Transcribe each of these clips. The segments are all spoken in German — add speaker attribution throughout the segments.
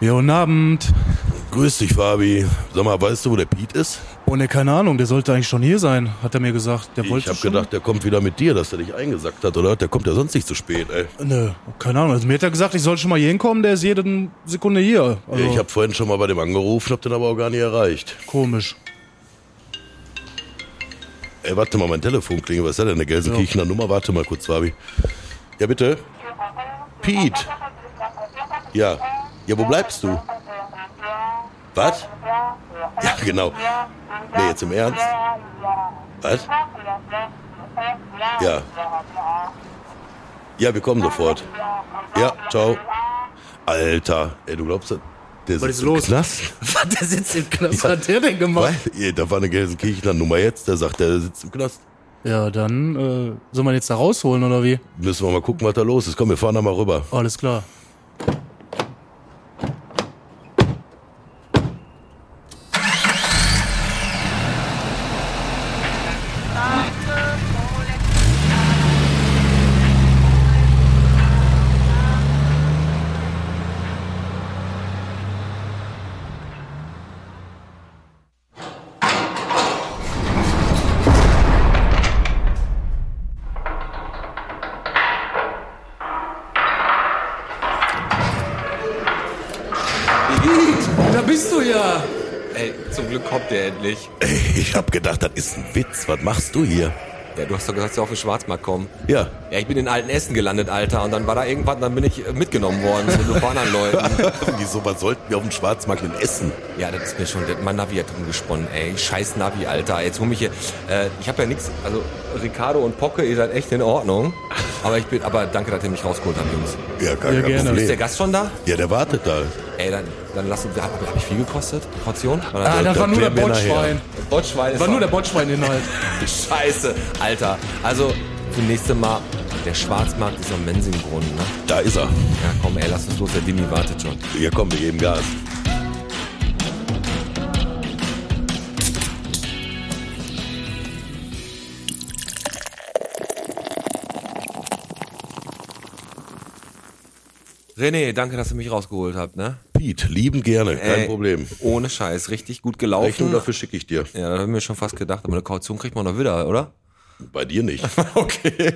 Speaker 1: Ja, guten Abend.
Speaker 2: Grüß dich, Fabi. Sag mal, weißt du, wo der Pete ist?
Speaker 1: Oh ne, keine Ahnung, der sollte eigentlich schon hier sein, hat er mir gesagt. Der
Speaker 2: ich
Speaker 1: wollte
Speaker 2: hab
Speaker 1: schon.
Speaker 2: gedacht, der kommt wieder mit dir, dass er dich eingesackt hat, oder? Der kommt ja sonst nicht zu spät, ey.
Speaker 1: Nö, keine Ahnung. Also mir hat er gesagt, ich soll schon mal hier hinkommen, der ist jede Sekunde hier. Also,
Speaker 2: Ich hab vorhin schon mal bei dem angerufen, hab den aber auch gar nicht erreicht.
Speaker 1: komisch.
Speaker 2: Ey, warte mal, mein Telefon klingelt. Was ist denn eine Gelsenkirchener Nummer? Warte mal kurz, Fabi. Ja, bitte? Pete. Ja. Ja, wo bleibst du? Was? Ja, genau. Nee, jetzt im Ernst? Was? Ja. Ja, wir kommen sofort. Ja, ciao. Alter, ey, du glaubst, das- der sitzt
Speaker 1: ist
Speaker 2: im
Speaker 1: los?
Speaker 2: Knast?
Speaker 1: Was, der sitzt im Knast, was hat der denn gemacht?
Speaker 2: Weil, da war eine Gelsenkirchener Nummer jetzt, der sagt, der sitzt im Knast.
Speaker 1: Ja, dann äh, soll man jetzt da rausholen oder wie?
Speaker 2: Müssen wir mal gucken, was da los ist. Komm, wir fahren da mal rüber.
Speaker 1: Alles klar. Da bist du ja.
Speaker 3: Ey, zum Glück kommt der endlich.
Speaker 2: Ey, ich hab gedacht, das ist ein Witz. Was machst du hier?
Speaker 3: Ja, du hast doch gesagt, du auf den Schwarzmarkt kommen.
Speaker 2: Ja.
Speaker 3: Ja, ich bin in alten Essen gelandet, Alter. Und dann war da irgendwann, dann bin ich äh, mitgenommen worden von so anderen Leuten.
Speaker 2: Wieso, was sollten wir auf dem Schwarzmarkt in Essen?
Speaker 3: Ja, das ist mir schon, das- mein Navi hat rumgesponnen, ey. Scheiß Navi, Alter. Jetzt hol mich hier, äh, ich habe ja nichts, also Ricardo und Pocke, ihr seid echt in Ordnung. Aber ich bin, aber danke, dass ihr mich rausgeholt habt, Jungs.
Speaker 2: Ja, gar
Speaker 1: Ja,
Speaker 2: kein
Speaker 1: gerne.
Speaker 3: Ist der
Speaker 2: Problem.
Speaker 3: Gast schon da?
Speaker 2: Ja, der wartet da.
Speaker 3: Ey, dann, dann lass uns, hab, hab ich viel gekostet? Portion? Oder-
Speaker 1: Ah, das
Speaker 2: da
Speaker 1: war nur der
Speaker 2: klären wir nachher.
Speaker 1: Botschwein.
Speaker 3: Botschwein ist
Speaker 1: War nur
Speaker 3: auch-
Speaker 1: der Botschwein-Inhalt.
Speaker 3: Scheiße, Alter. Also, für nächste Mal, der Schwarzmarkt ist am Mensingbrunnen, ne?
Speaker 2: Da ist er.
Speaker 3: Ja, komm, ey, lass uns los, der Dimi wartet schon.
Speaker 2: Ja, komm, wir geben Gas.
Speaker 3: René, danke, dass du mich rausgeholt habt, ne?
Speaker 2: Pete, lieben gerne. Kein
Speaker 3: Ey,
Speaker 2: Problem.
Speaker 3: Ohne Scheiß, richtig gut gelaufen.
Speaker 2: Rechnung dafür schicke ich dir.
Speaker 3: Ja, da haben wir schon fast gedacht, aber eine Kaution kriegt man doch wieder, oder?
Speaker 2: Bei dir nicht.
Speaker 3: Okay.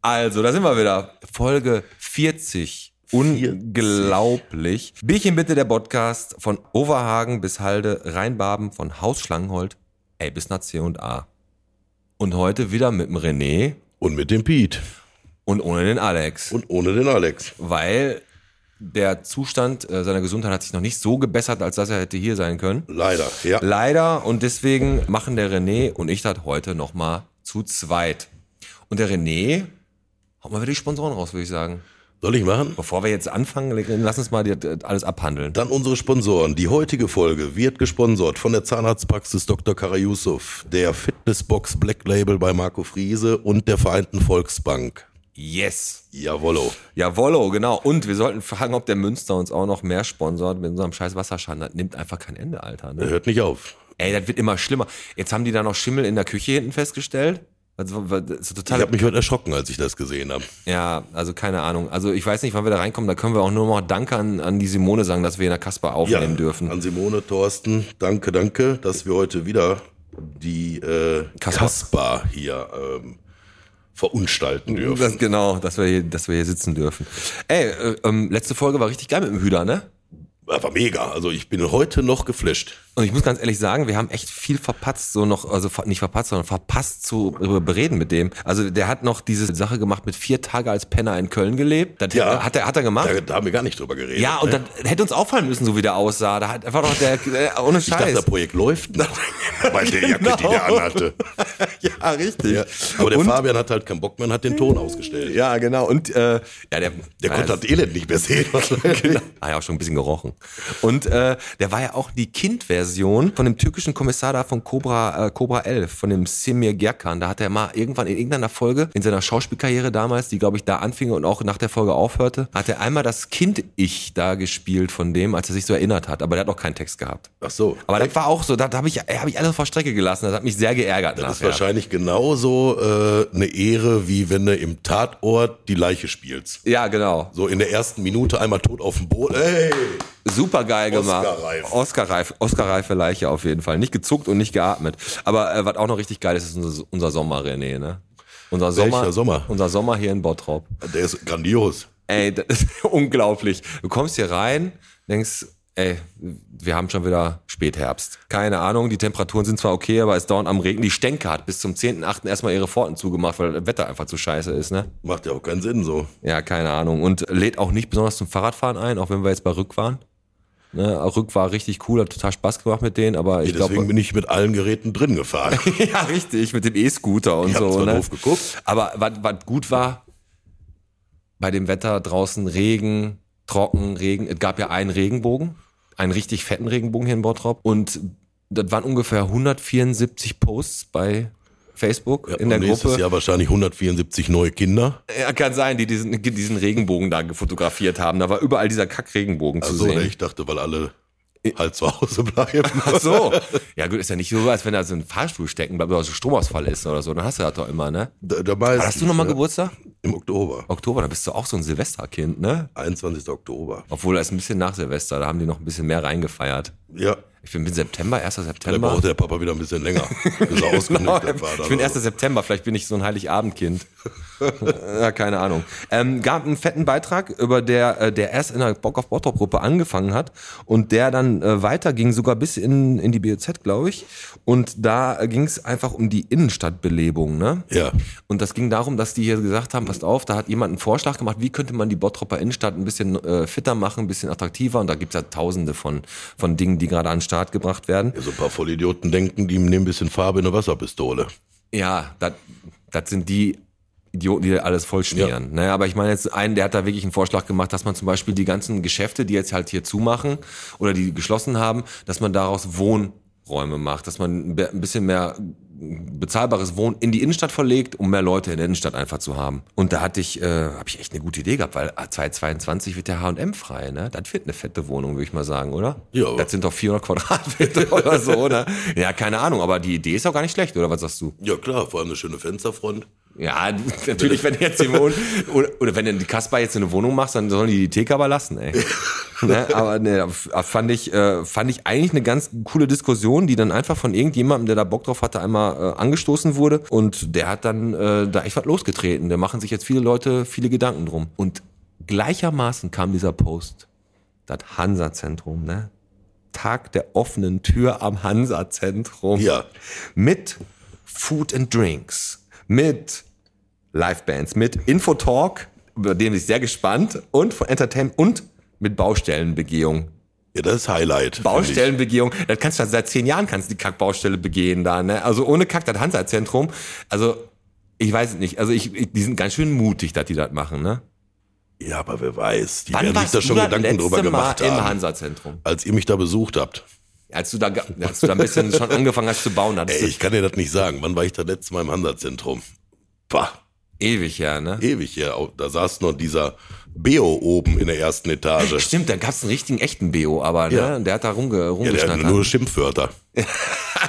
Speaker 3: Also, da sind wir wieder. Folge 40. Unglaublich. Bierchen bitte der Podcast von Overhagen bis Halde, Rheinbaben, von Haus Schlangenhold, ey, bis nach C&A. Und heute wieder mit dem René
Speaker 2: Und mit dem Pete.
Speaker 3: und ohne den Alex.
Speaker 2: Und ohne den Alex.
Speaker 3: weil der Zustand äh, seiner Gesundheit hat sich noch nicht so gebessert, als dass er hätte hier sein können.
Speaker 2: Leider, ja.
Speaker 3: Leider und deswegen machen der René und ich das heute nochmal zu zweit. Und der René, haut mal wieder die Sponsoren raus, würde ich sagen.
Speaker 2: Soll ich machen?
Speaker 3: Bevor wir jetzt anfangen, lass uns mal die- das alles abhandeln.
Speaker 2: Dann unsere Sponsoren. Die heutige Folge wird gesponsert von der Zahnarztpraxis Dr. Karayusuf, der Fitnessbox Black Label bei Marco Friese und der Vereinten Volksbank.
Speaker 3: Yes.
Speaker 2: Jawollo.
Speaker 3: Jawollo, genau. Und wir sollten fragen, ob der Münster uns auch noch mehr sponsort mit unserem scheiß Wasserschaden. Das nimmt einfach kein Ende, Alter. Ne?
Speaker 2: Hört nicht auf.
Speaker 3: Ey, das wird immer schlimmer. Jetzt haben die da noch Schimmel in der Küche hinten festgestellt. Also, was- das ist
Speaker 2: Ich
Speaker 3: total
Speaker 2: habe mich heute erschrocken, als ich das gesehen habe.
Speaker 3: Ja, also keine Ahnung. Also ich weiß nicht, wann wir da reinkommen. Da können wir auch nur noch Danke an, an die Simone sagen, dass wir in der Kasper aufnehmen dürfen.
Speaker 2: An Simone, Thorsten, danke, danke, dass wir heute wieder die äh,
Speaker 3: Kaspar.
Speaker 2: Kaspar hier ähm, verunstalten dürfen.
Speaker 3: Das, genau, dass wir, hier, dass wir hier sitzen dürfen. Ey, äh, ähm, letzte Folge war richtig geil mit dem Hüder, ne?
Speaker 2: Aber mega. Also ich bin heute noch geflasht.
Speaker 3: Und ich muss ganz ehrlich sagen, wir haben echt viel verpatzt, so noch, also ver- nicht verpatzt, sondern verpasst zu äh, bereden mit dem. Also der hat noch diese Sache gemacht mit vier Tage als Penner in Köln gelebt. Das
Speaker 2: Ja.
Speaker 3: hat, er, hat er gemacht.
Speaker 2: Da, da haben wir gar nicht drüber geredet.
Speaker 3: ja, und
Speaker 2: ne?
Speaker 3: dann hätte uns auffallen müssen, so wie der aussah. Da hat einfach doch der, äh, ohne
Speaker 2: ich dachte,
Speaker 3: Scheiß. Genau.
Speaker 2: das Projekt läuft. noch. Bei der Jacke, die der anhatte.
Speaker 3: ja, richtig.
Speaker 2: Ja. Aber der
Speaker 3: Und-
Speaker 2: Fabian hat halt keinen Bock mehr und hat den Ton ausgestellt.
Speaker 3: Ja, genau. Und äh, ja, der,
Speaker 2: Der konnte halt das Elend nicht mehr sehen.
Speaker 3: genau. Ah ja, auch schon ein bisschen gerochen. Und äh, der war ja auch die Kindversion von dem türkischen Kommissar da von Cobra, äh, Cobra 11, von dem Semir Gerkan. Da hat er mal irgendwann in irgendeiner Folge in seiner Schauspielkarriere damals, die glaube ich da anfing und auch nach der Folge aufhörte, hat er einmal das Kind-Ich da gespielt von dem, als er sich so erinnert hat. Aber der hat auch keinen Text gehabt.
Speaker 2: Ach so.
Speaker 3: Aber das war auch so, da habe ich, hab ich alles auf der Strecke gelassen. Das hat mich sehr geärgert.
Speaker 2: Das ist
Speaker 3: nachher.
Speaker 2: wahrscheinlich genauso äh, eine Ehre, wie wenn du im Tatort die Leiche spielst.
Speaker 3: Ja, genau.
Speaker 2: So in der ersten Minute einmal tot auf dem Boot. Ey!
Speaker 3: Super geil gemacht.
Speaker 2: Oscarreif.
Speaker 3: Oscarreif. Oscarreife Leiche auf jeden Fall. Nicht gezuckt und nicht geatmet. Aber äh, was auch noch richtig geil ist, ist unser, unser Sommer, René, ne? Unser Sommer,
Speaker 2: Sommer?
Speaker 3: Unser Sommer hier in Bottrop.
Speaker 2: Der ist grandios.
Speaker 3: Ey, das ist unglaublich. Du kommst hier rein, denkst, ey, wir haben schon wieder Spätherbst. Keine Ahnung, die Temperaturen sind zwar okay, aber es dauert am Regen. Die Stenke hat bis zum 10.8. erstmal ihre Pforten zugemacht, weil das Wetter einfach zu scheiße ist, ne?
Speaker 2: Macht ja auch keinen Sinn so.
Speaker 3: Ja, keine Ahnung. Und lädt auch nicht besonders zum Fahrradfahren ein, auch wenn wir jetzt bei Rück waren. Ne, auch Rück war richtig cool, hat total Spaß gemacht mit denen, aber ich
Speaker 2: Deswegen
Speaker 3: glaube.
Speaker 2: bin ich mit allen Geräten drin gefahren.
Speaker 3: Ja, richtig, mit dem E-Scooter und
Speaker 2: Ich hab
Speaker 3: so.
Speaker 2: zwar
Speaker 3: Ne?
Speaker 2: doof geguckt.
Speaker 3: Aber was, was gut war, bei dem Wetter draußen Regen, trocken, Regen. Es gab ja einen Regenbogen, einen richtig fetten Regenbogen hier in Bottrop. Und das waren ungefähr 174 Posts bei Facebook in der
Speaker 2: Und nächstes
Speaker 3: Gruppe.
Speaker 2: Jahr wahrscheinlich 174 neue Kinder.
Speaker 3: Ja, kann sein, die diesen, diesen Regenbogen da fotografiert haben. Da war überall dieser Kack-Regenbogen zu
Speaker 2: Also
Speaker 3: sehen.
Speaker 2: ich dachte, weil alle halt zu Hause bleiben.
Speaker 3: Ach so. Ja gut, ist ja nicht so, als wenn da so ein Fahrstuhl stecken bleibt oder so ein Stromausfall ist oder so. Dann hast du das doch immer, ne?
Speaker 2: Da, dabei
Speaker 3: Hast du nochmal
Speaker 2: ja,
Speaker 3: Geburtstag?
Speaker 2: Im Oktober.
Speaker 3: Oktober, dann bist du auch so ein Silvesterkind, ne?
Speaker 2: 21. Oktober.
Speaker 3: Obwohl, das ist ein bisschen nach Silvester, da haben die noch ein bisschen mehr reingefeiert.
Speaker 2: Ja.
Speaker 3: Ich bin, bin September, 1.
Speaker 2: Da
Speaker 3: September.
Speaker 2: braucht der Papa wieder ein bisschen länger, bis er
Speaker 3: Genau,
Speaker 2: ausgenüchtert war. also.
Speaker 3: ich bin
Speaker 2: oder
Speaker 3: 1.
Speaker 2: so.
Speaker 3: September, vielleicht bin ich so ein Heiligabendkind. ja, keine Ahnung. Ähm, gab einen fetten Beitrag, über der, äh, der erst in der Bock auf Bottrop-Gruppe angefangen hat und der dann äh, weiterging, sogar bis in, in die BOZ, glaube ich. Und da ging es einfach um die Innenstadtbelebung, ne?
Speaker 2: Ja.
Speaker 3: Und das ging darum, dass die hier gesagt haben, passt auf, da hat jemand einen Vorschlag gemacht, wie könnte man die Bottroper Innenstadt ein bisschen äh, fitter machen, ein bisschen attraktiver. Und da gibt's ja tausende von, von Dingen, die gerade an den Start gebracht werden.
Speaker 2: So ein paar Vollidioten denken, die nehmen ein bisschen Farbe in eine Wasserpistole.
Speaker 3: Ja, das sind die Idioten, die alles vollschmieren. Naja, aber ich meine jetzt einen, der hat da wirklich einen Vorschlag gemacht, dass man zum Beispiel die ganzen Geschäfte, die jetzt halt hier zumachen oder die geschlossen haben, dass man daraus Wohnräume macht, dass man ein be- ein bisschen mehr bezahlbares Wohnen in die Innenstadt verlegt, um mehr Leute in der Innenstadt einfach zu haben. Und da hatte ich, äh, habe ich echt eine gute Idee gehabt, weil 2022 wird der H&M frei, ne? Das wird eine fette Wohnung, würde ich mal sagen, oder?
Speaker 2: Ja.
Speaker 3: Das sind doch 400 Quadratmeter oder so, oder? Ja, keine Ahnung, aber die Idee ist auch gar nicht schlecht, oder was sagst du?
Speaker 2: Ja klar, vor allem eine schöne Fensterfront.
Speaker 3: Ja, du- natürlich, wenn jetzt die Wohn oder, oder wenn die Kasper jetzt eine Wohnung macht, dann sollen die die Theke aber lassen, ey. ne? Aber ne, f- fand ich, äh, fand ich eigentlich eine ganz coole Diskussion, die dann einfach von irgendjemandem, der da Bock drauf hatte, einmal äh, angestoßen wurde. Und der hat dann äh, da echt was losgetreten. Da machen sich jetzt viele Leute viele Gedanken drum. Und gleichermaßen kam dieser Post, das Hansa-Zentrum, ne? Tag der offenen Tür am Hansa-Zentrum
Speaker 2: Ja.
Speaker 3: mit Food and Drinks, mit Livebands, mit Infotalk, über den bin ich sehr gespannt, und von Entertainment und mit Baustellenbegehung.
Speaker 2: Ja, das ist Highlight. finde
Speaker 3: Baustellenbegehung, das kannst du seit zehn Jahren kannst du die Kackbaustelle begehen da, ne? Also ohne Kack, das Hansa-Zentrum. Also, ich weiß es nicht. Also ich, ich, die sind ganz schön mutig, dass die das machen, ne?
Speaker 2: Ich. Ja, aber wer weiß. Die werden sich da schon Gedanken drüber
Speaker 3: Mal
Speaker 2: gemacht
Speaker 3: im
Speaker 2: haben,
Speaker 3: Hansa-Zentrum?
Speaker 2: als ihr mich da besucht habt.
Speaker 3: Als du da, ge- als du da ein bisschen schon angefangen hast zu bauen, hattest
Speaker 2: Ey, ich kann dir das nicht sagen. Wann war ich das letzte Mal im Hansa-Zentrum? Pah,
Speaker 3: du ewig her, ne?
Speaker 2: ewig her. Au- Da saß noch dieser Beo oben in der ersten Etage.
Speaker 3: Stimmt, da gab's einen richtigen echten BO, aber
Speaker 2: Ja.
Speaker 3: ne, der hat da rumge
Speaker 2: Ja, der hat
Speaker 3: rumgeschnattert.
Speaker 2: nur Schimpfwörter.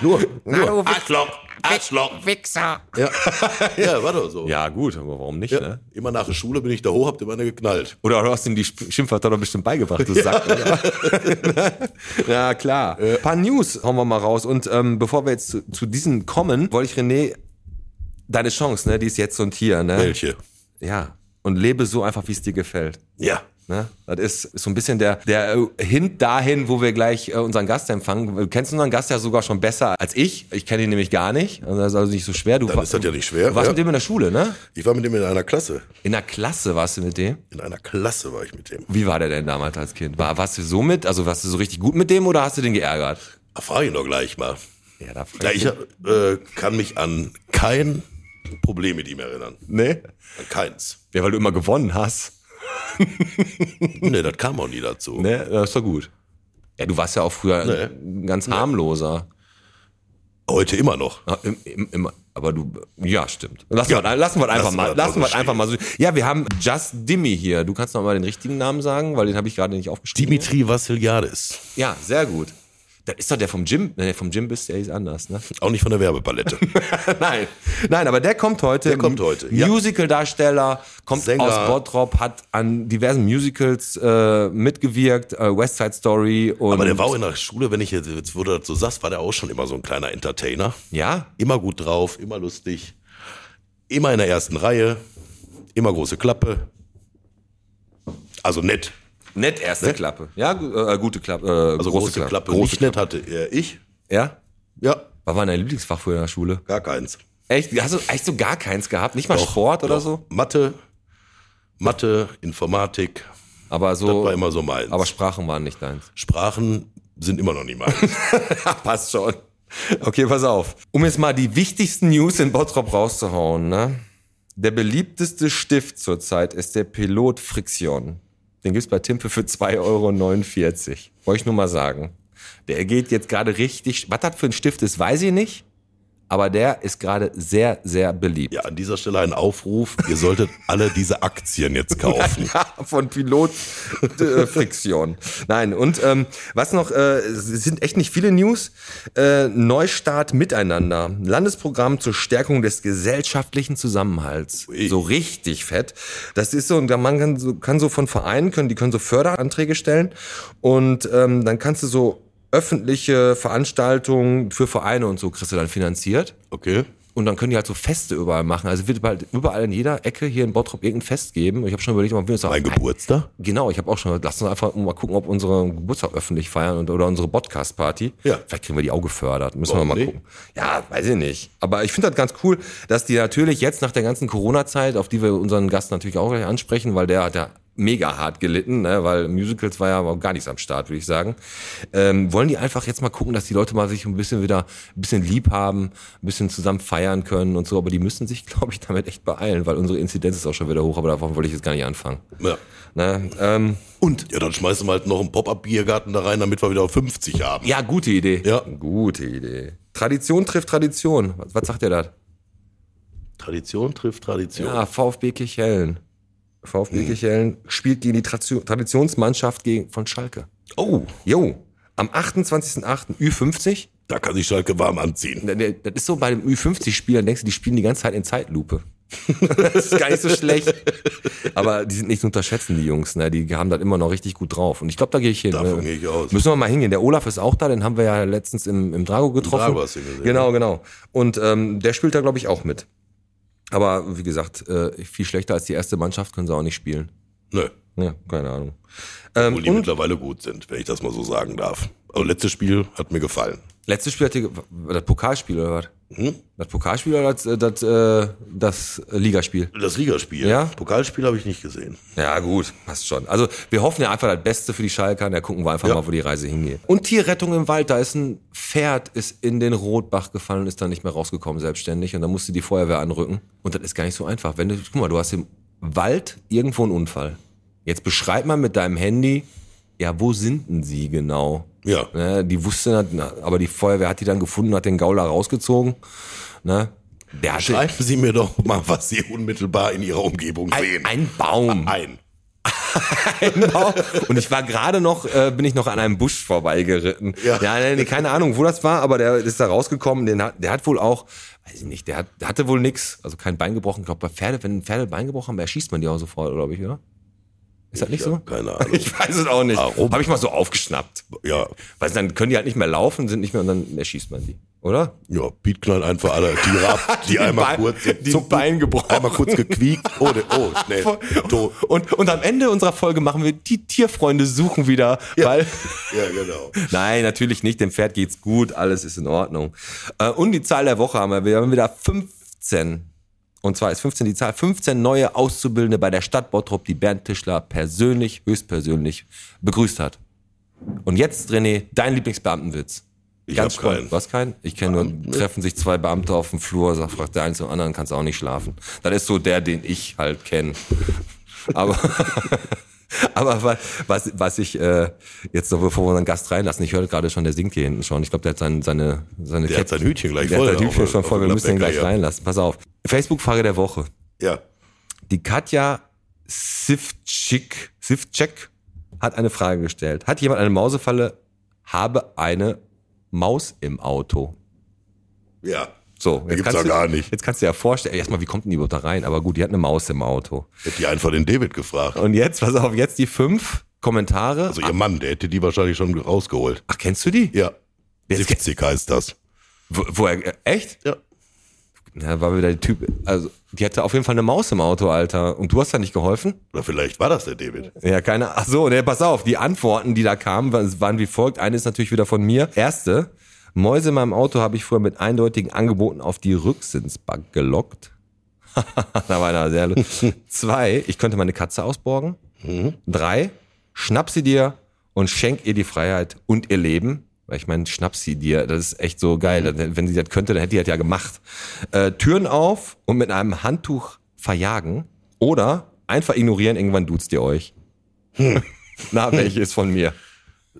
Speaker 2: nur. nur. Arschloch, Arschloch.
Speaker 3: Wichser.
Speaker 2: Ja. ja, war doch so.
Speaker 3: Ja, gut, aber warum nicht, ne?
Speaker 2: Immer nach der Schule bin ich da hoch, habt immer eine geknallt.
Speaker 3: Oder du hast ihm die Sp- Schimpfwörter doch bestimmt beigebracht, du Sack, oder? ja, Äh. klar. Ein paar News hauen wir mal raus. Und ähm, bevor wir jetzt zu, zu diesen kommen, wollte ich René, deine Chance, ne, die ist jetzt und hier, ne?
Speaker 2: Welche?
Speaker 3: Ja. Und lebe so einfach, wie es dir gefällt.
Speaker 2: Ja.
Speaker 3: Ne? Das ist ist so ein bisschen der, der äh, Hint dahin, wo wir gleich äh, unseren Gast empfangen. Du kennst unseren Gast ja sogar schon besser als ich. Ich kenne ihn nämlich gar nicht. Also Das ist also nicht so schwer. Du
Speaker 2: Dann
Speaker 3: wa-
Speaker 2: ist das ja nicht schwer.
Speaker 3: du warst
Speaker 2: Ja.
Speaker 3: mit dem in der Schule, ne?
Speaker 2: Ich war mit dem in einer Klasse.
Speaker 3: In der Klasse warst du mit dem.
Speaker 2: In einer Klasse war ich mit dem.
Speaker 3: Wie war der denn damals als Kind? War, warst du so mit? Also warst du so richtig gut mit dem oder hast du den geärgert?
Speaker 2: Ah, Frag ihn doch gleich mal.
Speaker 3: Ja, da
Speaker 2: Ja, ich äh, kann mich an kein Problem mit ihm erinnern.
Speaker 3: Nee?
Speaker 2: An keins.
Speaker 3: Ja, weil du immer gewonnen hast.
Speaker 2: Nee, das kam auch nie dazu.
Speaker 3: Ne? Das ist doch gut. Ja, du warst ja auch früher ein ganz harmloser.
Speaker 2: Heute immer noch.
Speaker 3: Ja, im, im, im, aber du, ja, stimmt. Lassen, wir, lassen wir es einfach
Speaker 2: Lassen
Speaker 3: mal,
Speaker 2: wir das
Speaker 3: lassen wir es
Speaker 2: so
Speaker 3: einfach mal so. Ja, wir haben Just Dimmy hier. Du kannst noch mal den richtigen Namen sagen, weil den habe ich gerade nicht aufgeschrieben.
Speaker 2: Dimitri Vassiliadis.
Speaker 3: Ja, sehr gut. Das ist doch der vom Jim. Ne, vom Jim bist, der ist anders, ne?
Speaker 2: Auch nicht von der Werbepalette.
Speaker 3: Nein. Nein, aber der kommt heute.
Speaker 2: Der kommt heute, ja.
Speaker 3: Musical-Darsteller, kommt
Speaker 2: Sänger.
Speaker 3: aus Bottrop, hat an diversen Musicals äh, mitgewirkt, äh, West Side Story und.
Speaker 2: Aber der war auch in der Schule, wenn ich jetzt, jetzt wo du das so sagst, war der auch schon immer so ein kleiner Entertainer.
Speaker 3: Ja?
Speaker 2: Immer gut drauf, immer lustig, immer in der ersten Reihe, immer große Klappe. Also nett.
Speaker 3: Nett erste Klappe. Ne? Ja, gu- äh, gute Klappe. Äh,
Speaker 2: Also große, Klappe.
Speaker 3: Große
Speaker 2: nicht nett hatte er. Ich?
Speaker 3: Ja?
Speaker 2: Ja,
Speaker 3: Was war dein Lieblingsfach früher in der Schule?
Speaker 2: gar keins.
Speaker 3: Echt? Hast du echt so gar keins gehabt? Nicht mal Sport oder
Speaker 2: Doch.
Speaker 3: so?
Speaker 2: Mathe, Mathe, Informatik,
Speaker 3: Aber so.
Speaker 2: war immer so meins.
Speaker 3: aber Sprachen waren nicht deins.
Speaker 2: Sprachen sind immer noch nicht meins.
Speaker 3: Ja, passt schon. Okay, pass auf. Um jetzt mal die wichtigsten News in Bottrop rauszuhauen, ne? Der beliebteste Stift zurzeit ist der Pilot Frixion. Den gibt's bei Timpe für 2,49 Euro. Wollte ich nur mal sagen. Der geht jetzt gerade richtig. Was das für ein Stift ist, weiß ich nicht. Aber der ist gerade sehr, sehr beliebt.
Speaker 2: Ja, an dieser Stelle ein Aufruf. Ihr solltet alle diese Aktien jetzt kaufen.
Speaker 3: von Pilot äh, Friction. Nein, und ähm, was noch, äh, es sind echt nicht viele News. Äh, Neustart miteinander. Landesprogramm zur Stärkung des gesellschaftlichen Zusammenhalts.
Speaker 2: Ui.
Speaker 3: So richtig fett. Das ist so, und man kann so, kann so von Vereinen, können, die können so Förderanträge stellen und ähm, dann kannst du so öffentliche Veranstaltungen für Vereine und so kriegst du dann finanziert.
Speaker 2: Okay.
Speaker 3: Und dann können die halt so Feste überall machen. Also wird bald überall in jeder Ecke hier in Bottrop irgendein Fest geben. Und Ich habe schon überlegt, ob wir uns
Speaker 2: Mein Geburtstag?
Speaker 3: Genau, ich habe auch schon. Lass uns einfach mal gucken, ob unsere Geburtstag öffentlich feiern und, oder unsere Podcast-Party.
Speaker 2: Ja.
Speaker 3: Vielleicht kriegen wir die auch gefördert. Müssen
Speaker 2: Warum
Speaker 3: wir mal
Speaker 2: nicht?
Speaker 3: gucken. Ja, weiß ich nicht. Aber ich finde das ganz cool, dass die natürlich jetzt nach der ganzen Corona-Zeit, auf die wir unseren Gast natürlich auch gleich ansprechen, weil der hat ja mega hart gelitten, ne? weil Musicals war ja aber gar nichts am Start, würde ich sagen. Ähm, wollen die einfach jetzt mal gucken, dass die Leute mal sich ein bisschen wieder ein bisschen lieb haben, ein bisschen zusammen feiern können und so. Aber die müssen sich, glaube ich, damit echt beeilen, weil unsere Inzidenz ist auch schon wieder hoch, aber davon wollte ich jetzt gar nicht anfangen.
Speaker 2: Ja.
Speaker 3: Ne? Ähm,
Speaker 2: Und? Ja, dann schmeißen wir halt noch einen Pop-Up-Biergarten da rein, damit wir wieder auf 50 haben.
Speaker 3: Ja, gute Idee.
Speaker 2: Ja.
Speaker 3: Gute Idee. Tradition trifft Tradition. Was, was sagt ihr da?
Speaker 2: Tradition trifft Tradition.
Speaker 3: Ja, VfB Kirchhellen. VfB Kirchhellen spielt gegen die Tradition- Traditionsmannschaft gegen, von Schalke.
Speaker 2: Oh,
Speaker 3: Jo, am 28.08. Ü50.
Speaker 2: da kann sich Schalke warm anziehen.
Speaker 3: Ne, ne, Das ist so bei dem Ü50-Spiel, dann denkst du, die spielen die ganze Zeit in Zeitlupe. das ist gar nicht so schlecht. Aber die sind nicht zu unterschätzen, die Jungs. Ne? Die haben das immer noch richtig gut drauf. Und ich glaube, da gehe ich hin.
Speaker 2: Davon
Speaker 3: ne?
Speaker 2: gehe ich aus.
Speaker 3: Müssen wir mal hingehen. Der Olaf ist auch da, den haben wir ja letztens im, im Drago getroffen.
Speaker 2: Drago hast du ihn gesehen,
Speaker 3: Genau, genau. Und ähm, der spielt da, glaube ich, auch mit. Aber wie gesagt, äh, viel schlechter als die erste Mannschaft können sie auch nicht spielen.
Speaker 2: Nö,
Speaker 3: Ja, keine Ahnung. Ähm,
Speaker 2: obwohl die mittlerweile gut sind, wenn ich das mal so sagen darf. Also letztes Spiel hat mir gefallen.
Speaker 3: Letztes Spiel hat die, war das Pokalspiel oder was?
Speaker 2: Hm?
Speaker 3: Das Pokalspiel oder das, äh, das, äh, das Ligaspiel?
Speaker 2: Das Ligaspiel.
Speaker 3: Ja?
Speaker 2: Pokalspiel habe ich nicht gesehen.
Speaker 3: Ja, gut, passt schon. Also, wir hoffen ja einfach das Beste für die Schalker, da gucken wir einfach
Speaker 2: Ja.
Speaker 3: mal, wo die Reise hingeht. Und Tierrettung im Wald, da ist ein Pferd, ist in den Rotbach gefallen und ist dann nicht mehr rausgekommen selbstständig und dann musste die Feuerwehr anrücken. Und das ist gar nicht so einfach. Wenn du, guck mal, du hast im Wald irgendwo einen Unfall. Jetzt beschreib mal mit deinem Handy, ja, wo sind denn sie genau?
Speaker 2: Ja.
Speaker 3: Ne, die wusste, na, aber die Feuerwehr hat die dann gefunden, hat den Gauler rausgezogen. Ne? Der hatte
Speaker 2: Schreiben Sie mir doch mal, was Sie unmittelbar in Ihrer Umgebung sehen.
Speaker 3: ein, ein Baum.
Speaker 2: ein.
Speaker 3: Genau. Und ich war gerade noch, äh, bin ich noch an einem Busch vorbeigeritten. Ja,
Speaker 2: Ja.
Speaker 3: nee, nee, keine Ahnung, wo das war, aber der ist da rausgekommen. Den hat, der hat wohl auch, weiß ich nicht, der, hat, der hatte wohl nix, also kein Bein gebrochen. Ich glaube, bei Pferde, wenn Pferde Bein gebrochen haben, erschießt man die auch sofort, glaube ich, oder? Ist das nicht so? Ah,
Speaker 2: Keine Ahnung.
Speaker 3: Ich weiß es auch nicht.
Speaker 2: Warum?
Speaker 3: Habe ich mal so aufgeschnappt.
Speaker 2: Ja,
Speaker 3: Weil dann können die halt nicht mehr laufen, sind nicht mehr und dann erschießt man die, oder?
Speaker 2: ja, Piet knallt einfach alle Tiere ab, die, einmal
Speaker 3: Bein-
Speaker 2: kurz
Speaker 3: die
Speaker 2: zucken,
Speaker 3: Bein gebrochen.
Speaker 2: einmal kurz gequiekt. Oh, ne, oh schnell. To-
Speaker 3: Und, und am Ende unserer Folge machen wir die Tierfreunde suchen wieder, weil
Speaker 2: Ja, genau.
Speaker 3: Nein, natürlich nicht. Dem Pferd geht's gut, alles ist in Ordnung. Äh, Und die Zahl der Woche haben wir. Wir haben wieder 15. Und zwar ist 15 die Zahl. 15 neue Auszubildende bei der Stadt Bottrop, die Bernd Tischler persönlich, höchstpersönlich begrüßt hat. Und jetzt, René, dein Lieblingsbeamtenwitz.
Speaker 2: Ich hab
Speaker 3: spannend.
Speaker 2: keinen.
Speaker 3: Was kein? Ich kenne nur, treffen sich zwei Beamte auf dem Flur, sagt, fragt der eine zum anderen, kannst auch nicht schlafen. Das ist so der, den ich halt kenne. Aber, aber wa- was, was ich äh, jetzt noch, bevor wir unseren Gast reinlassen, ich höre gerade schon, der singt hier hinten schon. Ich glaube, der hat sein, seine, seine
Speaker 2: Der hat sein Hütchen gleich
Speaker 3: der
Speaker 2: voll.
Speaker 3: Hat sein
Speaker 2: auf-
Speaker 3: Hütchen schon
Speaker 2: auf
Speaker 3: voll.
Speaker 2: dem
Speaker 3: Wir müssen ihn
Speaker 2: Klappbäcker,
Speaker 3: gleich
Speaker 2: ja.
Speaker 3: reinlassen. Pass auf. Facebook-Frage der Woche.
Speaker 2: Ja.
Speaker 3: Die Katja Sivcik, Sivcek hat eine Frage gestellt. Hat jemand eine Mausefalle? Habe eine Maus im Auto.
Speaker 2: Ja.
Speaker 3: So,
Speaker 2: gibt's
Speaker 3: kannst
Speaker 2: ja
Speaker 3: du,
Speaker 2: gar nicht.
Speaker 3: Jetzt kannst du dir ja vorstellen, erstmal, wie kommt denn die überhaupt da rein? Aber gut, die hat eine Maus im Auto.
Speaker 2: Hätte die einfach den David gefragt.
Speaker 3: Und jetzt, pass auf, jetzt die fünf Kommentare.
Speaker 2: Also ihr Mann, der hätte die wahrscheinlich schon rausgeholt.
Speaker 3: Ach, kennst du die?
Speaker 2: Ja.
Speaker 3: Jetzt-
Speaker 2: Sifzig heißt das.
Speaker 3: Wo, wo er, äh, echt?
Speaker 2: Ja.
Speaker 3: Ja, war wieder der Typ. Also, die hatte auf jeden Fall eine Maus im Auto, Alter. Und du hast da nicht geholfen?
Speaker 2: Oder vielleicht war das der David.
Speaker 3: Ja, keine. Ach so, ne, pass auf. Die Antworten, die da kamen, waren waren wie folgt. Eine ist natürlich wieder von mir. Erste. Mäuse in meinem Auto habe ich früher mit eindeutigen Angeboten auf die Rücksitzbank gelockt. da war einer sehr. lu- Zwei. Ich könnte meine Katze ausborgen. Drei. Schnapp sie dir und schenk ihr die Freiheit und ihr Leben. Weil ich meine, schnapp sie dir, das ist echt so geil. Dann- Wenn sie das könnte, dann hätte die das ja gemacht. Äh, Türen auf und mit einem Handtuch verjagen. Oder einfach ignorieren, irgendwann duzt ihr euch. Na, welche ist von mir?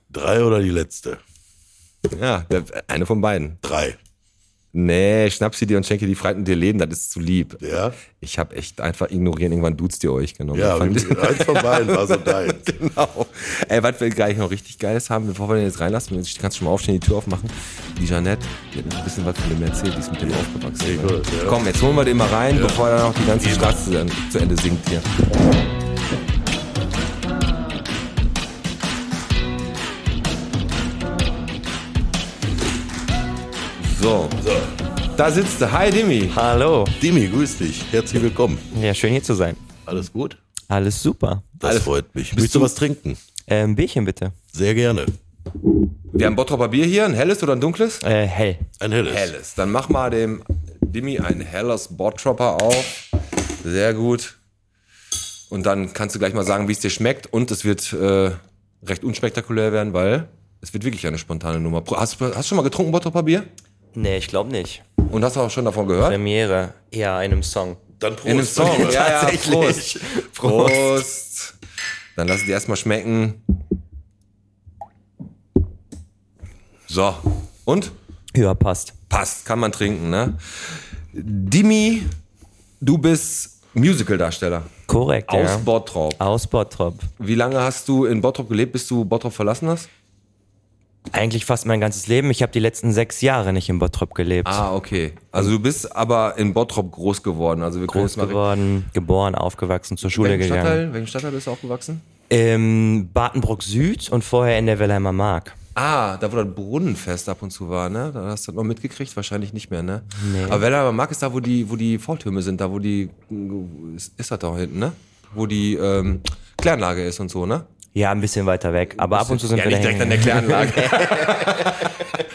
Speaker 2: Drei oder die letzte?
Speaker 3: Ja, der, eine von beiden.
Speaker 2: Drei.
Speaker 3: Nee, schnapp sie dir und schenke die Freiheit und dir Leben, das ist zu lieb.
Speaker 2: Ja.
Speaker 3: Ich habe echt einfach ignorieren, irgendwann duzt ihr euch genommen.
Speaker 2: Ja,
Speaker 3: Fand ich-
Speaker 2: eins von beiden war so deins.
Speaker 3: Genau. Ey, was wir gleich noch richtig Geiles haben, bevor wir den jetzt reinlassen, jetzt kannst du schon mal aufstehen, die Tür aufmachen. Die Jeanette, die hat noch ein bisschen was von dem erzählt, die ist mit dem aufgewachsen. ne?
Speaker 2: Ja, gut, ja.
Speaker 3: Komm, jetzt holen wir den mal rein, bevor er noch die ganze Straße dann zu Ende singt hier. So,
Speaker 2: So.
Speaker 3: da sitzt er. Hi, Dimi.
Speaker 4: Hallo.
Speaker 2: Dimi, grüß dich. Herzlich willkommen.
Speaker 4: Ja, schön hier zu sein.
Speaker 2: Alles gut?
Speaker 4: Alles super.
Speaker 2: Das
Speaker 3: Alles-
Speaker 2: freut mich. Willst du was trinken?
Speaker 4: Ähm, Bierchen bitte.
Speaker 2: Sehr gerne.
Speaker 3: Wir haben Bottroper Bier hier, ein helles oder ein dunkles?
Speaker 4: Äh, hell.
Speaker 2: Ein helles.
Speaker 3: Helles. Dann mach mal dem Dimi ein helles Bottropper auf. Sehr gut. Und dann kannst du gleich mal sagen, wie es dir schmeckt. Und es wird äh, recht unspektakulär werden, weil es wird wirklich eine spontane Nummer. Pro- Hast, hast du schon mal getrunken Bottropper Bier?
Speaker 4: Nee, ich glaube nicht.
Speaker 3: Und hast du auch schon davon gehört?
Speaker 4: Premiere. Ja, einem Song.
Speaker 2: Dann Prost.
Speaker 3: In einem Song.
Speaker 2: Ja.
Speaker 3: Ja, ja, Prost.
Speaker 2: Tatsächlich.
Speaker 3: Prost. Dann lass es dir erstmal schmecken. So. Und?
Speaker 4: Ja, passt.
Speaker 3: passt, kann man trinken, ne? Dimi, du bist Musical-Darsteller
Speaker 4: Korrekt,
Speaker 3: aus
Speaker 4: ja.
Speaker 3: Bottrop.
Speaker 4: Aus Bottrop.
Speaker 3: Wie lange hast du in Bottrop gelebt, bis du Bottrop verlassen hast?
Speaker 4: Eigentlich fast mein ganzes Leben. Ich habe die letzten sechs Jahre nicht in Bottrop gelebt.
Speaker 3: Ah, okay. Also du bist aber in Bottrop groß geworden. Also wir können
Speaker 4: Groß
Speaker 3: jetzt mal-
Speaker 4: geworden, geboren, aufgewachsen, zur Schule
Speaker 3: Welchen
Speaker 4: gegangen.
Speaker 3: Stadtteil, welchen Stadtteil bist du aufgewachsen?
Speaker 4: Im Badenbrock Süd und vorher in der Wilhelmer Mark.
Speaker 3: Ah, da wo das Brunnenfest ab und zu war, ne? Da hast du das noch mitgekriegt, wahrscheinlich nicht mehr, ne? Aber wenn man mag, ist da, wo die, wo die Vortürme sind, da wo die, ist, ist das da hinten, ne? Wo die ähm, Kläranlage ist und so, ne?
Speaker 4: Ja, ein bisschen weiter weg. Aber ab und zu sind
Speaker 3: ja,
Speaker 4: wir
Speaker 3: nicht
Speaker 4: da
Speaker 3: direkt an der
Speaker 4: hingegangen.
Speaker 3: Kläranlage.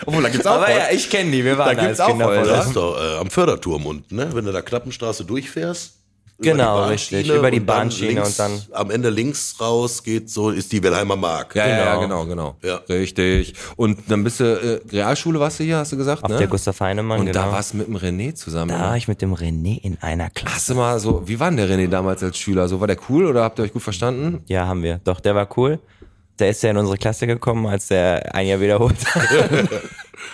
Speaker 3: Obwohl, da gibt's auch
Speaker 4: Aber
Speaker 3: was.
Speaker 4: ja, ich kenne die. Wir waren
Speaker 3: Da gibt's auch Ne?
Speaker 4: Kinder
Speaker 3: Holz.
Speaker 4: voll da.
Speaker 2: Das ist doch äh, am Förderturm unten, ne? Wenn du da Klappenstraße durchfährst. über
Speaker 4: Genau,
Speaker 2: die
Speaker 4: richtig.
Speaker 2: Bahnschiene
Speaker 4: Über die
Speaker 2: und dann
Speaker 4: Bahnschiene
Speaker 2: links,
Speaker 4: und dann-
Speaker 2: Am Ende links raus geht so, ist die Wilhelmer Mark.
Speaker 3: Ja, ja, ja, genau,
Speaker 4: Genau.
Speaker 3: genau.
Speaker 2: Ja.
Speaker 3: Richtig. Und dann bist du, äh, Realschule warst du hier, hast du gesagt,
Speaker 4: Auf
Speaker 3: ne?
Speaker 4: der Gustav Heinemann,
Speaker 3: Und
Speaker 4: genau.
Speaker 3: da warst du mit dem René zusammen.
Speaker 4: Da war ich mit dem René in einer Klasse.
Speaker 3: Hast du mal so, wie war denn der René damals als Schüler? So, war der cool oder habt ihr euch gut verstanden?
Speaker 4: Ja, haben wir. Doch, der war cool. Der ist ja in unsere Klasse gekommen, als er ein Jahr wiederholt hat.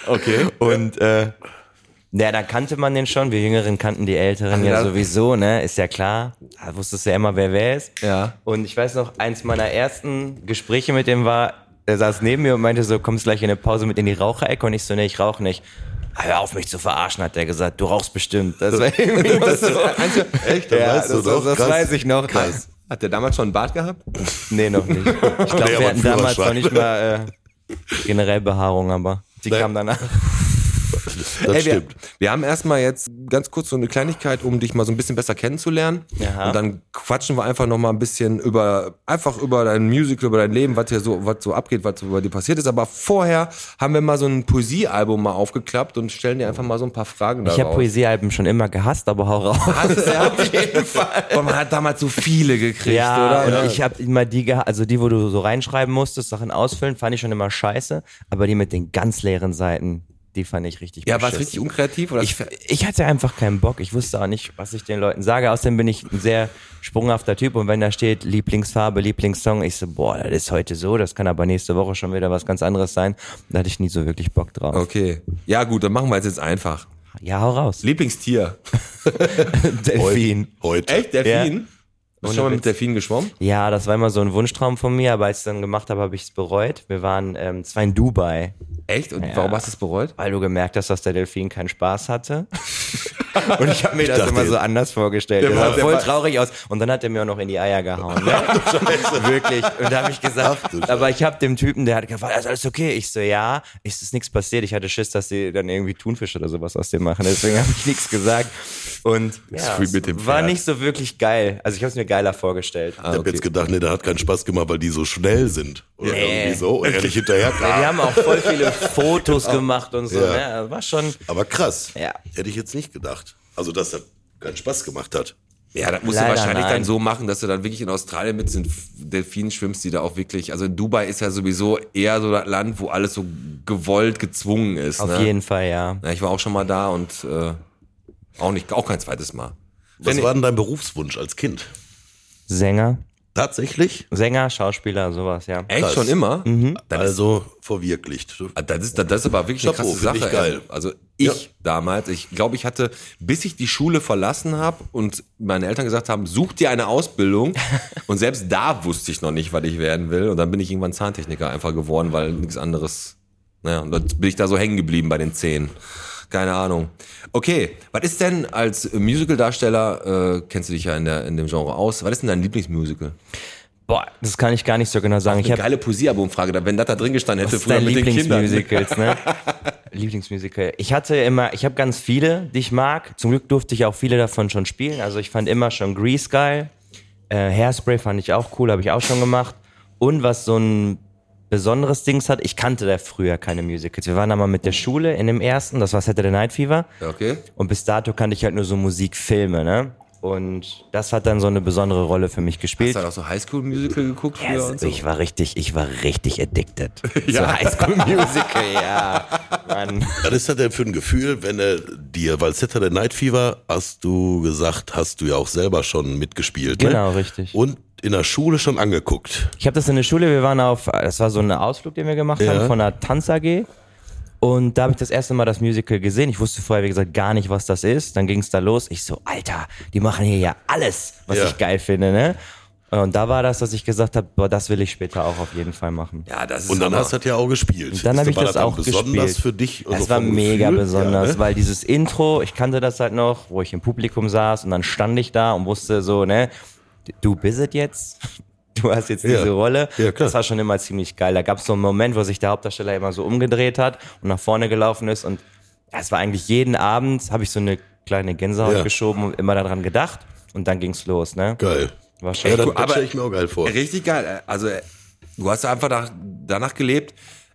Speaker 3: Okay.
Speaker 4: Und äh, ja, da kannte man den schon. Wir Jüngeren kannten die Älteren
Speaker 3: Ach,
Speaker 4: ja
Speaker 3: ja.
Speaker 4: sowieso, ne? Ist ja klar. Da wusstest du ja immer, wer wer ist.
Speaker 3: Ja.
Speaker 4: Und ich weiß noch, eins meiner ersten Gespräche mit dem war, er saß neben mir und meinte so, kommst gleich in eine Pause mit in die Raucherecke? Und ich so, ne, ich rauche nicht. "Ah, Hör auf, mich zu verarschen, hat der gesagt. Du rauchst bestimmt. Das war irgendwie das so.
Speaker 2: Echt? Das
Speaker 4: ja,
Speaker 2: weißt du
Speaker 4: das,
Speaker 2: doch.
Speaker 4: das
Speaker 2: Krass.
Speaker 4: weiß ich noch.
Speaker 2: Krass.
Speaker 3: Hat der damals schon einen Bart gehabt?
Speaker 4: Nee, noch nicht. Ich glaube,
Speaker 2: Nee, aber
Speaker 4: wir hatten
Speaker 2: einen
Speaker 4: damals noch
Speaker 2: Führerschein.
Speaker 4: nicht mal äh, generell Behaarung, aber die
Speaker 2: Nee.
Speaker 4: kam danach.
Speaker 2: Das
Speaker 3: Ey, wir,
Speaker 2: stimmt.
Speaker 3: wir haben erstmal jetzt ganz kurz so eine Kleinigkeit, um dich mal so ein bisschen besser kennenzulernen.
Speaker 4: Aha.
Speaker 3: Und dann quatschen wir einfach nochmal ein bisschen über, einfach über dein Musical, über dein Leben, was hier so, was so abgeht, was so über dir passiert ist. Aber vorher haben wir mal so ein Poesiealbum mal aufgeklappt und stellen dir einfach mal so ein paar Fragen
Speaker 4: Ich habe
Speaker 3: daraus.
Speaker 4: Poesiealben schon immer gehasst, aber hau raus.
Speaker 3: Hast du, ja, auf jeden Fall. Und man hat damals so viele gekriegt,
Speaker 4: Ja,
Speaker 3: oder?
Speaker 4: und ich habe immer die geha- also die, wo du so reinschreiben musstest, Sachen ausfüllen, fand ich schon immer scheiße, aber die mit den ganz leeren Seiten, die fand ich richtig
Speaker 3: ja, war es
Speaker 4: beschissen.
Speaker 3: richtig unkreativ? Oder
Speaker 4: ich, ich hatte einfach keinen Bock. Ich wusste auch nicht, was ich den Leuten sage. Außerdem bin ich ein sehr sprunghafter Typ und wenn da steht Lieblingsfarbe, Lieblingssong, ich so, boah, das ist heute so, das kann aber nächste Woche schon wieder was ganz anderes sein. Da hatte ich nie so wirklich Bock drauf.
Speaker 3: okay. Ja, gut, dann machen wir es jetzt einfach.
Speaker 4: Ja, hau raus.
Speaker 3: Lieblingstier.
Speaker 4: Delfin.
Speaker 2: Heute.
Speaker 3: Echt? Delfin? Bist du schon mal
Speaker 4: Witz.
Speaker 3: mit Delfin geschwommen?
Speaker 4: Ja, das war immer so ein Wunschtraum von mir, aber als ich es dann gemacht habe, habe ich es bereut. Wir waren, ähm, es war in Dubai.
Speaker 3: Echt? Und warum hast du es bereut?
Speaker 4: Weil du gemerkt hast, dass der Delfin keinen Spaß hatte. Und ich habe mir das
Speaker 2: dachte
Speaker 4: immer
Speaker 2: jetzt-
Speaker 4: so anders vorgestellt. Der
Speaker 3: war-
Speaker 4: sah
Speaker 3: der
Speaker 4: voll
Speaker 3: war-
Speaker 4: traurig aus. Und dann hat er mir auch noch in die Eier gehauen. Ne? Wirklich. Und da habe ich gesagt,
Speaker 2: Ach du Scheiße.
Speaker 4: aber ich habe dem Typen, der hat gefragt, ist alles okay? Ich so, ja, es ist nichts passiert. Ich hatte Schiss, dass die dann irgendwie Thunfisch oder sowas aus dem machen. Deswegen habe ich nichts gesagt. Und ja,
Speaker 5: wie mit dem
Speaker 4: war
Speaker 5: Pferd.
Speaker 4: nicht so wirklich geil. Also ich habe es mir geiler vorgestellt.
Speaker 2: Ich habe jetzt gedacht, nee, der hat keinen Spaß gemacht, weil die so schnell sind. Oder irgendwie so. Und ehrlich
Speaker 4: Die
Speaker 2: hinterher.
Speaker 4: haben auch voll viele Fotos gemacht und so.
Speaker 2: Ja.
Speaker 4: Ne? Also War schon
Speaker 2: Aber krass.
Speaker 4: Ja.
Speaker 2: Hätte ich jetzt nicht gedacht. Also, dass er keinen Spaß gemacht hat.
Speaker 3: Ja, das musst du
Speaker 4: Leider
Speaker 3: wahrscheinlich
Speaker 4: nein.
Speaker 3: dann so machen, dass du dann wirklich in Australien mit den F- Delfinen schwimmst, die da auch wirklich, also Dubai ist ja sowieso eher so das Land, wo alles so gewollt, gezwungen ist.
Speaker 4: auf
Speaker 3: ne?
Speaker 4: jeden Fall, ja.
Speaker 3: Ja, ich war auch schon mal da und äh, auch nicht, auch kein zweites Mal.
Speaker 2: Was
Speaker 3: Wenn-
Speaker 2: war denn dein Berufswunsch als Kind?
Speaker 4: Sänger.
Speaker 2: Tatsächlich?
Speaker 4: Sänger, Schauspieler, sowas, ja.
Speaker 3: Echt
Speaker 2: Krass.
Speaker 3: schon immer?
Speaker 4: Mhm.
Speaker 2: also verwirklicht. Du-
Speaker 3: Ah, Das ist, das ist aber wirklich eine
Speaker 2: Chapeau,
Speaker 3: krasse
Speaker 2: finde
Speaker 3: Sache.
Speaker 2: ich geil.
Speaker 3: ey. Also ich damals, ich glaube, ich hatte, bis ich die Schule verlassen habe und meine Eltern gesagt haben, such dir eine Ausbildung. und selbst da wusste ich noch nicht, was ich werden will. Und dann bin ich irgendwann Zahntechniker einfach geworden, weil nichts anderes. Naja, und dann bin ich da so hängen geblieben bei den Zähnen. Keine Ahnung. Okay, was ist denn als Musical-Darsteller, äh, kennst du dich ja in, der, in dem Genre aus, was ist denn dein Lieblingsmusical?
Speaker 4: Boah, das kann ich gar nicht so genau sagen. Ich
Speaker 3: Eine
Speaker 4: habe
Speaker 3: geile Poesiealbumfrage, da- wenn das da drin gestanden hätte, früher mit den Kindern.
Speaker 4: Lieblingsmusicals, ne? Lieblingsmusical. Ich hatte immer, ich habe ganz viele, die ich mag. Zum Glück durfte ich auch viele davon schon spielen. Also ich fand immer schon Grease geil. Äh, Hairspray fand ich auch cool, habe ich auch schon gemacht. Und was so ein besonderes Dings hat, ich kannte da früher keine Musicals. Wir waren da mal mit der Schule in dem ersten, das war Saturday Night Fever.
Speaker 3: Ja, Okay.
Speaker 4: Und bis dato kannte ich halt nur so Musikfilme, ne? Und das hat dann so eine besondere Rolle für mich gespielt.
Speaker 3: Hast du dann auch so Highschool-Musical geguckt früher
Speaker 4: Yes,
Speaker 3: und so?
Speaker 4: Ich war richtig, ich war richtig addicted. ja. So Highschool Musical, ja. Mann.
Speaker 2: Was ist das denn für ein Gefühl, wenn er dir, weil Saturday Night Fever, hast du gesagt, hast du ja auch selber schon mitgespielt.
Speaker 4: Genau,
Speaker 2: ne?
Speaker 4: richtig.
Speaker 2: Und in der Schule schon angeguckt.
Speaker 4: Ich habe das in der Schule, wir waren auf, das war so ein Ausflug, den wir gemacht haben von einer Tanz AG. Und da habe ich das erste Mal das Musical gesehen. Ich wusste vorher, wie gesagt, gar nicht, was das ist. Dann ging es da los. Ich so, Alter, die machen hier ja alles, was
Speaker 2: Ja.
Speaker 4: ich geil finde, ne? Und da war das, dass ich gesagt habe, boah, das will ich später auch auf jeden Fall machen.
Speaker 3: Ja, das ist
Speaker 2: Und dann
Speaker 3: Hammer.
Speaker 2: hast du das ja auch gespielt.
Speaker 4: Dann
Speaker 2: Ist-
Speaker 4: habe ich
Speaker 2: war
Speaker 4: das
Speaker 2: dann
Speaker 4: auch
Speaker 2: besonders
Speaker 4: gespielt.
Speaker 2: für dich.
Speaker 4: Das
Speaker 2: also
Speaker 4: war
Speaker 2: vom
Speaker 4: mega
Speaker 2: Gefühl?
Speaker 4: besonders,
Speaker 2: Ja, ne?
Speaker 4: weil dieses Intro, ich kannte das halt noch, wo ich im Publikum saß und dann stand ich da und wusste so, ne, du bist es jetzt. Du hast jetzt
Speaker 2: Ja.
Speaker 4: diese Rolle.
Speaker 2: Ja, klar.
Speaker 4: Das war schon immer ziemlich geil. Da gab es so einen Moment, wo sich der Hauptdarsteller immer so umgedreht hat und nach vorne gelaufen ist. Und ja, es war eigentlich jeden Abend, habe ich so eine kleine Gänsehaut
Speaker 2: Ja.
Speaker 4: geschoben und immer daran gedacht. Und dann ging's los, ne?
Speaker 2: Geil.
Speaker 4: War schon
Speaker 2: Ja,
Speaker 4: cool.
Speaker 2: dann
Speaker 3: aber-
Speaker 2: stelle ich mir auch geil vor.
Speaker 3: Richtig geil. äh, Also, äh, du hast einfach nach, danach gelebt,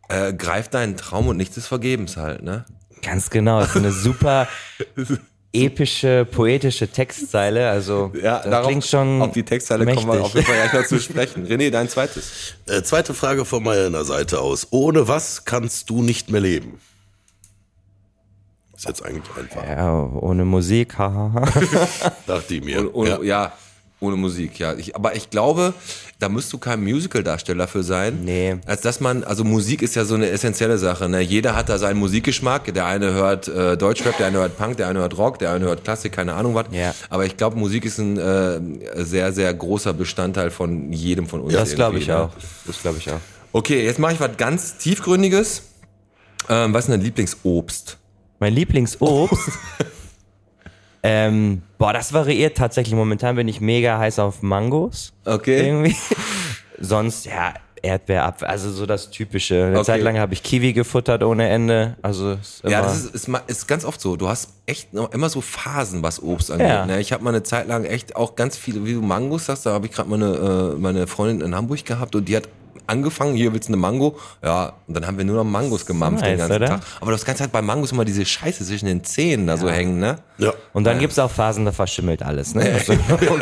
Speaker 3: äh, greif deinen Traum und nichts ist vergebens halt, ne?
Speaker 4: Ganz genau. Das ist eine super epische, poetische Textzeile. Also das klingt schon.
Speaker 3: Auf die Textzeile kommen wir auf jeden Fall gleich noch zu sprechen. René, dein zweites.
Speaker 2: Äh, zweite Frage von meiner Seite aus. Ohne was kannst du nicht mehr leben? Ist jetzt eigentlich einfach,
Speaker 4: Ja, ohne Musik, haha.
Speaker 2: dachte ich
Speaker 3: Ohne,
Speaker 2: mir.
Speaker 3: ohne,
Speaker 2: ja.
Speaker 3: ja. ohne Musik, ja. Ich, aber ich glaube, da müsst du kein Musical-Darsteller für sein.
Speaker 4: Nee.
Speaker 3: Als dass man, also Musik ist ja so eine essentielle Sache, ne? Jeder hat da seinen Musikgeschmack. Der eine hört äh, Deutschrap, der eine hört Punk, der eine hört Rock, der eine hört Klassik, keine Ahnung was.
Speaker 4: Ja.
Speaker 3: Aber ich glaube, Musik ist ein äh, sehr, sehr großer Bestandteil von jedem von uns.
Speaker 4: das glaube
Speaker 3: irgendwie,
Speaker 4: ich
Speaker 3: ne?
Speaker 4: auch. Das glaube ich auch.
Speaker 3: Okay, jetzt mache ich was ganz Tiefgründiges. Ähm, was ist denn dein Lieblingsobst?
Speaker 4: Mein Lieblingsobst. ähm, boah, das variiert tatsächlich. Momentan bin ich mega heiß auf Mangos.
Speaker 3: Okay.
Speaker 4: Irgendwie. Sonst, ja, Erdbeerapfel, also so das Typische. Eine
Speaker 3: Okay.
Speaker 4: Zeit lang habe ich Kiwi gefuttert ohne Ende. Also ist immer
Speaker 3: Ja, das ist, ist, ma- ist ganz oft so. Du hast echt noch immer so Phasen, was Obst angeht.
Speaker 4: Ja.
Speaker 3: Ne? Ich habe mal eine Zeit lang echt auch ganz viele, wie du Mangos sagst, da habe ich gerade meine, äh, meine Freundin in Hamburg gehabt und die hat angefangen, hier willst du eine Mango? Ja, und dann haben wir nur noch Mangos gemampft den
Speaker 4: nice,
Speaker 3: ganzen
Speaker 4: oder?
Speaker 3: Tag. Aber das Ganze hat halt bei Mangos immer diese Scheiße zwischen den Zähnen da so hängen, ne?
Speaker 2: ja.
Speaker 4: Und dann gibt's auch Phasen, da verschimmelt alles. Ne? Also,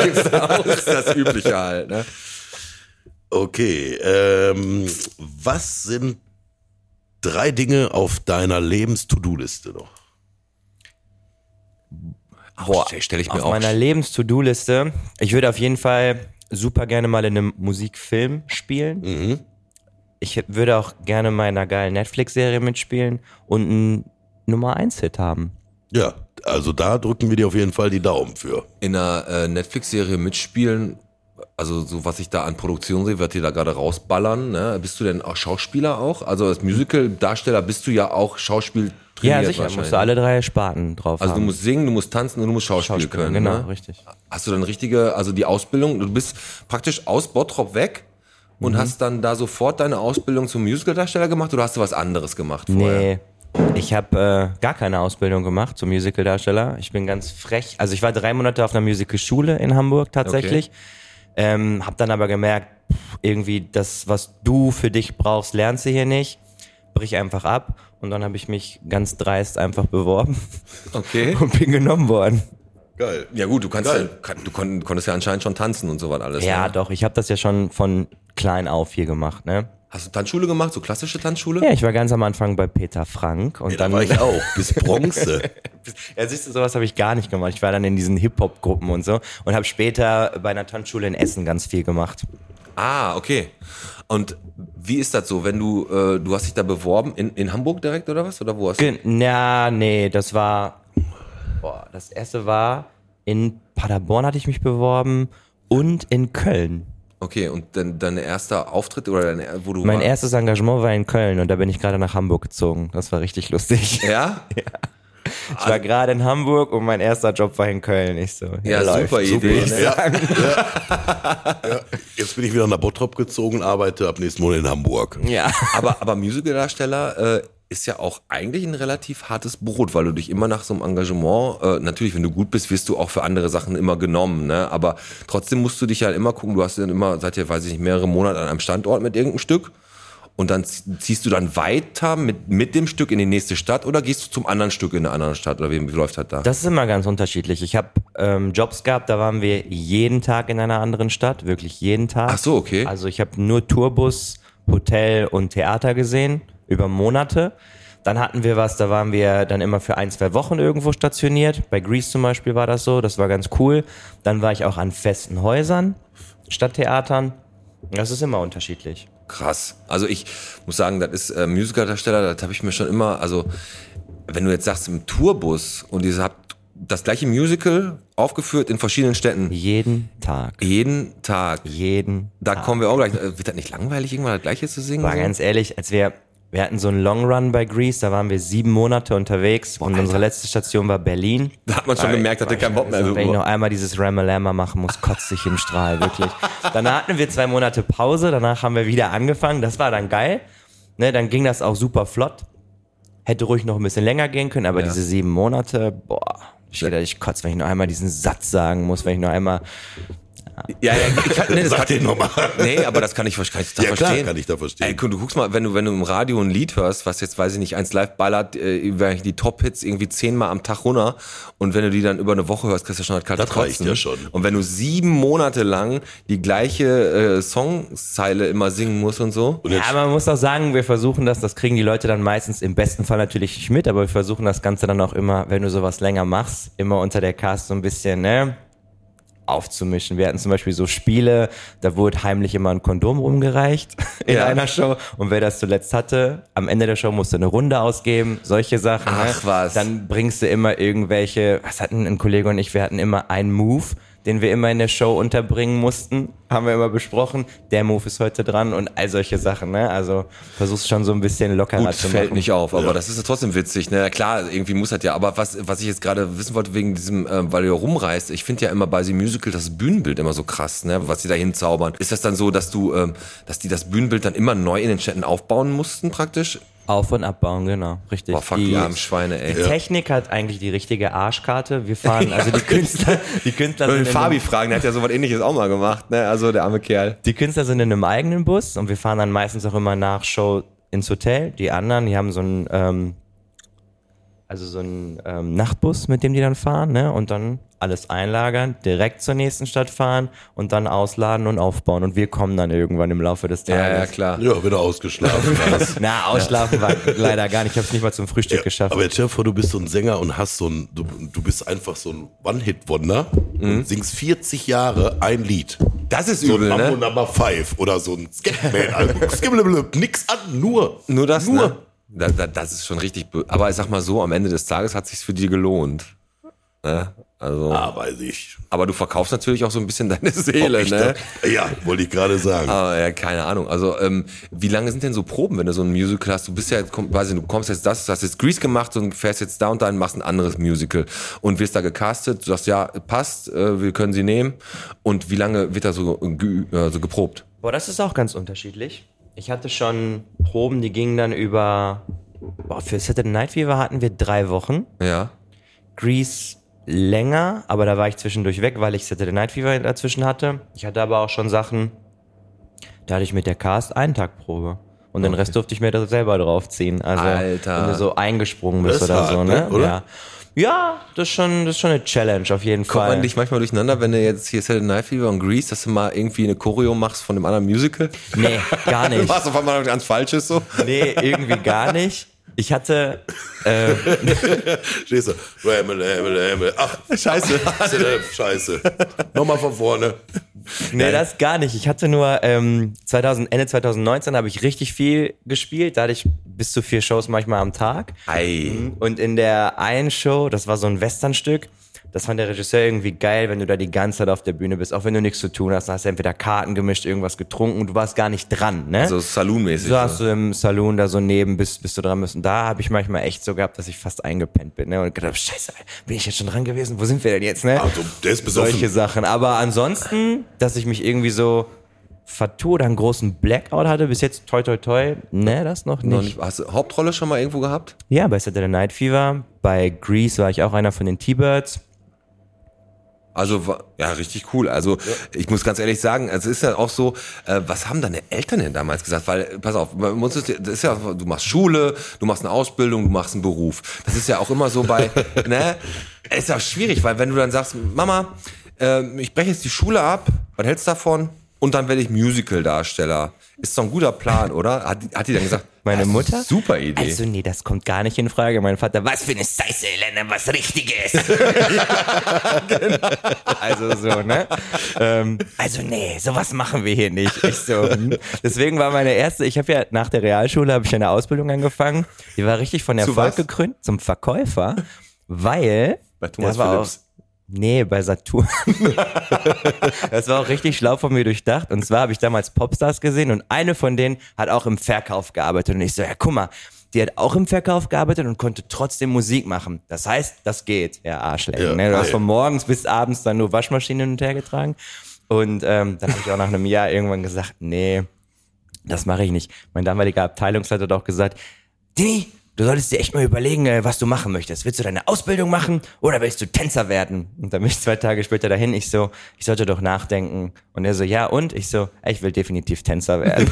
Speaker 3: Gibt's auch, ist das Übliche halt, ne?
Speaker 2: Okay. Ähm, was sind drei Dinge auf deiner Lebens-To-Do-Liste noch?
Speaker 3: Boah, stelle ich mir
Speaker 4: auf
Speaker 3: auch.
Speaker 4: meiner Lebens-To-Do-Liste, ich würde auf jeden Fall super gerne mal in einem Musikfilm spielen.
Speaker 3: Mhm.
Speaker 4: Ich h- würde auch gerne mal in einer geilen Netflix-Serie mitspielen und einen Nummer 1-Hit haben.
Speaker 2: Ja, also da drücken wir dir auf jeden Fall die Daumen für.
Speaker 3: in einer äh, Netflix-Serie mitspielen also so was ich da an Produktion sehe, wird die da gerade rausballern. Ne? Bist du denn auch Schauspieler auch? Also als Musical-Darsteller bist du ja auch Schauspiel trainiert
Speaker 4: Ja, sicher,
Speaker 3: wahrscheinlich. ne?
Speaker 4: musst du alle drei Sparten drauf
Speaker 3: Also du
Speaker 4: haben.
Speaker 3: musst singen, du musst tanzen und du musst Schauspiel,
Speaker 4: Schauspieler,
Speaker 3: können.
Speaker 4: genau,
Speaker 3: ne?
Speaker 4: richtig.
Speaker 3: Hast du dann richtige, also die Ausbildung, du bist praktisch aus Bottrop weg
Speaker 4: Mhm.
Speaker 3: und hast dann da sofort deine Ausbildung zum Musical-Darsteller gemacht oder hast du was anderes gemacht vorher?
Speaker 4: Nee. Ich habe äh, gar keine Ausbildung gemacht zum Musical-Darsteller. Ich bin ganz frech. Also ich war drei Monate auf einer Musical-Schule in Hamburg tatsächlich. Ähm, habe dann aber gemerkt, pff, irgendwie das, was du für dich brauchst, lernst du hier nicht. Brich einfach ab. Und dann habe ich mich ganz dreist einfach beworben
Speaker 3: Okay.
Speaker 4: und bin genommen worden.
Speaker 2: Geil.
Speaker 3: Ja gut, du kannst ja,
Speaker 2: Geil.
Speaker 3: kann, du kon, konntest ja anscheinend schon tanzen und sowas alles.
Speaker 4: Ja,
Speaker 3: ne?
Speaker 4: doch. Ich habe das ja schon von klein auf hier gemacht. Ne?
Speaker 3: Hast du Tanzschule gemacht, so klassische Tanzschule?
Speaker 4: Ja, ich war ganz am Anfang bei Peter Frank und
Speaker 2: Ja, da
Speaker 4: dann
Speaker 2: war ich auch, bis Bronze.
Speaker 4: Ja, siehst du, sowas habe ich gar nicht gemacht. Ich war dann in diesen Hip-Hop-Gruppen und so und habe später bei einer Tanzschule in Essen ganz viel gemacht.
Speaker 3: Ah, okay. Und wie ist das so, wenn du, äh, du hast dich da beworben, in, in Hamburg direkt oder was? Oder wo hast du?
Speaker 4: Ge- Na, nee, das war. Boah, das erste war in Paderborn hatte ich mich beworben und in Köln.
Speaker 3: Okay, und dann dein erster Auftritt oder dein, wo du
Speaker 4: Mein
Speaker 3: war-
Speaker 4: erstes Engagement war in Köln und da bin ich gerade nach Hamburg gezogen. Das war richtig lustig.
Speaker 3: Ja?
Speaker 4: Ich war gerade in Hamburg und mein erster Job war in Köln. Ich so,
Speaker 3: Ja, super Idee.
Speaker 2: Super.
Speaker 3: ne?
Speaker 2: Ja. Jetzt bin ich wieder nach Bottrop gezogen, arbeite ab nächsten Monat in Hamburg.
Speaker 4: Ja.
Speaker 3: Aber, aber Musical-Darsteller äh, ist ja auch eigentlich ein relativ hartes Brot, weil du dich immer nach so einem Engagement, äh, natürlich, wenn du gut bist, wirst du auch für andere Sachen immer genommen, ne? Aber trotzdem musst du dich ja immer gucken, du hast dann immer, seit ja, weiß ich nicht, mehrere Monate an einem Standort mit irgendeinem Stück. Und dann zie- ziehst du dann weiter mit, mit dem Stück in die nächste Stadt oder gehst du zum anderen Stück in eine andere Stadt oder wie, wie läuft das da?
Speaker 4: Das ist immer ganz unterschiedlich. Ich habe ähm, Jobs gehabt, da waren wir jeden Tag in einer anderen Stadt, wirklich jeden Tag.
Speaker 3: Ach so, okay.
Speaker 4: Also ich habe nur Tourbus, Hotel und Theater gesehen über Monate. Dann hatten wir was, da waren wir dann immer für ein, zwei Wochen irgendwo stationiert. Bei Greece zum Beispiel war das so, das war ganz cool. Dann war ich auch an festen Häusern, Stadttheatern. Das ist immer unterschiedlich.
Speaker 3: Krass. Also ich muss sagen, das ist äh, Musical-Darsteller, das habe ich mir schon immer, also wenn du jetzt sagst im Tourbus und ihr habt das gleiche Musical aufgeführt in verschiedenen Städten.
Speaker 4: Jeden Tag.
Speaker 3: Jeden Tag.
Speaker 4: Jeden
Speaker 3: Da kommen wir auch gleich. äh, Wird das nicht langweilig, irgendwann das gleiche zu singen?
Speaker 4: War ganz ehrlich, als wir, wir hatten so einen Long Run bei Greece, da waren wir sieben Monate unterwegs und unsere letzte Station war Berlin.
Speaker 3: da hat man schon gemerkt, dass der keinen Bock mehr
Speaker 4: Also, wenn ich noch
Speaker 3: hat.
Speaker 4: einmal dieses Ramalama machen muss, kotze ich im Strahl, wirklich. Danach hatten wir zwei Monate Pause, danach haben wir wieder angefangen, das war dann geil. Ne, dann ging das auch super flott. Hätte ruhig noch ein bisschen länger gehen können, aber diese sieben Monate, boah, ich, gedacht, ich kotze, wenn ich noch einmal diesen Satz sagen muss, wenn ich noch einmal
Speaker 3: Ja, ja, ich kann, nee, das
Speaker 2: Sag
Speaker 3: kann,
Speaker 2: den nochmal.
Speaker 3: nee, aber das kann ich, kann ich da
Speaker 2: Ja,
Speaker 3: verstehen.
Speaker 2: klar, kann ich da
Speaker 3: Ey,
Speaker 2: verstehen.
Speaker 3: guck, du guckst mal, wenn du, wenn du im Radio ein Lied hörst, was jetzt, weiß ich nicht, eins live ballert, äh, werden die Top-Hits irgendwie zehnmal am Tag runter und wenn du die dann über eine Woche hörst, kriegst du schon halt kalte
Speaker 2: Das reicht
Speaker 3: Kotzen.
Speaker 2: ja schon.
Speaker 3: Und wenn du sieben Monate lang die gleiche äh, Songzeile immer singen musst und so.
Speaker 2: Und jetzt,
Speaker 4: Ja, man muss auch sagen, wir versuchen das, das kriegen die Leute dann meistens im besten Fall natürlich nicht mit, aber wir versuchen das Ganze dann auch immer, wenn du sowas länger machst, immer unter der Cast so ein bisschen, ne? aufzumischen. Wir hatten zum Beispiel so Spiele, da wurde heimlich immer ein Kondom rumgereicht in
Speaker 3: Ja.
Speaker 4: einer Show und wer das zuletzt hatte, am Ende der Show musste eine Runde ausgeben, solche Sachen.
Speaker 3: Ach,
Speaker 4: ne?
Speaker 3: was.
Speaker 4: Dann bringst du immer irgendwelche, was hatten ein Kollege und ich, wir hatten immer einen Move, den wir immer in der Show unterbringen mussten, haben wir immer besprochen. Der Move ist heute dran und all solche Sachen. Ne? Also versuchst schon so ein bisschen lockerer
Speaker 3: Gut,
Speaker 4: zu
Speaker 3: fällt
Speaker 4: machen.
Speaker 3: nicht auf, aber das ist ja trotzdem witzig. Ne? Klar, irgendwie muss das ja. Aber was, was ich jetzt gerade wissen wollte wegen diesem, äh, weil du ja rumreist, ich finde ja immer bei The Musical das Bühnenbild immer so krass, ne? was sie da hinzaubern. Ist das dann so, dass du, ähm, dass die das Bühnenbild dann immer neu in den Städten aufbauen mussten praktisch?
Speaker 4: Auf und abbauen, genau, richtig.
Speaker 3: Boah, fuck, die armen Schweine, ey.
Speaker 4: Die Technik hat eigentlich die richtige Arschkarte. Wir fahren, also die Künstler, die Künstler
Speaker 3: Wenn wir
Speaker 4: sind
Speaker 3: Äh,
Speaker 4: in
Speaker 3: Fabi
Speaker 4: einem,
Speaker 3: fragen, der hat ja sowas ähnliches auch mal gemacht, ne? Also der arme Kerl.
Speaker 4: die Künstler sind in einem eigenen Bus und wir fahren dann meistens auch immer nach Show ins Hotel. Die anderen, die haben so einen, ähm, also so einen ähm, Nachtbus, mit dem die dann fahren, ne? Und dann alles einlagern, direkt zur nächsten Stadt fahren und dann ausladen und aufbauen. Und wir kommen dann irgendwann im Laufe des Tages.
Speaker 3: Ja, ja, klar.
Speaker 2: ja, wieder ausgeschlafen. warst.
Speaker 4: Na, ausschlafen war leider gar nicht. Ich habe es nicht mal zum Frühstück geschafft.
Speaker 2: Aber jetzt stell dir vor, du bist so ein Sänger und hast so ein, du, du bist einfach so ein One-Hit-Wonder und singst 40 Jahre ein Lied.
Speaker 3: Das ist
Speaker 2: So
Speaker 3: Mhm. übel,
Speaker 2: ein Mambo
Speaker 3: ne?
Speaker 2: Number 5 oder so ein Skatman-Album. Skibbliblub, Nix an, nur.
Speaker 3: Nur das,
Speaker 2: Nur.
Speaker 3: ne? Da, da, das ist schon richtig. bö- Aber ich sag mal so, am Ende des Tages hat sich's für die gelohnt. Ne? Also,
Speaker 2: Ah, weiß ich.
Speaker 3: aber du verkaufst natürlich auch so ein bisschen deine Seele,
Speaker 2: Ob ich
Speaker 3: ne? Ah,
Speaker 2: da- Ja, wollte ich gerade sagen.
Speaker 3: Aber ja, keine Ahnung. Also, ähm, wie lange sind denn so Proben, wenn du so ein Musical hast? Du bist ja, jetzt- komm, weiß ich, du kommst jetzt das, du hast jetzt Grease gemacht und fährst jetzt da und da und machst ein anderes Musical und wirst da gecastet. Du sagst, ja, passt, äh, wir können sie nehmen. Und wie lange wird da so, geü- äh, so geprobt?
Speaker 4: Boah, das ist auch ganz unterschiedlich. Ich hatte schon Proben, die gingen dann über. Boah, für Saturday Night Fever hatten wir drei Wochen.
Speaker 3: Ja.
Speaker 4: Grease länger, aber da war ich zwischendurch weg, weil ich Saturday Night Fever dazwischen hatte. Ich hatte aber auch schon Sachen, da hatte ich mit der Cast einen Tag Probe. Und den Rest durfte ich mir das selber draufziehen. Also,
Speaker 3: Alter.
Speaker 4: wenn du so eingesprungen bist
Speaker 2: Das ist
Speaker 4: oder
Speaker 2: hart,
Speaker 4: so,
Speaker 2: ne?
Speaker 4: ne?
Speaker 2: Oder?
Speaker 4: Ja. ja, das ist schon, das ist schon eine Challenge auf jeden
Speaker 3: Kommt
Speaker 4: Fall.
Speaker 3: man dich manchmal durcheinander, wenn du jetzt hier Saturday Night Fever und Grease, dass du mal irgendwie eine Choreo machst von dem anderen Musical?
Speaker 4: nee, gar
Speaker 3: Du
Speaker 4: nicht.
Speaker 3: machst auf einmal ganz Falsches so.
Speaker 4: Nee, irgendwie gar nicht. Ich hatte,
Speaker 2: Stehst du? Rämmel, Rämmel, Rämmel. Ach,
Speaker 3: Scheiße.
Speaker 2: Scheiße. Nochmal von vorne.
Speaker 4: Nee, das gar nicht. Ich hatte nur ähm, 2000, Ende 2019 habe ich richtig viel gespielt. Da hatte ich bis zu vier Shows manchmal am Tag.
Speaker 3: Ei.
Speaker 4: Und in der einen Show, das war so ein Westernstück, das fand der Regisseur irgendwie geil, wenn du da die ganze Zeit auf der Bühne bist, auch wenn du nichts zu tun hast. Dann hast du entweder Karten gemischt, irgendwas getrunken und du warst gar nicht dran, ne?
Speaker 3: So Saloon-mäßig.
Speaker 4: So
Speaker 3: ne?
Speaker 4: hast du im Saloon da so neben, bis, bis du dran bist. Und da habe ich manchmal echt so gehabt, dass ich fast eingepennt bin. Ne? Und gedacht, hab, scheiße, bin ich jetzt schon dran gewesen? Wo sind wir denn jetzt? Ne?
Speaker 2: Also, der ist besoffen.
Speaker 4: solche Sachen. Aber ansonsten, dass ich mich irgendwie so vertue oder einen großen Blackout hatte, bis jetzt toi toi toi, ne, das noch
Speaker 3: Noch
Speaker 4: nicht.
Speaker 3: nicht- Hast du Hauptrolle schon mal irgendwo gehabt?
Speaker 4: Ja, bei Saturday Night Fever, bei Grease war ich auch einer von den T-Birds.
Speaker 3: Also wa- ja, richtig cool. Also ich muss ganz ehrlich sagen, es ist ja auch so, äh, was haben deine Eltern denn damals gesagt? Weil äh, pass auf, man muss es, das ist ja, du machst Schule, du machst eine Ausbildung, du machst einen Beruf. Das ist ja auch immer so bei, ne? Ist ja schwierig, weil wenn du dann sagst, Mama, äh, ich breche jetzt die Schule ab, was hältst du davon? Und dann werde ich Musical-Darsteller. Ist doch ein guter Plan, oder? Hat, die- hat die dann gesagt?
Speaker 4: Meine
Speaker 3: das ist
Speaker 4: Mutter?
Speaker 3: eine Super Idee.
Speaker 4: Also nee, das kommt gar nicht in Frage. Mein Vater, was für eine Scheiße, Elena, was Richtiges. ja, genau. Also so, ne? Ähm, also nee, sowas machen wir hier nicht. Ich so, hm. Deswegen war meine erste, ich habe ja nach der Realschule, habe ich eine Ausbildung angefangen. Die war richtig von
Speaker 3: was?
Speaker 4: Erfolg gekrönt zum Verkäufer, weil...
Speaker 3: Bei Thomas
Speaker 4: da war
Speaker 3: Phillips.
Speaker 4: Auch, Nee, bei Saturn. das war auch richtig schlau von mir durchdacht. Und zwar habe ich damals Popstars gesehen und eine von denen hat auch im Verkauf gearbeitet. Und ich so, ja, guck mal, die hat auch im Verkauf gearbeitet und konnte trotzdem Musik machen. Das heißt, das geht. Ja, Arschlecken.
Speaker 2: Ja,
Speaker 4: ne? Du hast
Speaker 2: ey.
Speaker 4: von morgens bis abends dann nur Waschmaschinen hin und her getragen. Und ähm, dann habe ich auch nach einem Jahr irgendwann gesagt, nee, das mache ich nicht. Mein damaliger Abteilungsleiter hat auch gesagt, Dini, du solltest dir echt mal überlegen, äh, was du machen möchtest. Willst du deine Ausbildung machen oder willst du Tänzer werden? Und dann bin ich zwei Tage später dahin, ich so, ich sollte doch nachdenken. Und er so, ja und? Ich so, ich will definitiv Tänzer werden.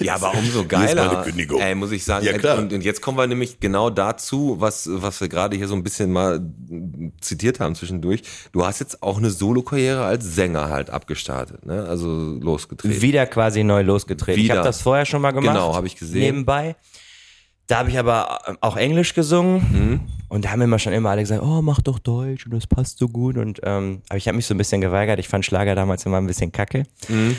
Speaker 3: Ja, aber umso
Speaker 2: ist meine
Speaker 3: geiler.
Speaker 2: Kündigung.
Speaker 3: Ey, muss ich sagen.
Speaker 2: Ja, klar.
Speaker 3: Und, und jetzt kommen wir nämlich genau dazu, was, was wir gerade hier so ein bisschen mal mm, zitiert haben zwischendurch. Du hast jetzt auch eine Solo-Karriere als Sänger halt abgestartet, ne? Also losgetreten.
Speaker 4: Wieder quasi neu losgetreten. Ich
Speaker 3: Wieder.
Speaker 4: habe das vorher schon mal gemacht.
Speaker 3: Genau, habe ich gesehen.
Speaker 4: Nebenbei. Da habe ich aber ähm, auch Englisch
Speaker 3: Mhm.
Speaker 4: gesungen und da haben immer schon immer alle gesagt, oh, mach doch Deutsch und das passt so gut. Und ähm, aber ich habe mich so ein bisschen geweigert. Ich fand Schlager damals immer ein bisschen kacke.
Speaker 3: Mhm.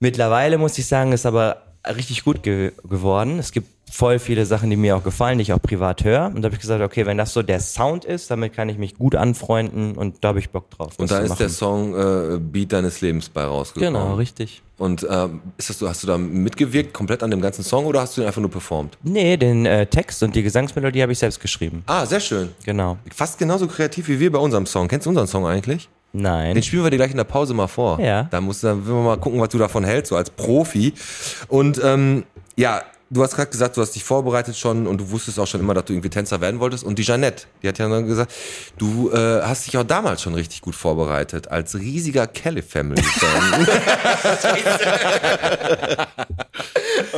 Speaker 4: Mittlerweile muss ich sagen, ist aber richtig gut ge geworden. Es gibt voll viele Sachen, die mir auch gefallen, die ich auch privat höre. Und da habe ich gesagt, okay, wenn das so der Sound ist, damit kann ich mich gut anfreunden und da habe ich Bock drauf.
Speaker 3: Und
Speaker 4: das
Speaker 3: da
Speaker 4: zu
Speaker 3: ist der Song äh, Beat deines Lebens bei rausgekommen.
Speaker 4: Genau, richtig.
Speaker 3: Und ähm, ist das, so- hast du da mitgewirkt, komplett an dem ganzen Song oder hast du den einfach nur performt?
Speaker 4: Nee, den äh, Text und die Gesangsmelodie habe ich selbst geschrieben.
Speaker 3: Ah, sehr schön.
Speaker 4: Genau.
Speaker 3: Fast genauso kreativ wie wir bei unserem Song. Kennst du unseren Song eigentlich?
Speaker 4: Nein.
Speaker 3: Den spielen wir dir gleich in der Pause mal vor.
Speaker 4: Ja.
Speaker 3: Da musst du, dann wir mal gucken, was du davon hältst, so als Profi. Und ähm, ja, du hast gerade gesagt, du hast dich vorbereitet schon und du wusstest auch schon immer, dass du irgendwie Tänzer werden wolltest. Und die Jeannette, die hat ja dann gesagt, du äh, hast dich auch damals schon richtig gut vorbereitet, als riesiger Kelly Family Fan.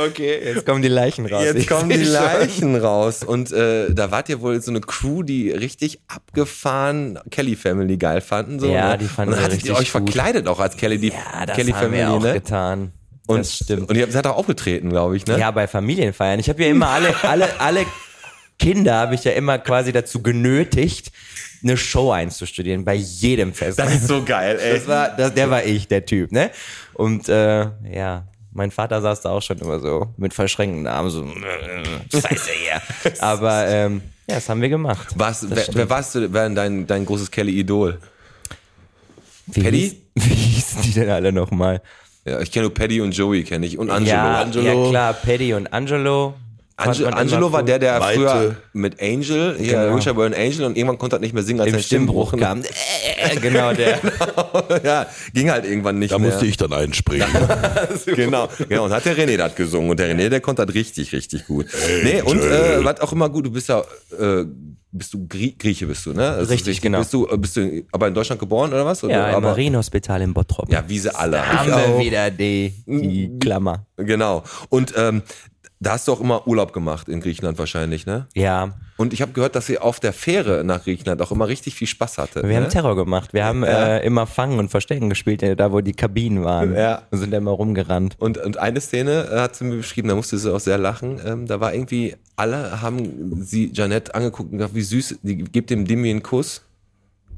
Speaker 4: okay, jetzt kommen die Leichen raus.
Speaker 3: Jetzt
Speaker 4: Ich
Speaker 3: kommen die
Speaker 4: seh schon.
Speaker 3: Leichen raus. Und äh, da wart ihr wohl so eine Crew, die richtig abgefahren Kelly Family geil fanden. So,
Speaker 4: Ja,
Speaker 3: ne?
Speaker 4: die fanden
Speaker 3: Und dann
Speaker 4: wir
Speaker 3: hattet ihr euch
Speaker 4: richtig gut.
Speaker 3: verkleidet auch als Kelly, die
Speaker 4: Ja, Ah, das
Speaker 3: Kelly
Speaker 4: haben
Speaker 3: Family,
Speaker 4: wir auch
Speaker 3: ne?
Speaker 4: getan.
Speaker 3: Und,
Speaker 4: das stimmt.
Speaker 3: Und ihr habt seid auch aufgetreten, glaube ich, ne?
Speaker 4: ja, bei Familienfeiern. Ich habe ja immer alle, alle, alle Kinder habe ich ja immer quasi dazu genötigt, eine Show einzustudieren bei jedem Fest.
Speaker 3: Das ist so geil, ey.
Speaker 4: Das war, das, der war ich, der Typ, ne? Und äh, ja, mein Vater saß da auch schon immer so mit verschränkten Armen so, scheiße, ja. Aber ähm, Ja, das haben wir gemacht.
Speaker 3: Was, wer,
Speaker 4: stimmt.
Speaker 3: wer warst du, wer dein, dein großes Kelly-Idol?
Speaker 4: Wie
Speaker 3: Paddy?
Speaker 4: hieß- Wie hießen die denn alle nochmal?
Speaker 3: Ja, ich kenne nur Paddy und Joey, kenne ich. Und Angelo.
Speaker 4: Ja,
Speaker 2: Angelo.
Speaker 4: ja, klar, Paddy und Angelo. Fand
Speaker 3: Ange
Speaker 4: man immer
Speaker 3: Angelo war
Speaker 4: cool.
Speaker 3: der, der
Speaker 2: Maite.
Speaker 3: früher mit Angel, hier
Speaker 4: Genau.
Speaker 3: Richard Burton Angel, und irgendwann konnte er nicht mehr singen, als
Speaker 4: im
Speaker 3: sein
Speaker 4: Stimmbruch
Speaker 3: Stimmbruch
Speaker 4: kam. Äh, genau, der.
Speaker 3: ja, ging halt irgendwann nicht
Speaker 2: Da
Speaker 3: mehr.
Speaker 2: musste ich dann einspringen.
Speaker 3: genau, genau. Und hat der René das gesungen. Und der René, der konnte das richtig, richtig gut. Nee, und äh, was auch immer gut, du bist ja, äh, bist du Grie Grieche bist du, ne? Das ist
Speaker 4: Richtig, genau.
Speaker 3: Bist du, äh, bist du aber in Deutschland geboren oder was? Oder,
Speaker 4: Ja, im
Speaker 3: aber,
Speaker 4: Marienhospital in Bottrop.
Speaker 3: ja, wie sie alle.
Speaker 4: haben
Speaker 3: Ich
Speaker 4: wir
Speaker 3: auch. Mhm.
Speaker 4: wieder die, die Klammer.
Speaker 3: Genau. Und ähm, da hast du auch immer Urlaub gemacht in Griechenland wahrscheinlich, ne?
Speaker 4: Ja,
Speaker 3: Und ich habe gehört, dass ihr auf der Fähre nach Griechenland auch immer richtig viel Spaß hattet.
Speaker 4: wir haben
Speaker 3: ne?
Speaker 4: Terror gemacht. Wir haben
Speaker 3: Ja.
Speaker 4: äh, immer Fangen und Verstecken gespielt, äh, da wo die Kabinen waren.
Speaker 3: Ja.
Speaker 4: Und sind da immer rumgerannt.
Speaker 3: Und, und eine Szene äh, hat sie mir beschrieben, da musste sie auch sehr lachen. Ähm, da war irgendwie, alle haben sie Janette angeguckt und gesagt, wie süß, die gibt dem Dimi einen Kuss.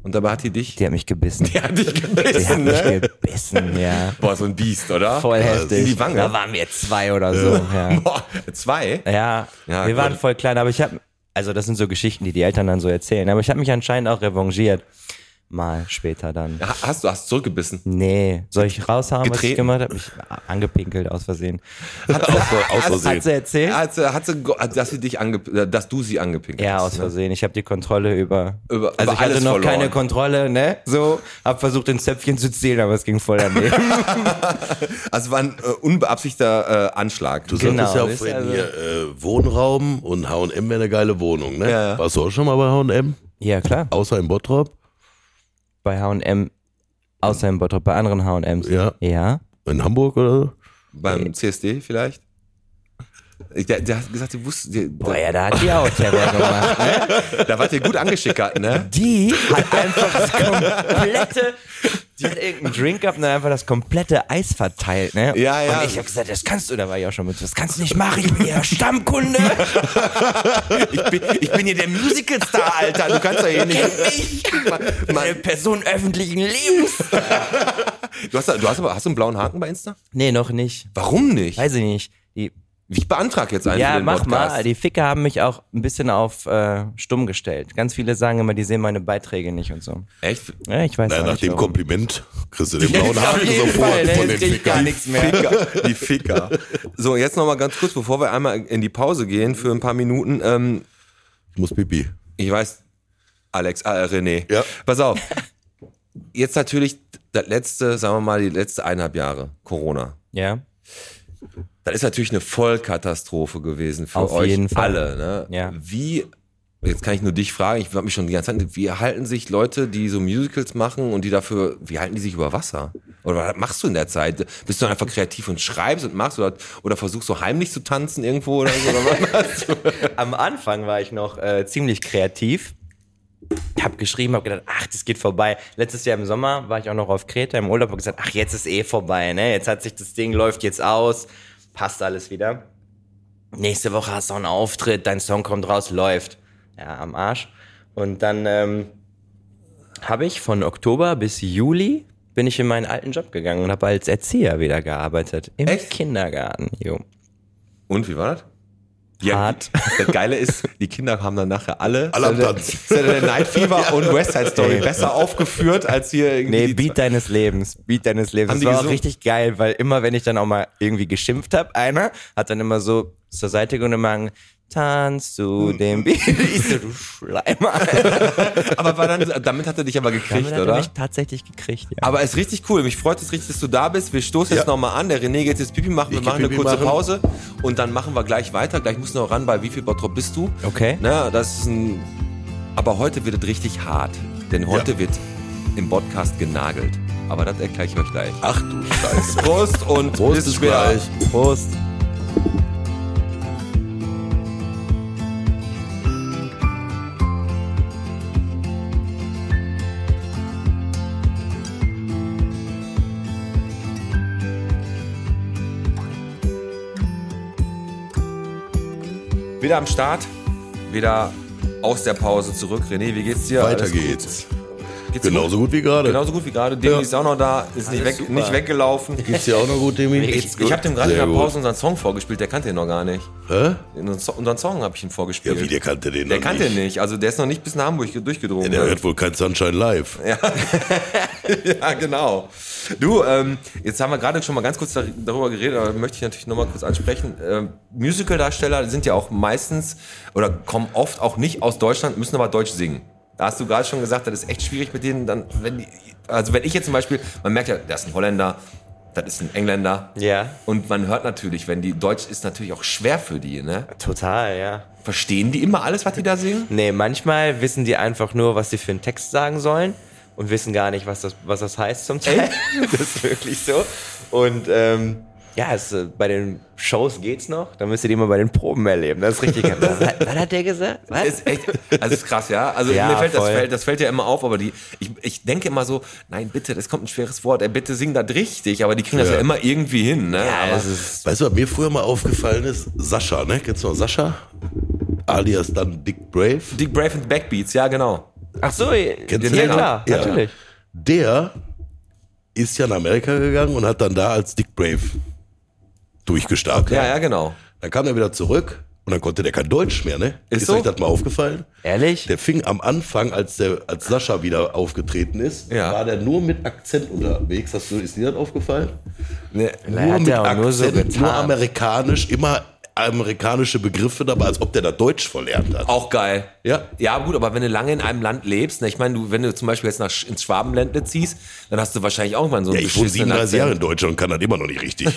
Speaker 3: Und dabei hat die dich.
Speaker 4: Die haben mich gebissen.
Speaker 3: Die hat dich
Speaker 4: Die haben
Speaker 3: gebissen,
Speaker 4: mich
Speaker 3: ne?
Speaker 4: gebissen, ja.
Speaker 3: Boah, so ein Biest, oder?
Speaker 4: Voll heftig.
Speaker 3: In die Wange.
Speaker 4: Da waren wir zwei oder so. Ja,
Speaker 3: Boah, zwei?
Speaker 4: ja.
Speaker 3: Ja,
Speaker 4: wir
Speaker 3: Gott.
Speaker 4: waren voll klein, aber ich habe, also das sind so Geschichten, die die Eltern dann so erzählen. Aber ich habe mich anscheinend auch revanchiert. Mal später dann.
Speaker 3: Ha- Hast du hast zurückgebissen?
Speaker 4: Nee, soll ich raushauen, was ich
Speaker 3: Getreten?
Speaker 4: gemacht habe? Ich angepinkelt aus Versehen.
Speaker 3: Hat,
Speaker 2: aus
Speaker 4: Hast,
Speaker 2: Versehen.
Speaker 4: hat sie erzählt?
Speaker 3: hat, sie- hat sie, ge- dass sie dich ange, äh, dass du sie angepinkelt
Speaker 4: Ja, aus
Speaker 3: hast. ne?
Speaker 4: Versehen. Ich habe die Kontrolle über.
Speaker 3: Über- über
Speaker 4: also ich
Speaker 3: alles
Speaker 4: hatte noch
Speaker 3: verloren.
Speaker 4: keine Kontrolle, ne? So, hab versucht, den Zöpfchen zu zählen, aber es ging voll daneben.
Speaker 3: Also war ein äh, unbeabsichtigter äh, Anschlag.
Speaker 2: Du sagtest
Speaker 4: Genau,
Speaker 2: ja auch
Speaker 4: ist
Speaker 2: vorhin
Speaker 4: also-
Speaker 2: hier äh, Wohnraum und H&M wäre eine geile Wohnung, ne?
Speaker 3: Ja.
Speaker 2: Warst du auch schon mal bei H&M?
Speaker 4: ja, klar.
Speaker 2: Außer in Bottrop?
Speaker 4: Bei HM, außer im Bottrop, bei anderen HMs.
Speaker 2: Ja.
Speaker 4: Ja.
Speaker 2: In Hamburg oder so?
Speaker 4: Äh.
Speaker 3: Beim CSD vielleicht? Ich- Der, der hat gesagt, die wusste, die,
Speaker 4: Boah, ja, da hat die auch Terror gemacht. Ne?
Speaker 3: da wart ihr gut angeschickert, ne?
Speaker 4: Die hat einfach das komplette. Die hat irgendeinen Drink gehabt und dann einfach das komplette Eis verteilt, ne?
Speaker 3: Ja, ja.
Speaker 4: Und ich hab gesagt, das kannst du, da war ich auch schon mit, das kannst du nicht machen, ich bin hier Stammkunde.
Speaker 3: Ich bin, ich bin hier der Musicalstar, Alter. Du kannst doch hier nicht.
Speaker 4: Ich, meine
Speaker 3: Mann,
Speaker 4: Person öffentlichen Lebens.
Speaker 3: du hast, du hast, aber, hast du einen blauen Haken bei Insta?
Speaker 4: Nee, noch nicht.
Speaker 3: Warum nicht?
Speaker 4: Weiß ich nicht. Die,
Speaker 3: Ich beantrag jetzt einen. für
Speaker 4: ja,
Speaker 3: Also den
Speaker 4: mach
Speaker 3: Podcast.
Speaker 4: mal. Die Ficker haben mich auch ein bisschen auf äh, stumm gestellt. Ganz viele sagen immer, die sehen meine Beiträge nicht und so.
Speaker 3: Echt?
Speaker 4: Ja, ich weiß
Speaker 2: Na,
Speaker 4: auch
Speaker 2: nach
Speaker 4: nicht.
Speaker 2: dem
Speaker 4: warum.
Speaker 2: Kompliment kriegst du den blauen Haken
Speaker 4: jeden
Speaker 2: sofort
Speaker 4: Fall, ne?
Speaker 2: von den
Speaker 4: Jetzt krieg ich
Speaker 2: Fickern.
Speaker 4: gar nichts mehr.
Speaker 3: Ficker, die Ficker. So, jetzt nochmal ganz kurz, bevor wir einmal in die Pause gehen für ein paar Minuten. Ähm,
Speaker 2: Ich muss pipi.
Speaker 3: ich weiß, Alex, äh, René.
Speaker 2: Ja.
Speaker 3: Pass auf. Jetzt natürlich das letzte, sagen wir mal, die letzte eineinhalb Jahre Corona.
Speaker 4: Ja.
Speaker 3: Das ist natürlich eine Vollkatastrophe gewesen für
Speaker 4: Auf
Speaker 3: euch
Speaker 4: jeden Fall.
Speaker 3: alle. Ne?
Speaker 4: Ja.
Speaker 3: Wie, jetzt kann ich nur dich fragen, ich habe mich schon die ganze Zeit, wie halten sich Leute, die so Musicals machen und die dafür, wie halten die sich über Wasser? Oder was machst du in der Zeit? Bist du einfach kreativ und schreibst und machst oder, oder versuchst so heimlich zu tanzen irgendwo oder so? Oder was machst du?
Speaker 4: Am Anfang war ich noch äh, ziemlich kreativ. Hab geschrieben, hab gedacht, ach, das geht vorbei. Letztes Jahr im Sommer war ich auch noch auf Kreta im Urlaub und gesagt, ach, jetzt ist eh vorbei, ne? Jetzt hat sich das Ding, läuft jetzt aus, passt alles wieder. Nächste Woche hast du noch einen Auftritt, dein Song kommt raus, läuft. Ja, am Arsch. Und dann ähm, habe ich von Oktober bis Juli bin ich in meinen alten Job gegangen und habe als Erzieher wieder gearbeitet. Im
Speaker 3: Echt?
Speaker 4: Kindergarten, jo.
Speaker 3: Und wie war das?
Speaker 4: Hart.
Speaker 3: Das Geile ist, die Kinder haben dann nachher alle
Speaker 2: Alle am
Speaker 3: Saturday-
Speaker 2: Tanzen.
Speaker 3: Saturday Night Fever und West Side Story besser aufgeführt als hier irgendwie.
Speaker 4: Nee,
Speaker 3: die
Speaker 4: Beat deines Lebens. Beat deines Lebens.
Speaker 3: Haben
Speaker 4: Das
Speaker 3: die
Speaker 4: war auch
Speaker 3: gesungen?
Speaker 4: richtig geil, weil immer, wenn ich dann auch mal irgendwie geschimpft habe, einer hat dann immer so zur Seite gegangen und immer tanzt du den Beat. Ich so, du Schleimer.
Speaker 3: aber war dann, damit hat er dich aber gekriegt,
Speaker 4: Damit hat
Speaker 3: oder?
Speaker 4: er mich tatsächlich gekriegt, ja.
Speaker 3: Aber ist richtig cool. Mich freut es richtig, dass du da bist. Wir stoßen jetzt
Speaker 2: Ja.
Speaker 3: nochmal an. Der René geht jetzt Pipi machen. Wir
Speaker 2: Ich geh
Speaker 3: machen eine
Speaker 2: Pipi
Speaker 3: kurze
Speaker 2: machen.
Speaker 3: Pause und dann machen wir gleich weiter. Gleich muss noch ran bei wie viel Bottrop bist du?
Speaker 4: Okay.
Speaker 3: Na, das ist ein. Aber heute wird es richtig hart. Denn heute wird im Podcast genagelt. Aber das erkläre ich euch gleich.
Speaker 2: Ach du Scheiße.
Speaker 3: Prost und
Speaker 2: Prost,
Speaker 3: bis
Speaker 2: bis
Speaker 3: später.
Speaker 2: gleich.
Speaker 4: Prost.
Speaker 3: Wieder am Start. Wieder aus der Pause zurück. René, wie geht's dir?
Speaker 2: Weiter
Speaker 3: Alles gut?
Speaker 2: geht's.
Speaker 3: Geht's dir
Speaker 2: Genauso gut wie gerade.
Speaker 3: Genauso gut wie gerade. Demi ist auch noch da, ist nicht, weg, nicht weggelaufen.
Speaker 2: Geht's dir auch noch gut, Demi?
Speaker 3: Ich, ich habe dem gerade in
Speaker 2: Sehr
Speaker 3: der
Speaker 2: gut.
Speaker 3: Pause unseren Song vorgespielt, der kannte den noch gar nicht.
Speaker 2: Hä?
Speaker 3: In unseren, Song- unseren Song habe ich ihn vorgespielt.
Speaker 2: Ja, wie, der kannte den
Speaker 3: Der
Speaker 2: noch
Speaker 3: kannte
Speaker 2: nicht.
Speaker 3: den nicht, also der ist noch nicht bis nach Hamburg durchgedrungen.
Speaker 2: Der hört wohl kein Sunshine live.
Speaker 3: Ja, genau. Du, ähm, jetzt haben wir gerade schon mal ganz kurz dar- darüber geredet, aber möchte ich natürlich nochmal kurz ansprechen. Ähm, Musical-Darsteller sind ja auch meistens oder kommen oft auch nicht aus Deutschland, müssen aber Deutsch singen. Da hast du gerade schon gesagt, das ist echt schwierig mit denen. Dann, wenn die, also wenn ich jetzt zum Beispiel, man merkt ja, das ist ein Holländer, das ist ein Engländer.
Speaker 4: Ja.
Speaker 3: Und man hört natürlich, wenn die Deutsch ist natürlich auch schwer für die, ne?
Speaker 4: Total, ja.
Speaker 3: Verstehen die immer alles, was die da singen?
Speaker 4: Nee, manchmal wissen die einfach nur, was sie für einen Text sagen sollen und wissen gar nicht, was das, was das heißt zum Teil. das ist wirklich so. Und ähm, ja, es, äh, bei den Shows geht's noch, dann müsst ihr die mal bei den Proben erleben. Das ist richtig. geil. was, was hat der gesagt? Was?
Speaker 3: Ist echt, also ist krass, ja. Also
Speaker 4: Ja,
Speaker 3: mir fällt das,
Speaker 4: voll.
Speaker 3: fällt das fällt ja immer auf, aber die, ich, ich denke immer so, nein, bitte, das kommt ein schweres Wort, ey, bitte sing das richtig, aber die kriegen das ja
Speaker 2: Ja.
Speaker 3: immer irgendwie hin, ne?
Speaker 4: Ja,
Speaker 3: aber,
Speaker 4: es ist,
Speaker 2: Weißt du, was mir früher mal aufgefallen ist? Sascha, ne? Kennst du noch Sascha? Alias dann Dick Brave.
Speaker 3: Dick Brave and Backbeats, ja, genau.
Speaker 4: ach so, ja
Speaker 2: Kennst du den
Speaker 4: klar,
Speaker 2: noch? Ja.
Speaker 4: natürlich.
Speaker 2: Der ist ja nach Amerika gegangen und hat dann da als Dick Brave durchgestartet.
Speaker 3: Ja, ja, genau.
Speaker 2: Dann kam er wieder zurück und dann konnte der kein Deutsch mehr, ne?
Speaker 3: Ist so?
Speaker 2: euch das mal aufgefallen?
Speaker 4: Ehrlich?
Speaker 2: Der fing am Anfang, als, der, als Sascha wieder aufgetreten ist,
Speaker 3: Ja.
Speaker 2: war der nur mit Akzent unterwegs. Hast du, ist dir das aufgefallen?
Speaker 3: Ne,
Speaker 4: Vielleicht hat der auch nur so
Speaker 2: nur
Speaker 4: getan.
Speaker 2: amerikanisch, immer amerikanische Begriffe dabei, als ob der da Deutsch verlernt hat.
Speaker 3: Auch geil.
Speaker 2: Ja.
Speaker 3: Ja, gut, aber wenn du lange in einem Land lebst, ne, ich meine, du, wenn du zum Beispiel jetzt nach, Sch- ins Schwabenländle ziehst, dann hast du wahrscheinlich auch mal so einen
Speaker 2: Ja, ich wohne
Speaker 3: beschissenen
Speaker 2: 37 Jahre
Speaker 3: Akzent.
Speaker 2: in Deutschland und kann das immer noch nicht richtig.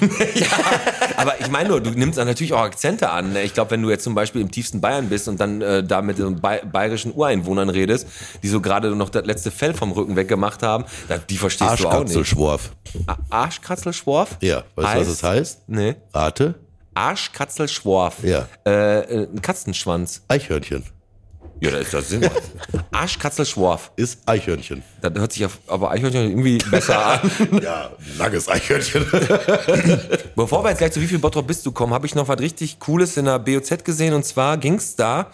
Speaker 3: Aber ich meine nur, du nimmst dann natürlich auch Akzente an. ne? Ich glaube, wenn du jetzt zum Beispiel im tiefsten Bayern bist und dann äh, da mit den ba bayerischen Ureinwohnern redest, die so gerade noch das letzte Fell vom Rücken weggemacht haben, da, die verstehst du auch nicht.
Speaker 2: Arschkatzelschworf.
Speaker 3: A- Arschkatzelschworf?
Speaker 2: Ja, weißt du, was es heißt?
Speaker 3: Nee.
Speaker 2: Rate?
Speaker 3: Arschkatzelschworf.
Speaker 2: Ja.
Speaker 3: Äh, äh, ein Katzenschwanz.
Speaker 2: Eichhörnchen.
Speaker 3: Ja, das ist das Sinn. Arschkatzelschworf.
Speaker 2: Ist Eichhörnchen.
Speaker 3: Das hört sich auf, aber Eichhörnchen irgendwie besser an.
Speaker 2: Ja, langes Eichhörnchen.
Speaker 3: Bevor wir jetzt gleich zu wie viel Bottrop bist du kommen, habe ich noch was richtig Cooles in der BOZ gesehen. Und zwar ging es da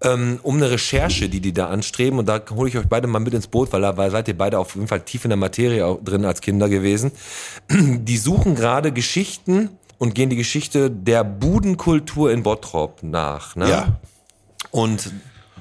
Speaker 3: ähm, um eine Recherche, die die da anstreben. Und da hole ich euch beide mal mit ins Boot, weil da weil seid ihr beide auf jeden Fall tief in der Materie auch drin als Kinder gewesen. Die suchen gerade Geschichten und gehen die Geschichte der Budenkultur in Bottrop nach. Ne?
Speaker 2: Ja.
Speaker 3: Und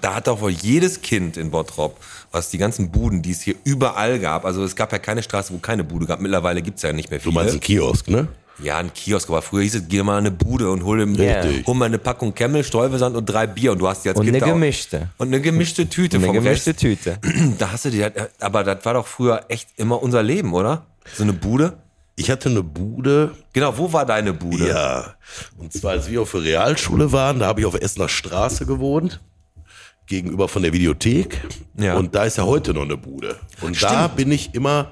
Speaker 3: da hat auch wohl jedes Kind in Bottrop, was die ganzen Buden, die es hier überall gab, also es gab ja keine Straße, wo keine Bude gab. Mittlerweile gibt es ja nicht mehr
Speaker 2: Du
Speaker 3: viele.
Speaker 2: meinst ein Kiosk, ne?
Speaker 3: Ja, ein Kiosk, aber früher hieß es, geh mal in eine Bude und hol, im,
Speaker 4: Ja.
Speaker 3: hol mal eine Packung Kemmel, Streuversand und drei Bier und du hast die als
Speaker 4: Und
Speaker 3: Kind
Speaker 4: eine
Speaker 3: da auch-
Speaker 4: gemischte.
Speaker 3: Und eine gemischte Tüte
Speaker 4: Eine
Speaker 3: vom
Speaker 4: gemischte
Speaker 3: Rest.
Speaker 4: Tüte.
Speaker 3: Da hast du die, halt- aber das war doch früher echt immer unser Leben, oder? So eine Bude.
Speaker 2: Ich hatte eine Bude,
Speaker 3: Genau, wo war deine Bude?
Speaker 2: ja. Und zwar, als wir auf der Realschule waren, da habe ich auf Essener Straße gewohnt, gegenüber von der Videothek.
Speaker 3: Ja.
Speaker 2: Und da ist ja heute noch eine Bude. Und da
Speaker 3: Stimmt.
Speaker 2: bin ich immer,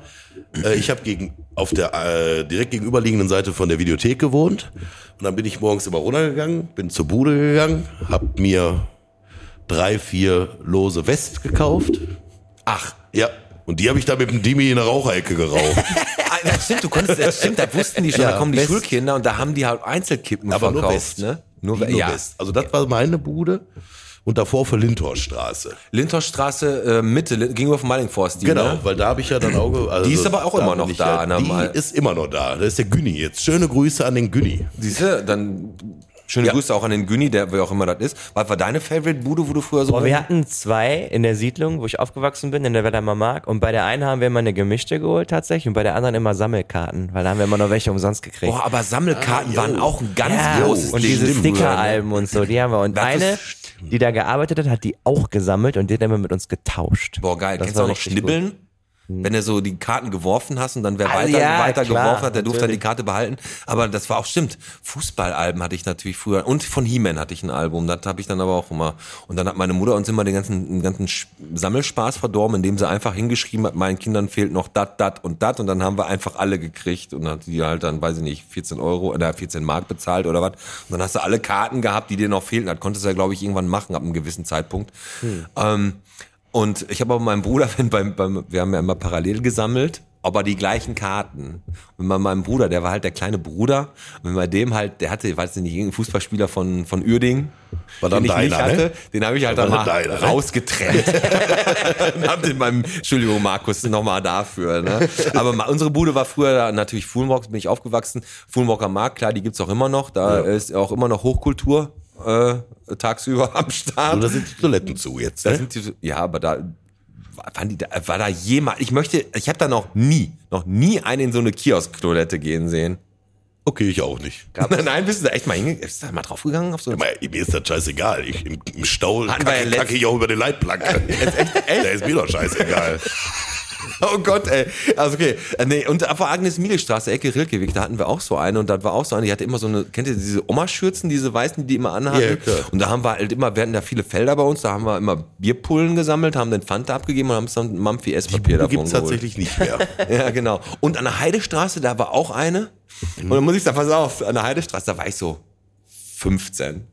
Speaker 2: äh, ich habe gegen, auf der äh, direkt gegenüberliegenden Seite von der Videothek gewohnt. Und dann bin ich morgens immer runtergegangen, bin zur Bude gegangen, habe mir drei, vier lose West gekauft.
Speaker 3: Ach,
Speaker 2: Ja. Und die habe ich da mit dem Dimi in der Raucherecke geraucht.
Speaker 3: ah, das stimmt, du konntest, das stimmt, da wussten die schon,
Speaker 2: Ja,
Speaker 3: da kommen die
Speaker 2: West.
Speaker 3: Schulkinder und da haben die halt Einzelkippen
Speaker 2: Aber nur
Speaker 3: verkauft,
Speaker 2: West.
Speaker 3: ne?
Speaker 2: Nur, nur
Speaker 3: ja.
Speaker 2: West. Also das war meine Bude und davor für Lindhorststraße.
Speaker 3: Lindhorststraße, äh, Mitte, Lin- gegenüber vom Mallingforst, die,
Speaker 2: Genau,
Speaker 3: ne?
Speaker 2: weil da habe ich ja dann auch. ge- Also
Speaker 3: Die ist aber auch immer
Speaker 2: bin
Speaker 3: noch
Speaker 2: ich
Speaker 3: da,
Speaker 2: Ja,
Speaker 3: Anna
Speaker 2: die
Speaker 3: Mal.
Speaker 2: ist immer noch da. Da ist der Günni jetzt. Schöne Grüße an den Günni.
Speaker 3: Siehste, dann schöne
Speaker 2: Ja.
Speaker 3: Grüße auch an den Günni, der wer auch immer das ist. Was war deine Favorite Bude, wo du früher so
Speaker 4: Boah, wir
Speaker 3: rum-
Speaker 4: hatten zwei in der Siedlung, wo ich aufgewachsen bin, in der Weddammer Mark. Und bei der einen haben wir immer eine gemischte geholt tatsächlich und bei der anderen immer Sammelkarten, weil da haben wir immer noch welche umsonst gekriegt.
Speaker 3: Boah, aber Sammelkarten waren auch ein ganz
Speaker 4: Ja,
Speaker 3: großes
Speaker 4: und
Speaker 3: Ding.
Speaker 4: diese
Speaker 3: früher, ne?
Speaker 4: Stickeralben und so, die haben wir. Und
Speaker 3: Das ist-
Speaker 4: eine, die da gearbeitet hat, hat die auch gesammelt und die hat immer mit uns getauscht.
Speaker 3: Boah, geil.
Speaker 4: Das
Speaker 3: Kennst du
Speaker 4: war
Speaker 3: auch noch
Speaker 4: richtig Hm.
Speaker 3: Schnibbeln? Wenn du so die Karten geworfen hast und dann wer
Speaker 4: Ah,
Speaker 3: weiter,
Speaker 4: ja,
Speaker 3: weiter
Speaker 4: klar,
Speaker 3: geworfen hat, der durfte dann die
Speaker 4: natürlich.
Speaker 3: Karte behalten. Aber das war auch stimmt. Fußballalben hatte ich natürlich früher. Und von He-Man hatte ich ein Album. Das habe ich dann aber auch immer. Und dann hat meine Mutter uns immer den ganzen, den ganzen Sch- Sammelspaß verdorben, indem sie einfach hingeschrieben hat, meinen Kindern fehlt noch dat, dat und dat. Und dann haben wir einfach alle gekriegt und dann hat die halt dann, weiß ich nicht, 14 Euro oder 14 Mark bezahlt oder was. Und dann hast du alle Karten gehabt, die dir noch fehlten. Das konntest du ja, glaube ich, irgendwann machen ab einem gewissen Zeitpunkt. Ähm, und ich habe aber meinem Bruder, wenn beim, beim, wir haben ja immer parallel gesammelt aber die gleichen Karten. Und bei meinem Bruder, der war halt der kleine Bruder, und bei dem halt, der hatte, weiß nicht, irgendeinen Fußballspieler von, von Uerding,
Speaker 2: War dann
Speaker 3: den ich nicht
Speaker 2: deiner,
Speaker 3: hatte,
Speaker 2: ne?
Speaker 3: den habe ich halt dann
Speaker 2: War
Speaker 3: mal
Speaker 2: dann deiner, ne?
Speaker 3: rausgetrennt. und hab den meinem, Entschuldigung, Markus, nochmal dafür. Ne? Aber ma- unsere Bude war früher da natürlich Fulmrock, bin ich aufgewachsen. Fulmrocker Markt, klar, die gibt's auch immer noch, da ist auch immer noch Hochkultur. Äh, tagsüber am Start.
Speaker 2: Nur Also da sind die Toiletten zu jetzt.
Speaker 3: Da
Speaker 2: Ne?
Speaker 3: sind die, ja, aber da war- waren die, da, war da jemand. Ich möchte, ich habe da noch nie, noch nie einen in so eine Kiosk-Toilette gehen sehen.
Speaker 2: Okay, ich auch nicht.
Speaker 3: Nein, bist du da echt mal hingegangen? Bist du da mal draufgegangen auf so
Speaker 2: Aber mir ist das scheißegal. Ich, im, Im Stau
Speaker 3: Hatten wir ja
Speaker 2: kacke,
Speaker 3: letzt-
Speaker 2: kacke ich auch über die Leitplanke. Da ist mir doch scheißegal.
Speaker 3: Oh Gott, ey. Also okay. Äh, Nee, und auf der Agnes-Miele-Straße, Ecke Rilkeweg, da hatten wir auch so eine und das war auch so eine, die hatte immer so eine, kennt ihr diese Oma-Schürzen, diese weißen, die die immer anhatten?
Speaker 2: Ja, klar.
Speaker 3: Und da haben wir halt immer, wir hatten da viele Felder bei uns, da haben wir immer Bierpullen gesammelt, haben den Fanta abgegeben und haben uns dann Mampfi Esspapier davon
Speaker 2: Gibt es
Speaker 3: geholt.
Speaker 2: tatsächlich nicht mehr.
Speaker 3: Ja, genau. Und an der Heidestraße, da war auch eine. Und dann muss ich sagen, pass auf, an der Heidestraße, da war ich so 15.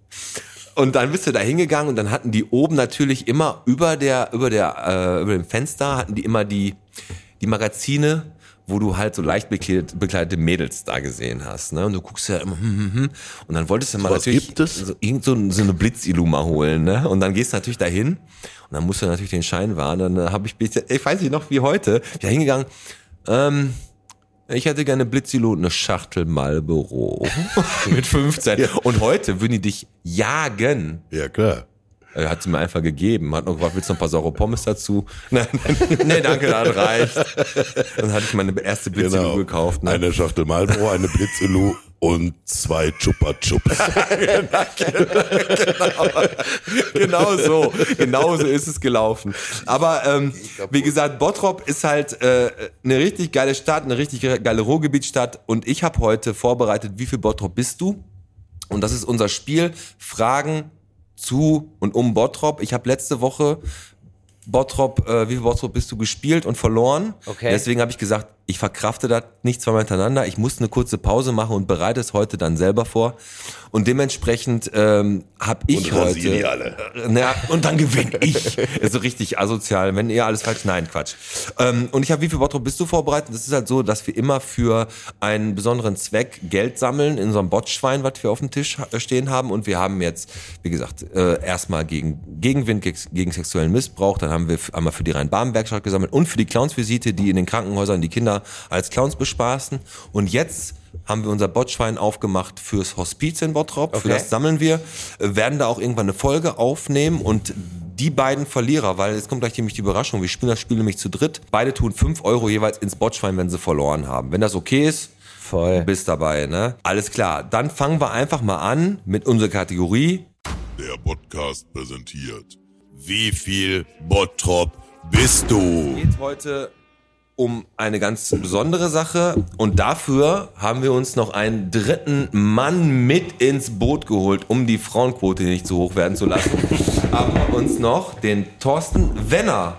Speaker 3: Und dann bist du da hingegangen und dann hatten die oben natürlich immer über der, über der, äh, über dem Fenster hatten die immer die, die Magazine, wo du halt so leicht bekleidet, bekleidete Mädels da gesehen hast, ne? Und du guckst ja immer, hm, hm, hm. Und dann wolltest du mal
Speaker 2: Was
Speaker 3: natürlich
Speaker 2: gibt es?
Speaker 3: So, irgend so, ein- so eine Blitzilluma holen, ne? Und dann gehst du natürlich dahin und dann musst du natürlich den Schein wahren. Dann habe ich, ich weiß nicht noch wie heute, bin da hingegangen, ähm, ich hätte gerne Blitzilo und eine Schachtel Marlboro. Mit 15. Und heute würden die dich jagen.
Speaker 2: Ja, klar.
Speaker 3: Äh, Hat sie mir einfach gegeben. Hat noch gefragt, willst du noch ein paar saure Pommes dazu? Nein, nee, danke, das reicht. Dann hatte ich meine erste Blitzilo
Speaker 2: Genau.
Speaker 3: gekauft. Ne?
Speaker 2: Eine Schachtel Marlboro, eine Blitzelu und zwei Chupa Chups.
Speaker 3: genau so, genau so ist es gelaufen. Aber ähm, wie gesagt, Bottrop ist halt äh, eine richtig geile Stadt, eine richtig geile Ruhrgebietsstadt. Und ich habe heute vorbereitet, wie viel Bottrop bist du? Und das ist unser Spiel. Fragen zu und um Bottrop. Ich habe letzte Woche Bottrop, äh, wie viel Bottrop bist du gespielt und verloren.
Speaker 4: Okay.
Speaker 3: Deswegen habe ich gesagt, ich verkrafte das nicht zweimal hintereinander. Ich muss eine kurze Pause machen und bereite es heute dann selber vor. Und dementsprechend ähm, habe
Speaker 2: Und
Speaker 3: ich heute...
Speaker 2: rasier die alle.
Speaker 3: Äh, Na, und dann gewinne ich. Ist so richtig asozial, wenn ihr alles falsch. Nein, Quatsch. Ähm, und ich habe, wie viel Bottrop bist du vorbereitet? Das ist halt so, dass wir immer für einen besonderen Zweck Geld sammeln in so einem Botschwein, was wir auf dem Tisch ha- stehen haben. Und wir haben jetzt, wie gesagt, äh, erstmal gegen Gegenwind gex- gegen sexuellen Missbrauch. Dann haben wir f- einmal für die Rhein-Baden-Werkstatt gesammelt und für die Clownsvisite, die in den Krankenhäusern die Kinder als Clowns bespaßen. Und jetzt haben wir unser Botschwein aufgemacht fürs Hospiz in Bottrop. Für
Speaker 4: Okay.
Speaker 3: das sammeln wir, äh, werden da auch irgendwann eine Folge aufnehmen und die beiden Verlierer, weil jetzt kommt gleich nämlich die Überraschung, wir spielen das Spiel nämlich zu dritt. Beide tun 5 Euro jeweils ins Botschwein, wenn sie verloren haben. Wenn das okay ist,
Speaker 4: Voll.
Speaker 3: bist dabei, ne? Alles klar, dann fangen wir einfach mal an mit unserer Kategorie.
Speaker 2: Der Podcast präsentiert. Wie viel Bottrop bist du?
Speaker 3: geht heute um eine ganz besondere Sache und dafür haben wir uns noch einen dritten Mann mit ins Boot geholt, um die Frauenquote nicht zu hoch werden zu lassen. haben wir uns noch den Thorsten Wenner.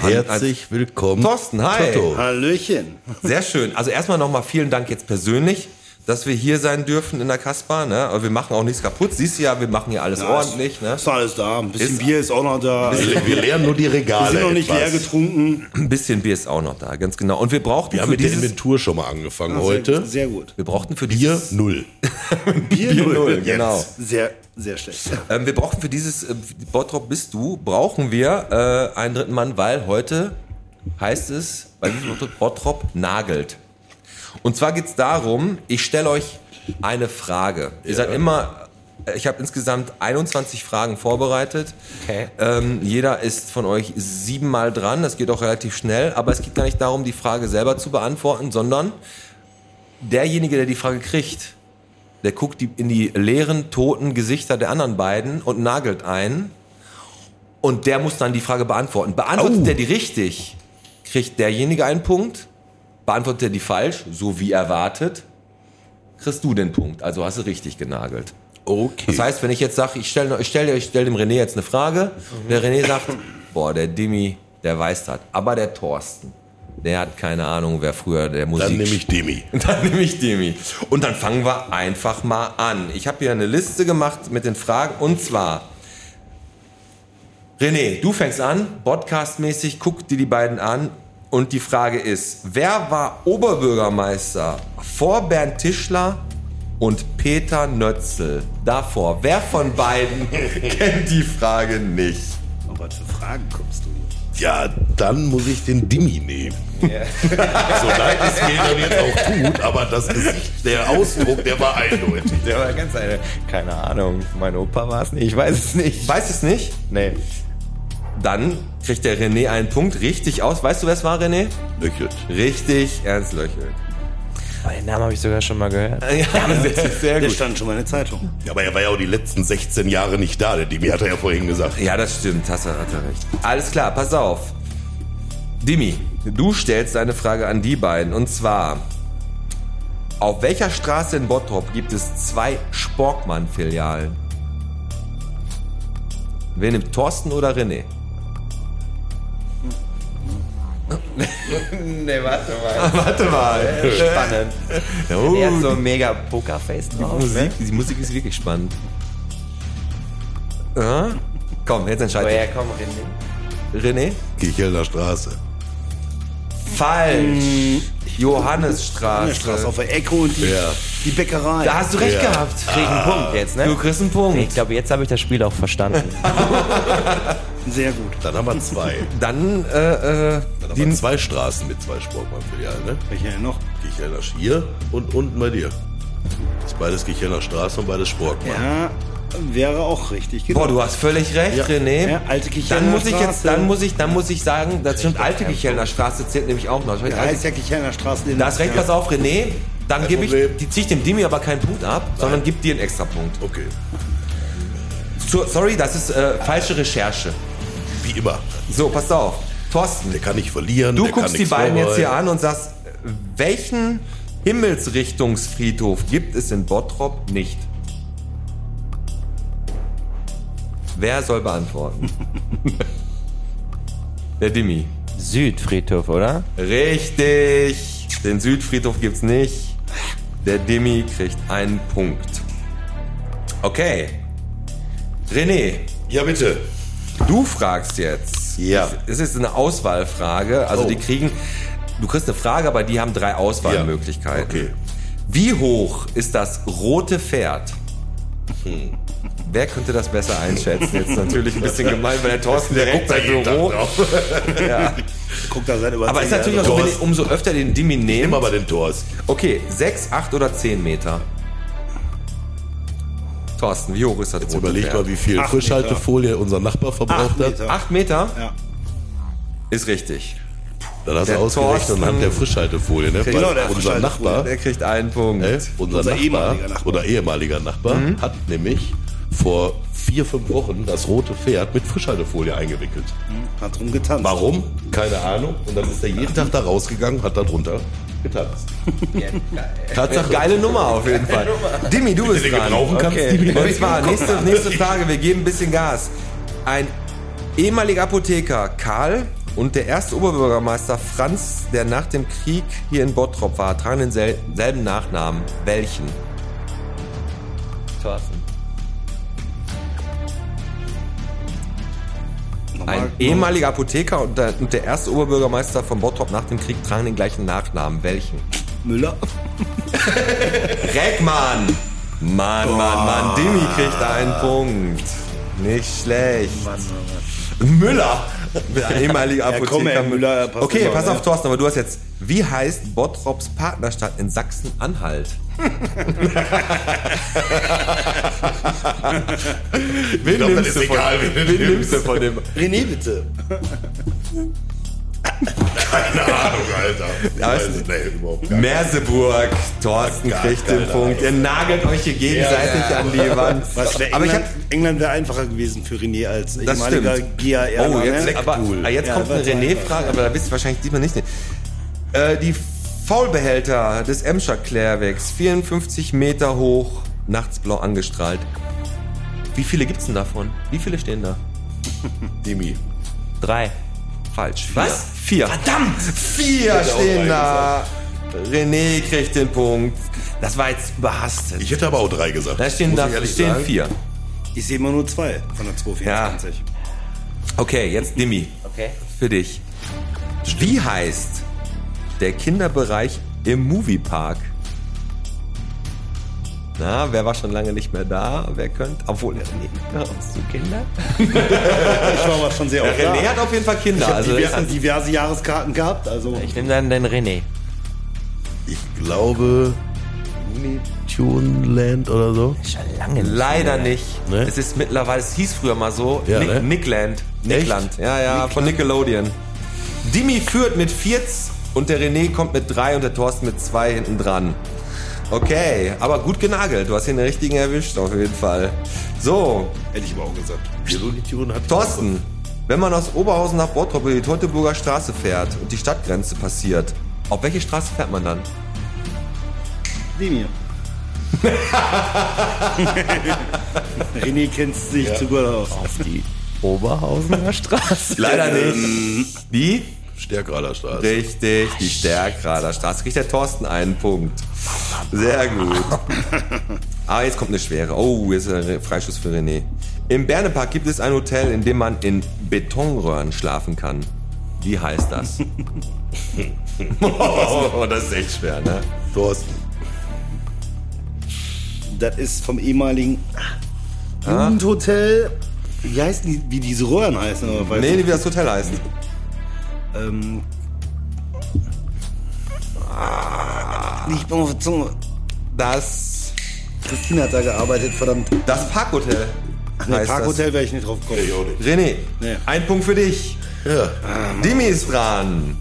Speaker 3: an-
Speaker 2: Herzlich willkommen.
Speaker 3: als- Thorsten, hi.
Speaker 2: Toto.
Speaker 5: Hallöchen.
Speaker 3: Sehr schön. Also erstmal nochmal vielen Dank jetzt persönlich, dass wir hier sein dürfen in der Kasper. Ne? Aber wir machen auch nichts kaputt. Siehst du ja, wir machen hier alles ordentlich. Ne?
Speaker 5: Ist alles da. Ein bisschen
Speaker 3: Ist-
Speaker 5: Bier ist auch noch da. Wir
Speaker 2: Wir leeren nur die Regale.
Speaker 5: sind noch nicht
Speaker 2: etwas.
Speaker 5: leer getrunken.
Speaker 3: Ein bisschen Bier ist auch noch da, ganz genau. Und wir brauchten
Speaker 2: Wir haben
Speaker 3: für
Speaker 2: mit der
Speaker 3: dieses...
Speaker 2: Inventur schon mal angefangen
Speaker 5: Sehr,
Speaker 2: heute.
Speaker 5: sehr gut.
Speaker 3: Wir brauchten für
Speaker 2: Bier
Speaker 3: dieses...
Speaker 2: null.
Speaker 5: Bier,
Speaker 3: Null, genau.
Speaker 5: Sehr, sehr schlecht.
Speaker 3: Ähm, wir brauchen für dieses äh, Bottrop bist du, brauchen wir äh, einen dritten Mann, weil heute heißt es, weil Bottrop nagelt. Und zwar geht's darum, ich stelle euch eine Frage. Ihr seid immer, äh, ich habe insgesamt 21 Fragen vorbereitet.
Speaker 4: Okay.
Speaker 3: Ähm, jeder ist von euch siebenmal dran, das geht auch relativ schnell, aber es geht gar nicht darum, die Frage selber zu beantworten, sondern derjenige, der die Frage kriegt, der guckt die, in die leeren, toten Gesichter der anderen beiden und nagelt ein. Und der muss dann die Frage beantworten. Beantwortet der die richtig, kriegt derjenige einen Punkt. Beantwortet er die falsch, so wie erwartet, kriegst du den Punkt. Also hast du richtig genagelt.
Speaker 2: Okay.
Speaker 3: Das heißt, wenn ich jetzt sage, ich stelle ich stell, ich stell dem René jetzt eine Frage,
Speaker 2: Mhm.
Speaker 3: der René sagt, boah, der Dimi, der weiß das. Aber der Thorsten, der hat keine Ahnung, wer früher der Musik...
Speaker 2: Dann nehme ich Demi.
Speaker 3: Dann nehme ich Demi. Und dann fangen wir einfach mal an. Ich habe hier eine Liste gemacht mit den Fragen. Und zwar, René, du fängst an, podcastmäßig, guck dir die beiden an Und die Frage ist, wer war Oberbürgermeister vor Bernd Tischler und Peter Nötzl? Davor, wer von beiden kennt die Frage nicht?
Speaker 5: Auf was für Fragen kommst du?
Speaker 2: Ja, dann muss ich den Dimmi nehmen. so leid es mir dann jetzt auch tut, aber das Gesicht, der Ausdruck, der war eindeutig.
Speaker 4: Der war ganz eine. Keine Ahnung. Mein Opa war es nicht. Ich weiß es nicht.
Speaker 3: Weiß es nicht?
Speaker 4: Nee.
Speaker 3: Dann kriegt der René einen Punkt richtig aus. Weißt du, wer es war, René?
Speaker 2: Löchelt.
Speaker 3: Richtig, Ernst Löchel.
Speaker 4: Oh, den Namen habe ich sogar schon mal gehört.
Speaker 3: Ja, sehr, sehr
Speaker 5: Der
Speaker 3: gut.
Speaker 5: stand schon mal in der Zeitung.
Speaker 2: Ja, Aber er war ja auch die letzten 16 Jahre nicht da, der Dimi hat er ja vorhin gesagt.
Speaker 3: Ja, das stimmt, hast du hat er recht. Alles klar, pass auf. Dimi, du stellst eine Frage an die beiden und zwar: Auf welcher Straße in Bottrop gibt es zwei Sporkmann-Filialen? Wer nimmt Thorsten oder René?
Speaker 4: Nee, warte mal.
Speaker 3: Warte mal.
Speaker 4: Spannend.
Speaker 3: Oh,
Speaker 4: Der hat so ein mega Pokerface drauf.
Speaker 5: Ne?
Speaker 3: Musik, die Musik ist wirklich spannend. Ja? Komm, jetzt
Speaker 4: Oh
Speaker 3: entscheide
Speaker 4: ja, komm, René.
Speaker 3: ich. René?
Speaker 2: Kichelner Straße.
Speaker 3: Falsch.
Speaker 5: An
Speaker 3: Johannesstraße.
Speaker 5: der Straße auf der Ecke und die,
Speaker 2: Ja.
Speaker 5: die Bäckerei.
Speaker 3: Da hast du recht
Speaker 2: Ja.
Speaker 3: gehabt.
Speaker 4: Krieg einen Punkt jetzt, ne?
Speaker 3: Ah, Du kriegst einen Punkt.
Speaker 4: Ich glaube, jetzt habe ich das Spiel auch verstanden.
Speaker 5: Sehr gut.
Speaker 2: Dann haben wir zwei.
Speaker 3: Dann, äh, äh,
Speaker 2: Dann haben
Speaker 3: die,
Speaker 2: wir zwei Straßen mit zwei Sportmann-Filialen, ne?
Speaker 5: Welche denn noch?
Speaker 2: Kichelner hier und unten bei dir. Das ist beides Kichelner Straße und beides Sportmann.
Speaker 5: Ja, wäre auch richtig. Genau.
Speaker 3: boah, du hast völlig recht, René.
Speaker 5: Ja, alte
Speaker 3: dann
Speaker 5: Kichelner
Speaker 3: muss ich jetzt,
Speaker 5: Straße.
Speaker 3: dann muss ich, dann muss ich sagen, das stimmt, alte Kichelner Straße zählt nämlich auch noch.
Speaker 5: Der heißt ja Kichelner Straße. den-
Speaker 3: da hast recht,
Speaker 5: ja.
Speaker 3: pass auf, René. Dann
Speaker 2: Kein
Speaker 3: gebe ich,
Speaker 2: Problem.
Speaker 3: die ziehe ich dem Dimi aber keinen Punkt ab, sondern gib dir einen extra Punkt.
Speaker 2: Okay,
Speaker 3: So, sorry, das ist äh, falsche Recherche.
Speaker 2: wie immer.
Speaker 3: So, pass auf. Thorsten,
Speaker 2: Der kann nicht verlieren.
Speaker 3: du
Speaker 2: der kann
Speaker 3: guckst die
Speaker 2: nichts
Speaker 3: beiden jetzt hier
Speaker 2: vorbereiten.
Speaker 3: an und sagst, äh, welchen Himmelsrichtungsfriedhof gibt es in Bottrop nicht? Wer soll beantworten? Der Dimi.
Speaker 4: Südfriedhof, oder?
Speaker 3: Richtig. Den Südfriedhof gibt's nicht. Der Dimi kriegt einen Punkt. Okay. René,
Speaker 2: Ja, bitte.
Speaker 3: Du fragst jetzt.
Speaker 2: Ja.
Speaker 3: Es ist eine Auswahlfrage. Also
Speaker 2: Oh.
Speaker 3: die kriegen. Du kriegst eine Frage, aber die haben drei Auswahlmöglichkeiten.
Speaker 2: Ja. Okay.
Speaker 3: Wie hoch ist das rote Pferd? Hm. Wer könnte das besser einschätzen? Jetzt natürlich ein bisschen gemein, weil der Thorsten der guckt sein
Speaker 2: jeden Tag
Speaker 3: Büro.
Speaker 2: drauf.
Speaker 5: Guck da seit über
Speaker 3: Aber
Speaker 5: zehn
Speaker 3: ist natürlich auch
Speaker 5: Jahren
Speaker 3: so, wenn
Speaker 2: Thorsten.
Speaker 3: ihr umso öfter den Dimi
Speaker 2: Nimm
Speaker 3: nehmt.
Speaker 2: aber den Thorsten.
Speaker 3: Okay, sechs, acht oder zehn Meter. Thorsten, wie hoch ist das
Speaker 2: Jetzt
Speaker 3: rote
Speaker 2: überleg mal,
Speaker 3: Pferd?
Speaker 2: wie viel
Speaker 5: Acht
Speaker 2: Frischhaltefolie unser Nachbar verbraucht hat.
Speaker 5: Acht Meter.
Speaker 3: Acht Meter?
Speaker 5: Ja.
Speaker 3: Ist richtig.
Speaker 2: Dann hast
Speaker 3: Der hm.
Speaker 2: du ausgerechnet
Speaker 3: Thorsten-
Speaker 2: anhand der Frischhaltefolie, ne?
Speaker 5: Genau,
Speaker 2: Weil
Speaker 5: der
Speaker 2: unser
Speaker 5: Frischhaltefolie,
Speaker 2: Nachbar,
Speaker 3: Der kriegt einen Punkt.
Speaker 2: äh, unser, Nachbar,
Speaker 5: ehemaliger Nachbar.
Speaker 2: oder ehemaliger Nachbar
Speaker 3: Hm?
Speaker 2: hat nämlich vor vier, fünf Wochen das rote Pferd mit Frischhaltefolie eingewickelt.
Speaker 5: Hat rumgetanzt.
Speaker 2: Warum? Keine Ahnung. Und dann ist er jeden Tag da rausgegangen, hat da drunter getanzt.
Speaker 3: Tatsache. Geile Nummer auf jeden Fall. Dimi, du bist
Speaker 2: den
Speaker 3: dran.
Speaker 2: gebrauchen kannst, Dimi.
Speaker 3: Und zwar, nächste, nächste Frage, wir geben ein bisschen Gas. Ein ehemaliger Apotheker, Karl, und der erste Oberbürgermeister Franz, der nach dem Krieg hier in Bottrop war, tragen denselben Nachnamen. Welchen?
Speaker 4: Thorsten.
Speaker 5: Nochmal-
Speaker 3: Ein E- ehemaliger Apotheker und der, und der erste Oberbürgermeister von Bottrop nach dem Krieg tragen den gleichen Nachnamen. Welchen?
Speaker 5: Müller.
Speaker 3: Reckmann! Mann, Mann, Mann, Dimi kriegt einen Punkt. Nicht schlecht. Müller. Ein ehemaliger
Speaker 5: Ja,
Speaker 3: Apotheker.
Speaker 5: komm, ey, Müller, passt
Speaker 3: okay,
Speaker 5: immer,
Speaker 3: pass
Speaker 5: ne?
Speaker 3: auf, Thorsten, aber du hast jetzt, wie heißt Bottrops Partnerstadt in Sachsen-Anhalt? wen
Speaker 2: glaub, das
Speaker 3: nimmst du
Speaker 2: ist
Speaker 3: von,
Speaker 2: egal, wen du
Speaker 3: wen nimmst
Speaker 2: nimmst.
Speaker 3: du von dem?
Speaker 5: René, bitte.
Speaker 2: Keine Ahnung, Alter. Ich
Speaker 3: Ja,
Speaker 2: weiß
Speaker 3: ist-
Speaker 2: es nicht, überhaupt gar nicht.
Speaker 3: Merseburg, Thorsten
Speaker 2: Gar
Speaker 3: kriegt den
Speaker 2: keine
Speaker 3: Punkt. Ihr nagelt euch hier gegenseitig
Speaker 2: Ja, ja.
Speaker 3: an die Wand.
Speaker 5: Was wär
Speaker 3: aber ich hab,
Speaker 5: England, England wäre einfacher gewesen für René als
Speaker 3: Das
Speaker 5: ehemaliger
Speaker 3: stimmt.
Speaker 5: GAR.
Speaker 3: Oh, jetzt,
Speaker 5: ne?
Speaker 3: aber, ah, jetzt
Speaker 5: Ja,
Speaker 3: kommt eine
Speaker 5: das war
Speaker 3: René-Frage, aber da wisst ihr wahrscheinlich diesmal nicht. Äh, die Faulbehälter des Emscher Klärwerks, 54 Meter hoch, nachts blau angestrahlt. Wie viele gibt's denn davon? Wie viele stehen da?
Speaker 2: Dimi.
Speaker 4: Drei.
Speaker 3: Falsch. Vier. Was? Vier. Verdammt! Vier
Speaker 2: auch drei
Speaker 3: stehen da. René kriegt den Punkt. Das war jetzt überhastet.
Speaker 2: Ich hätte aber auch drei gesagt.
Speaker 3: da stehen,
Speaker 2: Muss
Speaker 3: da
Speaker 2: ich ehrlich
Speaker 3: stehen
Speaker 2: sagen.
Speaker 3: vier.
Speaker 5: Ich sehe immer nur zwei von der 224.
Speaker 3: Okay, jetzt Dimi.
Speaker 4: Okay.
Speaker 3: Für dich. Wie heißt der Kinderbereich im Moviepark? Na, wer war schon lange nicht mehr da? Wer könnte? Obwohl, René, hast du Kinder?
Speaker 5: Ich war aber schon sehr
Speaker 3: Ja,
Speaker 5: oft
Speaker 3: René
Speaker 5: da.
Speaker 3: hat auf jeden Fall Kinder.
Speaker 5: Ich habe
Speaker 3: also ist
Speaker 5: diverse,
Speaker 3: das-
Speaker 5: diverse Jahreskarten gehabt, also
Speaker 4: Ich nehme dann den René.
Speaker 2: Ich glaube, Looney Tune Land oder so.
Speaker 4: Schon lange nicht.
Speaker 3: Leider nicht.
Speaker 2: Ne?
Speaker 3: Es ist mittlerweile, es hieß früher mal so,
Speaker 2: Ja,
Speaker 3: Nick,
Speaker 2: ne?
Speaker 3: Nickland. Nickland. Ja, ja, von Nickelodeon. Dimi führt mit 14 und der René kommt mit 3 und der Thorsten mit 2 hinten dran. Okay, aber gut genagelt. Du hast den richtigen erwischt, auf jeden Fall. So,
Speaker 5: hätte ich aber auch gesagt.
Speaker 2: Die Looney Tune hat.
Speaker 3: Thorsten, wenn man aus Oberhausen nach Bottrop über die Teutoburger Straße fährt und die Stadtgrenze passiert, auf welche Straße fährt man dann?
Speaker 5: Die mir. René kennt sich zu gut aus.
Speaker 4: Oberhausener Straße.
Speaker 3: Leider
Speaker 5: Ähm,
Speaker 3: nicht. Wie?
Speaker 2: Stärkrader Straße.
Speaker 3: Richtig, die Stärkrader Straße. Kriegt der Thorsten einen Punkt. Sehr gut. Aber jetzt kommt eine schwere. Oh, jetzt ist ein Freischuss für René. Im Bernepark gibt es ein Hotel, in dem man in Betonröhren schlafen kann. Wie heißt das? oh, das ist echt schwer, ne?
Speaker 2: Thorsten.
Speaker 5: Das ist vom ehemaligen
Speaker 3: Ah.
Speaker 5: Jugendhotel. Wie heißen die, wie diese Röhren heißen? Oder weiß
Speaker 3: Nee,
Speaker 5: ich
Speaker 3: wie das Hotel heißt.
Speaker 5: nicht. ähm, ah, nicht mal auf der Zunge.
Speaker 3: Das,
Speaker 5: Christine hat da gearbeitet, verdammt.
Speaker 3: das Parkhotel.
Speaker 5: Nee,
Speaker 3: heißt das.
Speaker 5: Parkhotel wäre ich nicht drauf gekommen.
Speaker 3: René,
Speaker 5: Nee.
Speaker 3: ein Punkt für dich.
Speaker 2: Ja.
Speaker 3: Dimi ist dran.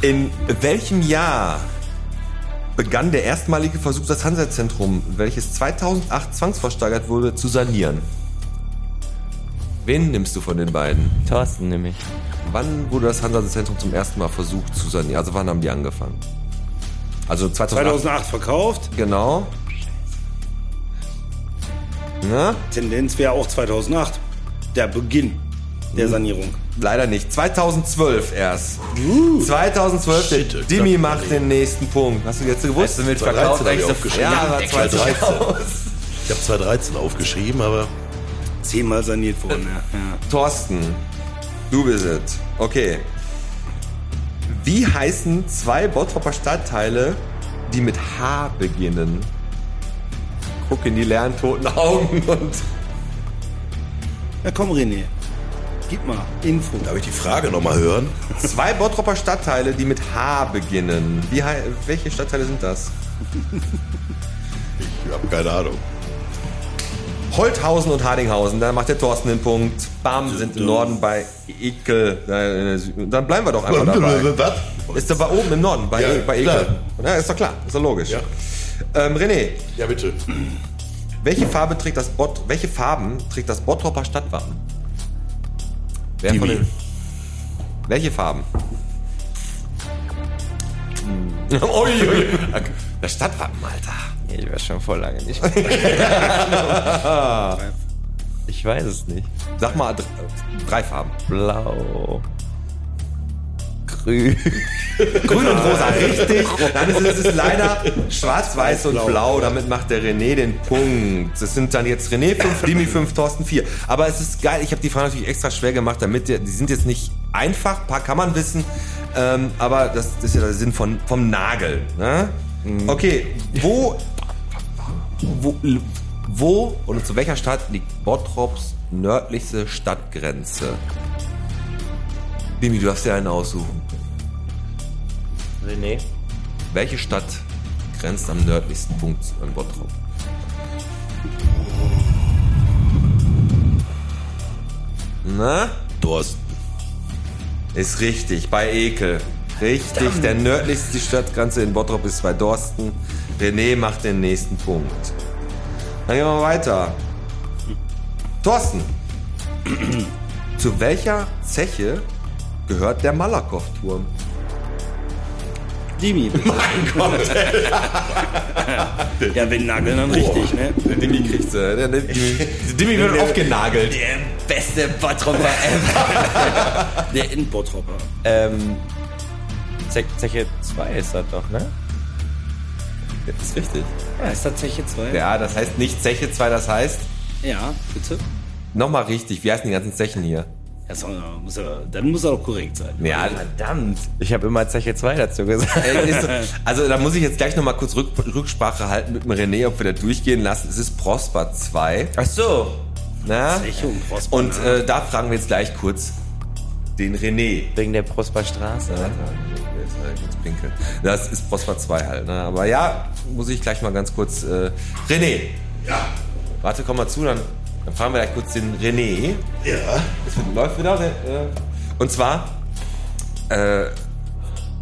Speaker 3: In welchem Jahr begann der erstmalige Versuch, das Hansa-Zentrum, welches 2008 zwangsversteigert wurde, zu sanieren? Wen nimmst du von den beiden?
Speaker 4: Thorsten nämlich.
Speaker 3: Wann wurde das Hansa-Zentrum zum ersten Mal versucht zu sanieren? Also wann haben die angefangen? Also 2008.
Speaker 5: 2008 verkauft.
Speaker 3: Genau. Na?
Speaker 5: Tendenz wäre auch 2008. Der Beginn der Sanierung.
Speaker 3: Leider nicht. 2012 erst. 2012, Uh. der
Speaker 2: Shit,
Speaker 3: Dimi
Speaker 2: knapp
Speaker 3: macht den nächsten Punkt. Hast du jetzt gewusst? Du willst
Speaker 2: verkauft, hab ich aufgeschrieben.
Speaker 3: Ja, aber 2013.
Speaker 2: 2013. Ich habe 2013 aufgeschrieben, aber
Speaker 5: Zehnmal saniert worden, ja. ja.
Speaker 3: Thorsten, du bist es. Okay. Wie heißen zwei Bottroper Stadtteile, die mit H beginnen? Guck in die leeren toten Augen und.
Speaker 5: Na komm, René. Gib mal Info.
Speaker 2: darf ich die Frage nochmal hören?
Speaker 3: Zwei Bottroper Stadtteile, die mit H beginnen. Wie, hei- welche Stadtteile sind das?
Speaker 2: Ich habe keine Ahnung.
Speaker 3: Holthausen und Hardinghausen, da macht der Thorsten den Punkt. Bam, sind im Norden bei Ekel. Äh, Dann bleiben wir doch einfach dabei. Ist doch bei oben im Norden, bei, E,
Speaker 2: Ja,
Speaker 3: bei
Speaker 2: klar.
Speaker 3: Ekel. Ja, ist doch klar, ist doch logisch.
Speaker 2: Ja.
Speaker 3: Ähm, René,
Speaker 2: Ja, bitte.
Speaker 3: welche, Farbe trägt das Bot, welche Farben trägt das Bottroper Stadtwappen? Wer
Speaker 2: Die wie?
Speaker 3: Welche Farben? Hm. Ui, ui. Das Stadtwappen, Alter.
Speaker 4: Ich war schon vor lange nicht. ich weiß es nicht.
Speaker 3: Sag mal dr- drei Farben.
Speaker 4: Blau. Grün.
Speaker 3: Grün und rosa, richtig. Dann ist es es ist leider schwarz, weiß und blau. Damit macht der René den Punkt. Es sind dann jetzt René 5, Dimi 5, Thorsten 4. Aber es ist geil. Ich habe die Fragen natürlich extra schwer gemacht, damit die, die sind jetzt nicht einfach. Ein paar kann man wissen. Ähm, aber das, ist ja der Sinn von, vom Nagel. Ne? Okay, wo, wo, wo und zu welcher Stadt liegt Bottrops nördlichste Stadtgrenze? Dimi, du darfst dir einen aussuchen.
Speaker 4: René.
Speaker 3: Welche Stadt grenzt am nördlichsten Punkt an Bottrop? Na?
Speaker 2: Thorsten.
Speaker 3: Ist richtig, bei Ekel. Richtig, der nördlichste Stadtgrenze in Bottrop ist bei Dorsten. René macht den nächsten Punkt. Dann gehen wir mal weiter. Thorsten, zu welcher Zeche gehört der Malakoff-Turm?
Speaker 5: Demi. Mein Gott. ja, wenn nageln, dann richtig, ne?
Speaker 3: Der Äh, Dimi kriegt sie. Der, der, Dimi wird aufgenagelt.
Speaker 5: Der beste Bottropper ever. der Endbottropper.
Speaker 4: Ähm. Ze Zeche 2 ist das doch, ne?
Speaker 3: Das ist richtig.
Speaker 5: Ja, ist das Zeche 2?
Speaker 3: Ja, das heißt nicht Zeche 2, das heißt
Speaker 5: Ja, bitte.
Speaker 3: nochmal richtig. Wie heißen die ganzen Zechen hier?
Speaker 5: Ja, so, muss er, dann muss er doch korrekt sein.
Speaker 3: Ja,
Speaker 4: Verdammt. Ich habe immer Zeche 2 dazu gesagt.
Speaker 3: Ey, ist, also da muss ich jetzt gleich nochmal kurz Rück, Rücksprache halten mit dem René, ob wir da durchgehen lassen. Es ist Prosper 2.
Speaker 4: Ach so.
Speaker 3: Na?
Speaker 5: Zeche und Prosper,
Speaker 3: Und
Speaker 4: ne?
Speaker 3: äh, da fragen wir jetzt gleich kurz den René.
Speaker 4: Wegen der Prosperstraße.
Speaker 3: Ja, der ist halt kurz pinkeln. Das ist Prosper 2 halt. Ne? Aber ja, muss ich gleich mal ganz kurz. Äh, René!
Speaker 2: Ja.
Speaker 3: Warte, komm mal zu, dann, dann fragen wir gleich kurz den René.
Speaker 2: Ja.
Speaker 3: Es wird- läuft wieder. ne? Äh, Und zwar äh,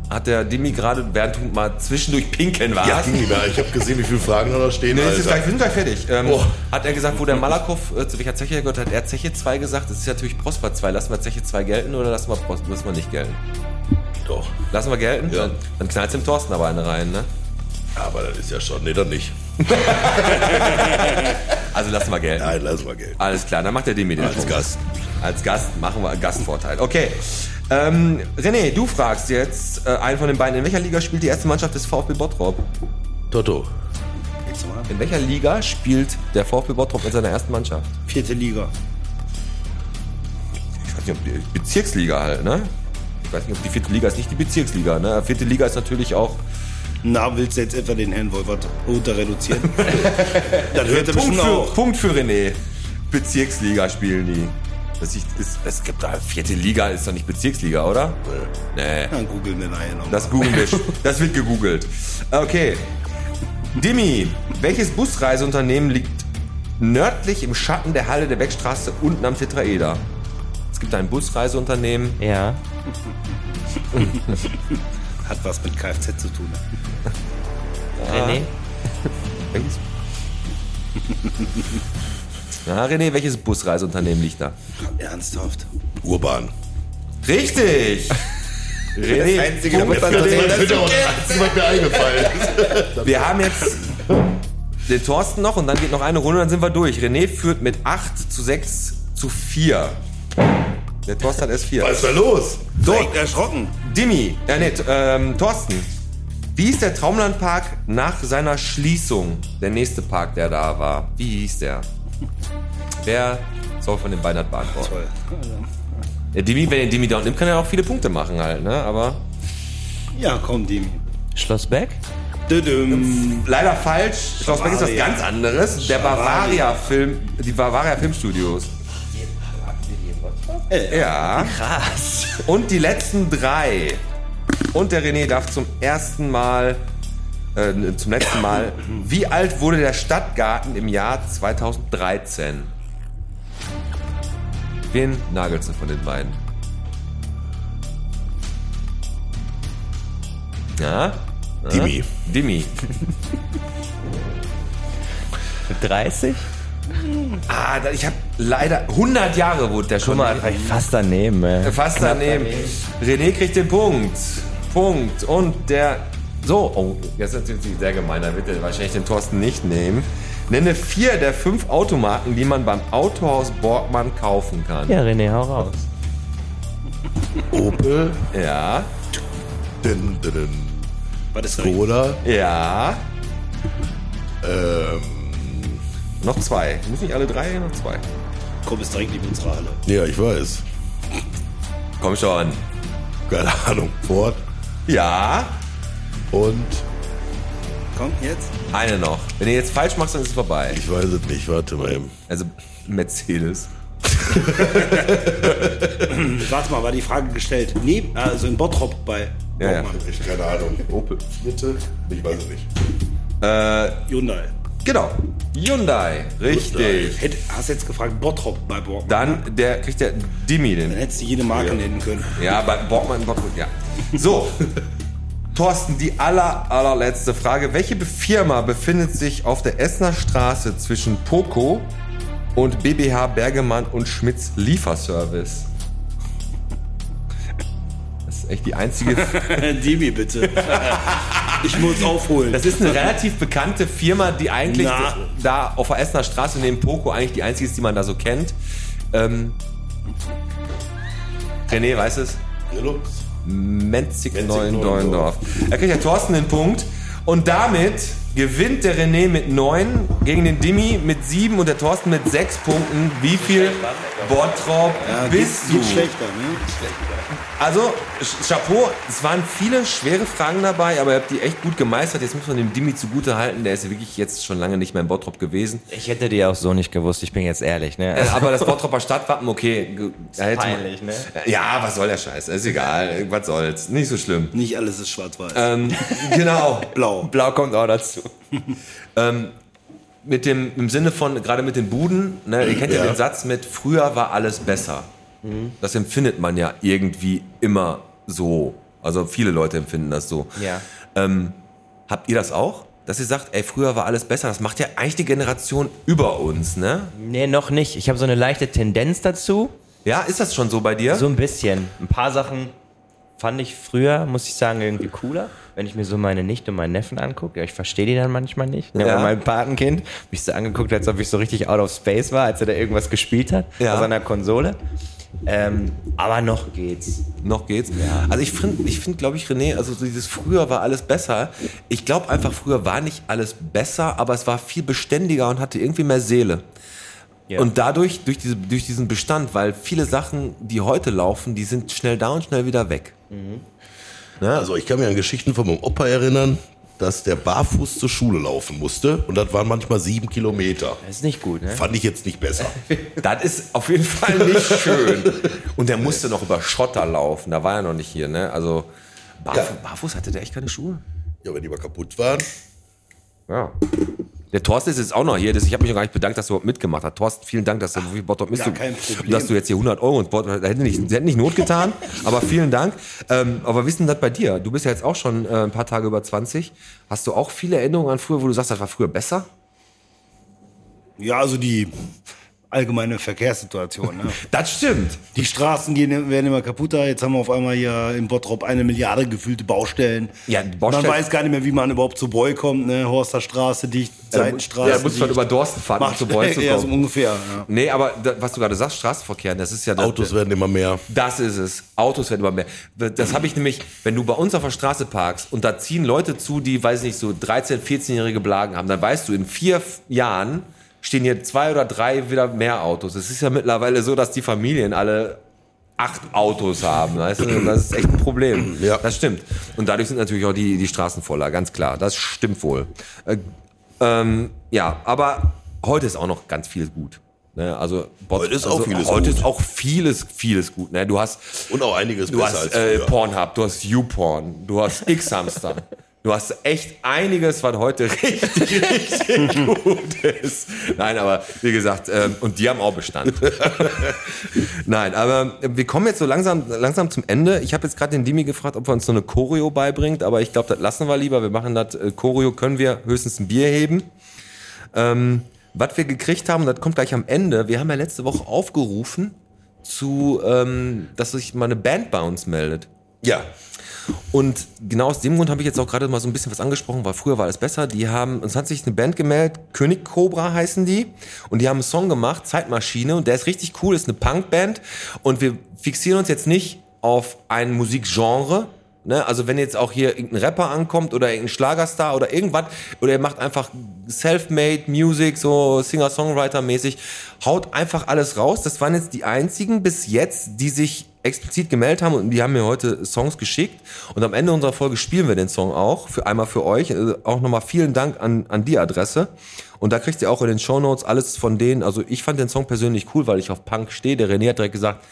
Speaker 3: hat der Demi gerade, während du mal zwischendurch pinkeln warst.
Speaker 2: Ja, ging nicht Also. mehr. Ich habe gesehen, wie viele Fragen da noch stehen.
Speaker 3: Nee, es ist
Speaker 2: Alter.
Speaker 3: gleich, wir sind gleich fertig. Ähm,
Speaker 2: Boah.
Speaker 3: Hat er gesagt, wo der Malakow, äh, zu welcher Zeche er gehört, hat er Zeche 2 gesagt? Das ist natürlich Prosper 2. Lassen wir Zeche 2 gelten oder lassen wir, Pros lassen wir nicht gelten?
Speaker 2: Doch.
Speaker 3: Lassen wir gelten?
Speaker 2: Ja.
Speaker 3: Dann, dann knallt's dem Thorsten aber eine rein, ne?
Speaker 2: Aber das ist ja schon. Nee, dann nicht.
Speaker 3: Also lassen wir gelten.
Speaker 2: Nein, lass mal Geld.
Speaker 3: Alles klar, dann macht der Demi den
Speaker 2: Als
Speaker 3: Punkt.
Speaker 2: Gast.
Speaker 3: Als Gast machen wir einen Gastvorteil. Okay. Ähm, René, du fragst jetzt äh, einen von den beiden. In welcher Liga spielt die erste Mannschaft des VfB Bottrop?
Speaker 2: Toto.
Speaker 5: Jetzt mal.
Speaker 3: In welcher Liga spielt der VfB Bottrop in seiner ersten Mannschaft?
Speaker 5: Vierte Liga.
Speaker 3: ich weiß nicht, ob die Bezirksliga halt, ne? Ich weiß nicht, ob die vierte Liga ist nicht die Bezirksliga, ne? Vierte Liga ist natürlich auch.
Speaker 5: Na, willst du jetzt etwa den Herrn Wolfert runter reduzieren? das hört er
Speaker 3: Punkt
Speaker 5: bestimmt
Speaker 3: für,
Speaker 5: auch.
Speaker 3: Punkt für René. Bezirksliga spielen die. Das ist, ist, es gibt da vierte Liga, ist doch nicht Bezirksliga, oder? Nee.
Speaker 5: Dann googeln wir nachher nochmal.
Speaker 3: Das googeln wir. Das wird gegoogelt. Okay. Dimi, welches Busreiseunternehmen liegt nördlich im Schatten der Halle der Beckstraße unten am Tetraeder? Es gibt ein Busreiseunternehmen.
Speaker 4: Ja.
Speaker 5: Hat was mit Kfz zu tun.
Speaker 4: René?
Speaker 3: Welches? Na, René, welches Busreiseunternehmen liegt da?
Speaker 5: Ernsthaft?
Speaker 2: Urban.
Speaker 3: Richtig! René, Punkt an
Speaker 2: Das
Speaker 3: René.
Speaker 2: ist auch das Einzige, was mir eingefallen ist.
Speaker 3: wir haben jetzt den Thorsten noch und dann geht noch eine Runde, dann sind wir durch. René führt mit 8 zu 6 zu 4. Der Thorsten hat erst 4.
Speaker 2: Was ist da los?
Speaker 3: So,
Speaker 5: Direkt erschrocken.
Speaker 3: Dimi, äh, nee, T- ähm, Thorsten. Wie ist der Traumlandpark nach seiner Schließung? Der nächste Park, der da war. Wie hieß der? Wer soll von den beiden hat beantworten?
Speaker 5: Toll.
Speaker 3: Der Dimi, wenn der Dimi down nimmt, kann er auch viele Punkte machen halt, ne? Aber
Speaker 5: Ja, komm, Demi.
Speaker 4: Schloss Beck?
Speaker 5: Düdüm.
Speaker 3: leider falsch. Schlossberg ist was
Speaker 5: Bavaria.
Speaker 3: ganz anderes. Der
Speaker 5: Bavaria.
Speaker 3: Bavaria-Film, die Bavaria Filmstudios. Ja. Krass. Und die letzten drei. Und der René darf zum ersten Mal, äh, zum letzten Mal, wie alt wurde der Stadtgarten im Jahr 2013? Wen nagelst du von den beiden? Ja?
Speaker 2: Dimi.
Speaker 3: Dimi.
Speaker 4: 30?
Speaker 3: Ah, da- ich habe leider 100 Jahre wurde der schon mal.
Speaker 4: Fast daneben, ey.
Speaker 3: Fast daneben. René kriegt den Punkt. Punkt. Und der. So, oh, jetzt ist natürlich sehr gemein, da wird er wahrscheinlich den Thorsten nicht nehmen. Nenne vier der fünf Automarken, die man beim Autohaus Borgmann kaufen kann.
Speaker 4: Ja, René, hau raus.
Speaker 2: Opel.
Speaker 3: Ja.
Speaker 2: Din, din, din.
Speaker 5: Was ist denn?
Speaker 2: Skoda.
Speaker 3: ja.
Speaker 2: Ähm,
Speaker 3: Noch zwei. Muss nicht alle drei, noch zwei.
Speaker 5: Komm, ist direkt neben unserer Halle.
Speaker 2: ja, ich weiß.
Speaker 3: Komm schon.
Speaker 2: Keine Ahnung. Ford.
Speaker 3: Ja.
Speaker 2: Und
Speaker 5: Komm, jetzt.
Speaker 3: Eine noch. Wenn ihr jetzt falsch macht, dann ist es vorbei.
Speaker 2: ich weiß es nicht. Warte mal eben.
Speaker 3: Also Mercedes.
Speaker 5: Hm. Warte mal, war die Frage gestellt. Nee, also in Bottrop bei
Speaker 3: Ja, ja.
Speaker 5: Baumann.
Speaker 2: Ich keine Ahnung. Opel. Vierte. Ich weiß es nicht.
Speaker 5: Hyundai.
Speaker 3: Genau. Hyundai. Richtig.
Speaker 5: Hätt, hast jetzt gefragt, Bottrop bei Borgmann.
Speaker 3: Dann der kriegt der Dimi
Speaker 5: Dann
Speaker 3: den.
Speaker 5: hättest du jede Marke nennen können.
Speaker 3: Ja, bei Borgmann, Borgmann, ja. So. Thorsten, die aller, allerletzte Frage. Welche Firma befindet sich auf der Essener Straße zwischen Poco und BBH Bergemann und Schmitz Lieferservice? Das ist echt die einzige.
Speaker 5: Demi, bitte. ich muss aufholen.
Speaker 3: Das ist eine relativ bekannte Firma, die eigentlich
Speaker 5: Na.
Speaker 3: da auf der Essener Straße neben Poco eigentlich die einzige ist, die man da so kennt. Ähm, René weiß es.
Speaker 2: Deluxe.
Speaker 3: Menzig
Speaker 2: Menzig-Neuendorf.
Speaker 3: Neuendorf. Da kriegt der Thorsten den Punkt. Und damit gewinnt der René mit 9 gegen den Dimi mit 7 und der Thorsten mit 6 Punkten. Wie viel Bottrop bist
Speaker 6: Geht
Speaker 3: du?
Speaker 6: schlechter, ne?
Speaker 3: Also, Sch- Chapeau, es waren viele schwere Fragen dabei, aber ihr habt die echt gut gemeistert. Jetzt muss man dem Dimi zugute halten, der ist wirklich jetzt schon lange nicht mehr in Bottrop gewesen.
Speaker 4: Ich hätte die auch so nicht gewusst, ich bin jetzt ehrlich, ne?
Speaker 3: Äh, Aber das Bottroper Stadtwappen, okay. ge- da hätte man-
Speaker 4: peinlich, ne?
Speaker 3: Ja, was soll der Scheiß? Ist egal, was soll's. Nicht so schlimm.
Speaker 6: Nicht alles ist schwarz-weiß.
Speaker 3: Ähm, genau.
Speaker 6: Blau.
Speaker 3: Blau kommt auch dazu. ähm, mit dem, im Sinne von, gerade mit den Buden, ne, ihr kennt ja.
Speaker 2: Ja.
Speaker 3: den Satz mit, früher war alles besser. Das empfindet man ja irgendwie immer so. Also viele Leute empfinden das so.
Speaker 4: Ja.
Speaker 3: Ähm, habt ihr das auch? Dass ihr sagt, ey, früher war alles besser. Das macht ja eigentlich die Generation über uns, ne?
Speaker 4: Nee, noch nicht. Ich habe so eine leichte Tendenz dazu.
Speaker 3: Ja, ist das schon so bei dir?
Speaker 4: So ein bisschen. Ein paar Sachen fand ich früher, muss ich sagen, irgendwie cooler. Wenn ich mir so meine Nichte und meinen Neffen angucke, ja, ich verstehe die dann manchmal nicht. Ne?
Speaker 3: Ja.
Speaker 4: Oder mein Patenkind, mich so angeguckt, als ob ich so richtig out of space war, als er da irgendwas gespielt hat
Speaker 3: Ja.
Speaker 4: auf seiner Konsole. Ähm, aber noch geht's.
Speaker 3: Noch geht's. Also ich finde, ich find, glaube ich, René, also so dieses früher war alles besser. Ich glaube einfach, früher war nicht alles besser, aber es war viel beständiger und hatte irgendwie mehr Seele.
Speaker 4: Ja.
Speaker 3: Und dadurch, durch, diese, durch diesen Bestand, weil viele Sachen, die heute laufen, die sind schnell da und schnell wieder weg.
Speaker 2: Also ich kann mir an Geschichten von meinem Opa erinnern, dass der barfuß zur Schule laufen musste und das waren manchmal sieben Kilometer.
Speaker 4: Das ist nicht gut, ne?
Speaker 2: Fand ich jetzt nicht besser.
Speaker 3: Das ist auf jeden Fall nicht schön. Und der musste noch über Schotter laufen, da war er noch nicht hier, ne? Also barf barfuß hatte der echt keine Schuhe.
Speaker 2: Ja, wenn die mal kaputt waren.
Speaker 3: Ja. Der Thorsten ist jetzt auch noch hier. Das- Ich habe mich noch gar nicht bedankt, dass du überhaupt mitgemacht hast. Thorsten, vielen Dank, dass du wie Bottrop bist.
Speaker 6: gar
Speaker 3: du-
Speaker 6: kein Problem.
Speaker 3: Und dass du jetzt hier 100 Euro und Bottrop, hätte nicht, hätte nicht Not getan, aber vielen Dank. Ähm, aber wissen das bei dir? Du bist ja jetzt auch schon äh, ein paar Tage über 20. Hast du auch viele Erinnerungen an früher, wo du sagst, das war früher besser?
Speaker 6: Ja, also die allgemeine Verkehrssituation. Ne?
Speaker 3: Das stimmt.
Speaker 6: Die Straßen gehen, werden immer kaputter. Jetzt haben wir auf einmal hier in Bottrop eine Milliarde gefüllte Baustellen.
Speaker 3: Ja, die Baustellen-
Speaker 6: Man weiß gar nicht mehr, wie man überhaupt zu Boy kommt. Ne? Horster Straße dicht, Seitenstraße
Speaker 3: Ja, du musst schon
Speaker 6: dicht.
Speaker 3: über Dorsten fahren, um
Speaker 6: Macht
Speaker 3: zu Beul zu
Speaker 6: Ja, so
Speaker 3: kommen.
Speaker 6: ungefähr. Ja.
Speaker 3: Nee, aber da, was du gerade sagst, Straßenverkehr, das ist ja das,
Speaker 2: Autos werden immer mehr.
Speaker 3: Das ist es. Autos werden immer mehr. Das habe ich nämlich, wenn du bei uns auf der Straße parkst und da ziehen Leute zu, die, weiß nicht, so 13-, 14-jährige Blagen haben, dann weißt du, in vier F- Jahren stehen hier zwei oder drei wieder mehr Autos. Es ist ja mittlerweile so, dass die Familien alle acht Autos haben. Weißt du? Und Das ist echt ein Problem.
Speaker 2: Ja.
Speaker 3: Das stimmt. Und dadurch sind natürlich auch die, die Straßen voller, ganz klar. Das stimmt wohl. Äh, ähm, ja, aber heute ist auch noch ganz viel gut. Ne, also
Speaker 2: Heute ist auch
Speaker 3: also,
Speaker 2: vieles
Speaker 3: heute
Speaker 2: gut.
Speaker 3: ist auch vieles, vieles gut. Ne, du hast
Speaker 2: Und auch einiges
Speaker 3: Du
Speaker 2: besser als
Speaker 3: hast äh,
Speaker 2: früher.
Speaker 3: Pornhub, du hast YouPorn, du hast X-Hamster. Du hast echt einiges, was heute richtig, richtig gut ist. Nein, aber wie gesagt, ähm, und die haben auch Bestand. Nein, aber ähm, wir kommen jetzt so langsam, langsam zum Ende. Ich habe jetzt gerade den Dimi gefragt, ob er uns so eine Choreo beibringt, aber ich glaube, das lassen wir lieber. Wir machen das äh, Choreo, können wir höchstens ein Bier heben. Ähm, was wir gekriegt haben, das kommt gleich am Ende. Wir haben ja letzte Woche aufgerufen zu, ähm, dass sich mal eine Band bei uns meldet.
Speaker 2: Ja.
Speaker 3: Und genau aus dem Grund habe ich jetzt auch gerade mal so ein bisschen was angesprochen, weil früher war alles besser. Die haben, uns hat sich eine Band gemeldet, König Cobra heißen die. Und die haben einen Song gemacht, Zeitmaschine. Und der ist richtig cool, ist eine Punkband. Und wir fixieren uns jetzt nicht auf ein Musikgenre. Ne? Also wenn jetzt auch hier irgendein Rapper ankommt oder irgendein Schlagerstar oder irgendwas, oder ihr macht einfach Self-Made Music, so Singer-Songwriter-mäßig, haut einfach alles raus. Das waren jetzt die einzigen bis jetzt, die sich explizit gemeldet haben und die haben mir heute Songs geschickt und am Ende unserer Folge spielen wir den Song auch für einmal für euch Also auch nochmal vielen Dank an, an die Adresse und da kriegt ihr auch in den Shownotes alles von denen also ich fand den Song persönlich cool weil ich auf Punk stehe der René hat direkt gesagt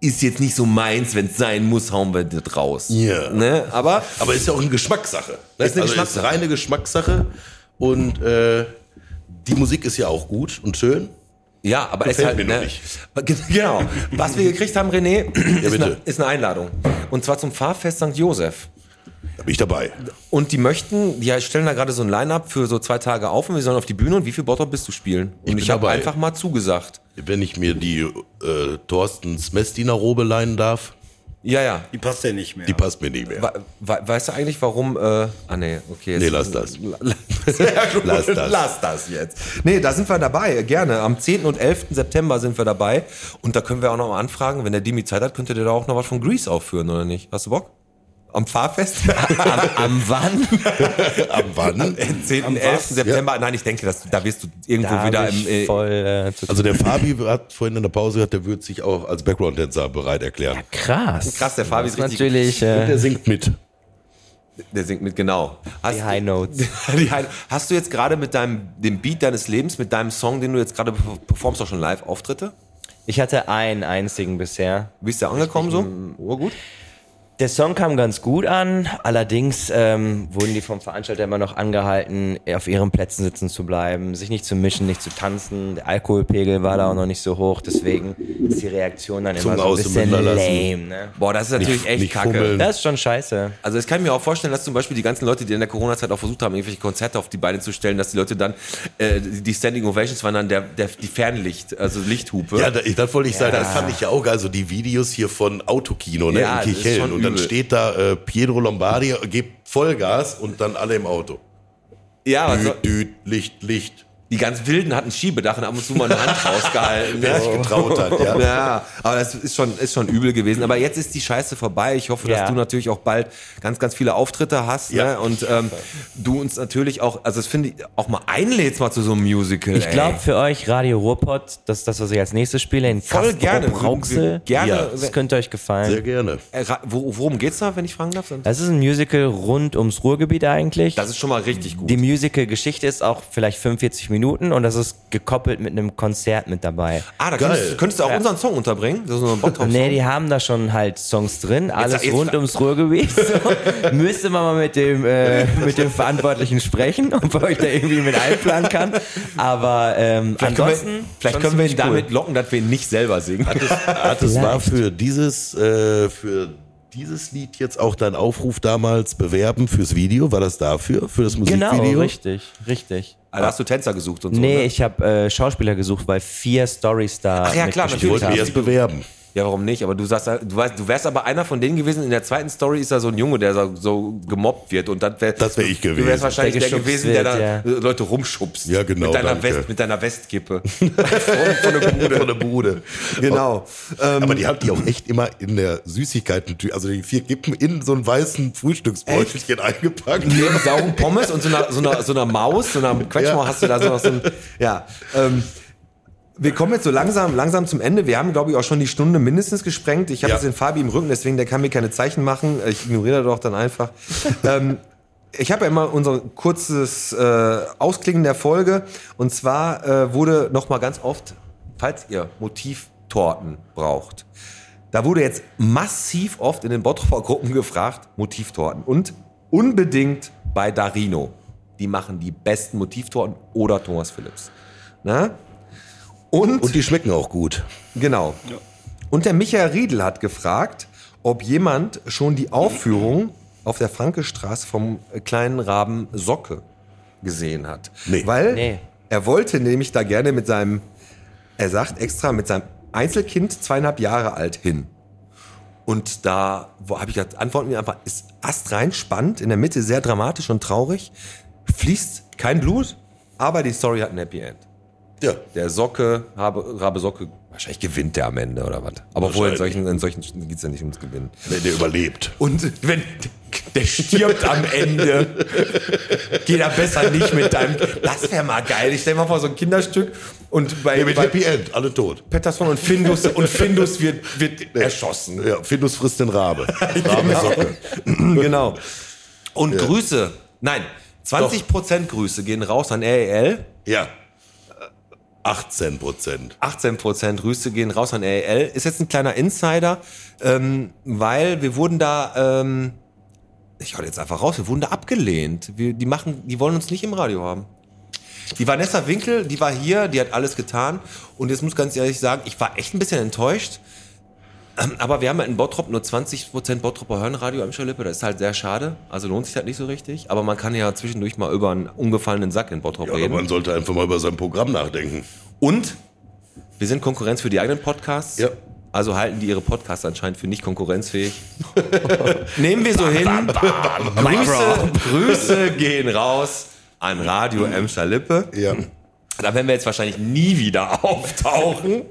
Speaker 3: ist jetzt nicht so meins wenn es sein muss hauen wir das raus
Speaker 2: Ja.
Speaker 3: ne? aber
Speaker 2: Aber ist ja auch eine Geschmackssache.
Speaker 3: Das ist eine
Speaker 2: also
Speaker 3: Geschmackssache.
Speaker 2: Ist reine Geschmackssache. Und äh, die Musik ist ja auch gut und schön.
Speaker 3: ja aber es
Speaker 2: Gefällt
Speaker 3: halt
Speaker 2: mir noch
Speaker 3: ne, genau was wir gekriegt haben René ist,
Speaker 2: bitte.
Speaker 3: eine, ist eine Einladung und zwar zum Fahrfest St. Josef
Speaker 2: Da bin ich dabei.
Speaker 3: Und die möchten, die stellen da gerade so ein Line-Up für so zwei Tage auf und wir sollen auf die Bühne und wie viel Bottrop bist du spielen? Und
Speaker 2: bin
Speaker 3: ich, hab habe
Speaker 2: dabei.
Speaker 3: einfach mal zugesagt.
Speaker 2: Wenn ich mir die äh, Thorstens Messdiener-Robe leihen darf,
Speaker 3: Ja, ja.
Speaker 6: Die passt ja nicht mehr.
Speaker 2: die passt mir nicht mehr.
Speaker 3: We- we- Weißt du eigentlich, warum? Äh, ah, nee, okay. Jetzt,
Speaker 2: Nee, lass das.
Speaker 3: lass
Speaker 2: Lass
Speaker 3: das.
Speaker 2: das.
Speaker 3: Lass das jetzt. Nee, da sind wir dabei, gerne. Am 10. und 11. September sind wir dabei. Und da können wir auch noch mal anfragen, wenn der Dimi Zeit hat, könnte der da auch noch was von Grease aufführen, oder nicht? Hast du Bock? Am Fahrfest?
Speaker 4: Am, am wann?
Speaker 2: Ab wann?
Speaker 3: 10. 11. September? Nein, ich denke, dass, da wirst du irgendwo
Speaker 4: Da
Speaker 3: wieder
Speaker 4: hab ich
Speaker 3: im, äh,
Speaker 4: voll äh, zu
Speaker 2: Also der Fabi hat vorhin in der Pause gesagt, der wird sich auch als Background-Dancer bereit erklären.
Speaker 4: krass.
Speaker 3: Krass, der Fabi ist
Speaker 4: Das ist
Speaker 3: richtig.
Speaker 4: natürlich äh,
Speaker 2: Der singt mit.
Speaker 3: Der singt mit, genau. Hast
Speaker 4: die
Speaker 3: du-
Speaker 4: High Notes.
Speaker 3: Die High- Hast du jetzt gerade mit deinem dem Beat deines Lebens, mit deinem Song, den du jetzt gerade perf- performst, auch schon live Auftritte?
Speaker 4: Ich hatte einen einzigen bisher.
Speaker 3: Bist du angekommen so? Oh, gut.
Speaker 4: Der Song kam ganz gut an, allerdings ähm, wurden die vom Veranstalter immer noch angehalten, auf ihren Plätzen sitzen zu bleiben, sich nicht zu mischen, nicht zu tanzen. Der Alkoholpegel war da auch noch nicht so hoch, deswegen ist die Reaktion dann
Speaker 2: Zunge
Speaker 4: immer so ein
Speaker 2: aus dem
Speaker 4: bisschen
Speaker 2: Münder lassen.
Speaker 4: lame. Ne?
Speaker 3: Boah, das ist natürlich echt
Speaker 2: nicht
Speaker 3: kacke.
Speaker 2: fummeln.
Speaker 4: Das ist schon scheiße.
Speaker 3: Also das kann ich mir auch vorstellen, dass zum Beispiel die ganzen Leute, die in der Corona-Zeit auch versucht haben, irgendwelche Konzerte auf die Beine zu stellen, dass die Leute dann, äh, die Standing Ovations waren dann der, der, die Fernlicht, also Lichthupe.
Speaker 2: Ja, da, ich, das wollte ich sagen. Das fand ich ja auch geil. So die Videos hier von Autokino ne, in
Speaker 3: Ja, das ist schon
Speaker 2: Kirchhellen. Und dann
Speaker 3: übel.
Speaker 2: steht da äh, Pietro Lombardi, gibt Vollgas und dann alle im Auto.
Speaker 3: ja also,
Speaker 2: Düt, düt, Licht, Licht.
Speaker 3: die ganz Wilden hatten Schiebedach und ab und zu mal eine Hand rausgehalten. ne?
Speaker 2: Wer sich getraut hat, ja. genau.
Speaker 3: Ja, aber das ist schon, ist schon übel gewesen. Aber jetzt ist die Scheiße vorbei. Ich hoffe,
Speaker 4: Ja.
Speaker 3: dass du natürlich auch bald ganz, ganz viele Auftritte hast.
Speaker 2: Ja.
Speaker 3: Ne? Und ähm, du uns natürlich auch, also das finde ich, auch mal einlädst mal zu so einem Musical.
Speaker 4: Ich
Speaker 3: ey.
Speaker 4: glaube für euch Radio Ruhrpott, das ist das, was ich als nächstes spiele, in
Speaker 3: voll gerne.
Speaker 4: Rauxel.
Speaker 3: Gerne.
Speaker 2: Ja.
Speaker 4: Das könnte euch gefallen.
Speaker 2: Sehr gerne.
Speaker 3: Äh, Ra- wo, worum geht's da, wenn ich fragen darf?
Speaker 4: Das ist ein Musical rund ums Ruhrgebiet eigentlich.
Speaker 3: Das ist schon mal richtig gut.
Speaker 4: die Musical-Geschichte ist auch vielleicht 45 Minuten und das ist gekoppelt mit einem Konzert mit dabei.
Speaker 3: ah, da
Speaker 2: Geil.
Speaker 3: könntest, könntest du auch unseren Song unterbringen. Das ist so ein Bottrop.
Speaker 4: Nee, die haben da schon halt Songs drin, alles
Speaker 3: jetzt-
Speaker 4: rund ums Ruhrgebiet. So. Müsste man mal mit dem, äh, mit dem Verantwortlichen sprechen, ob er euch da irgendwie mit einplanen kann. Aber ähm,
Speaker 3: Vielleicht
Speaker 4: ansonsten,
Speaker 3: können wir, vielleicht können wir ihn damit locken, dass wir ihn nicht selber singen.
Speaker 2: Hat es war für dieses, äh, für dieses Lied jetzt auch dein Aufruf damals bewerben fürs Video? War das dafür? Für das
Speaker 4: genau,
Speaker 2: Musikvideo?
Speaker 4: richtig, richtig.
Speaker 3: Da Also hast du Tänzer gesucht und so.
Speaker 4: Nee,
Speaker 3: ne?
Speaker 4: ich habe äh, Schauspieler gesucht, weil vier Stories da
Speaker 3: Ach ja, klar,
Speaker 2: Ich
Speaker 4: mitgespielt
Speaker 2: wollte
Speaker 4: haben.
Speaker 2: mich erst bewerben.
Speaker 3: Ja, warum nicht? Aber du sagst, du weißt, du wärst aber einer von denen gewesen. In der zweiten Story ist da so ein Junge, der so, so gemobbt wird und das wäre
Speaker 2: Das wär ich gewesen.
Speaker 3: Du wärst wahrscheinlich
Speaker 4: Der
Speaker 3: der,
Speaker 4: geschubst
Speaker 3: gewesen, der da
Speaker 4: wird,
Speaker 3: Leute rumschubst.
Speaker 2: Ja, genau,
Speaker 3: Mit deiner,
Speaker 2: danke.
Speaker 3: West, mit deiner Westkippe. von, von der Bude.
Speaker 2: Von der Bude. Äh,
Speaker 3: Genau.
Speaker 2: Aber die haben die auch echt immer in der Süßigkeiten-Tür, also die vier Kippen in so einen weißen Frühstücksbeutelchen eingepackt.
Speaker 3: Neben sauren Pommes und so einer, so einer, so einer Maus, so einer Quetschmaus
Speaker 2: Ja.
Speaker 3: hast du da so noch so ein. Ja. Ähm, wir kommen jetzt so langsam, langsam zum Ende. Wir haben, glaube ich, auch schon die Stunde mindestens gesprengt. Ich habe
Speaker 2: Ja.
Speaker 3: jetzt den Fabi im Rücken, deswegen der kann mir keine Zeichen machen. Ich ignoriere das auch dann einfach. ähm, ich habe ja immer unser kurzes äh, Ausklingen der Folge. Und zwar äh, wurde noch mal ganz oft, falls ihr Motivtorten braucht, da wurde jetzt massiv oft in den Bottroper Gruppen gefragt, Motivtorten. Und unbedingt bei Darino. Die machen die besten Motivtorten oder Thomas Phillips. Na? Ne? Und,
Speaker 2: Und die schmecken auch gut.
Speaker 3: genau. Und der Michael Riedel hat gefragt, ob jemand schon die Aufführung auf der Frankestraße vom kleinen Raben Socke gesehen hat.
Speaker 2: Nee.
Speaker 3: Weil
Speaker 4: Nee.
Speaker 3: er wollte nämlich da gerne mit seinem, er sagt extra, mit seinem Einzelkind zweieinhalb Jahre alt hin. Und da habe ich gedacht, antworten wir einfach, ist astrein spannend, in der Mitte sehr dramatisch und traurig, fließt kein Blut, aber die Story hat ein Happy End.
Speaker 2: Ja.
Speaker 3: Der Socke, Rabe, Rabe Socke, wahrscheinlich gewinnt der am Ende oder was. Aber obwohl in
Speaker 2: Wahrscheinlich.
Speaker 3: solchen, in solchen geht es ja nicht ums Gewinnen.
Speaker 2: Wenn der überlebt.
Speaker 3: Und wenn der stirbt am Ende, geh da besser nicht mit deinem. Das wäre mal geil. Ich stell mir mal vor, so ein Kinderstück und bei,
Speaker 2: Ja, mit
Speaker 3: bei
Speaker 2: Happy End, alle tot.
Speaker 3: Pettersson und Findus und Findus wird, wird erschossen.
Speaker 2: Ja, Findus frisst den Rabe. Rabensocke.
Speaker 3: genau. Und Grüße. Nein, 20% Grüße gehen raus an E REL.
Speaker 2: Ja. 18 Prozent.
Speaker 3: 18% Grüße gehen raus an REL. Ist jetzt ein kleiner Insider, ähm, weil wir wurden da, ähm, ich hau jetzt einfach raus, wir wurden da abgelehnt. Wir, die, machen, die wollen uns nicht im Radio haben. Die Vanessa Winkel, die war hier, die hat alles getan. Und jetzt muss ganz ehrlich sagen, ich war echt ein bisschen enttäuscht. Ähm, Aber wir haben halt in Bottrop nur 20% Bottroper Hörnradio am Schalippe. Das ist halt sehr schade. Also lohnt sich das nicht so richtig. Aber man kann ja zwischendurch mal über einen umgefallenen Sack in Bottrop
Speaker 2: Ja, aber
Speaker 3: reden.
Speaker 2: man sollte einfach mal über sein Programm nachdenken.
Speaker 3: Und wir sind Konkurrenz für die eigenen Podcasts.
Speaker 2: Ja.
Speaker 3: Also halten die ihre Podcasts anscheinend für nicht konkurrenzfähig. Nehmen wir so hin. Grüße, Grüße gehen raus an Radio Emscher Lippe.
Speaker 2: Ja.
Speaker 3: Da werden wir jetzt wahrscheinlich nie wieder auftauchen.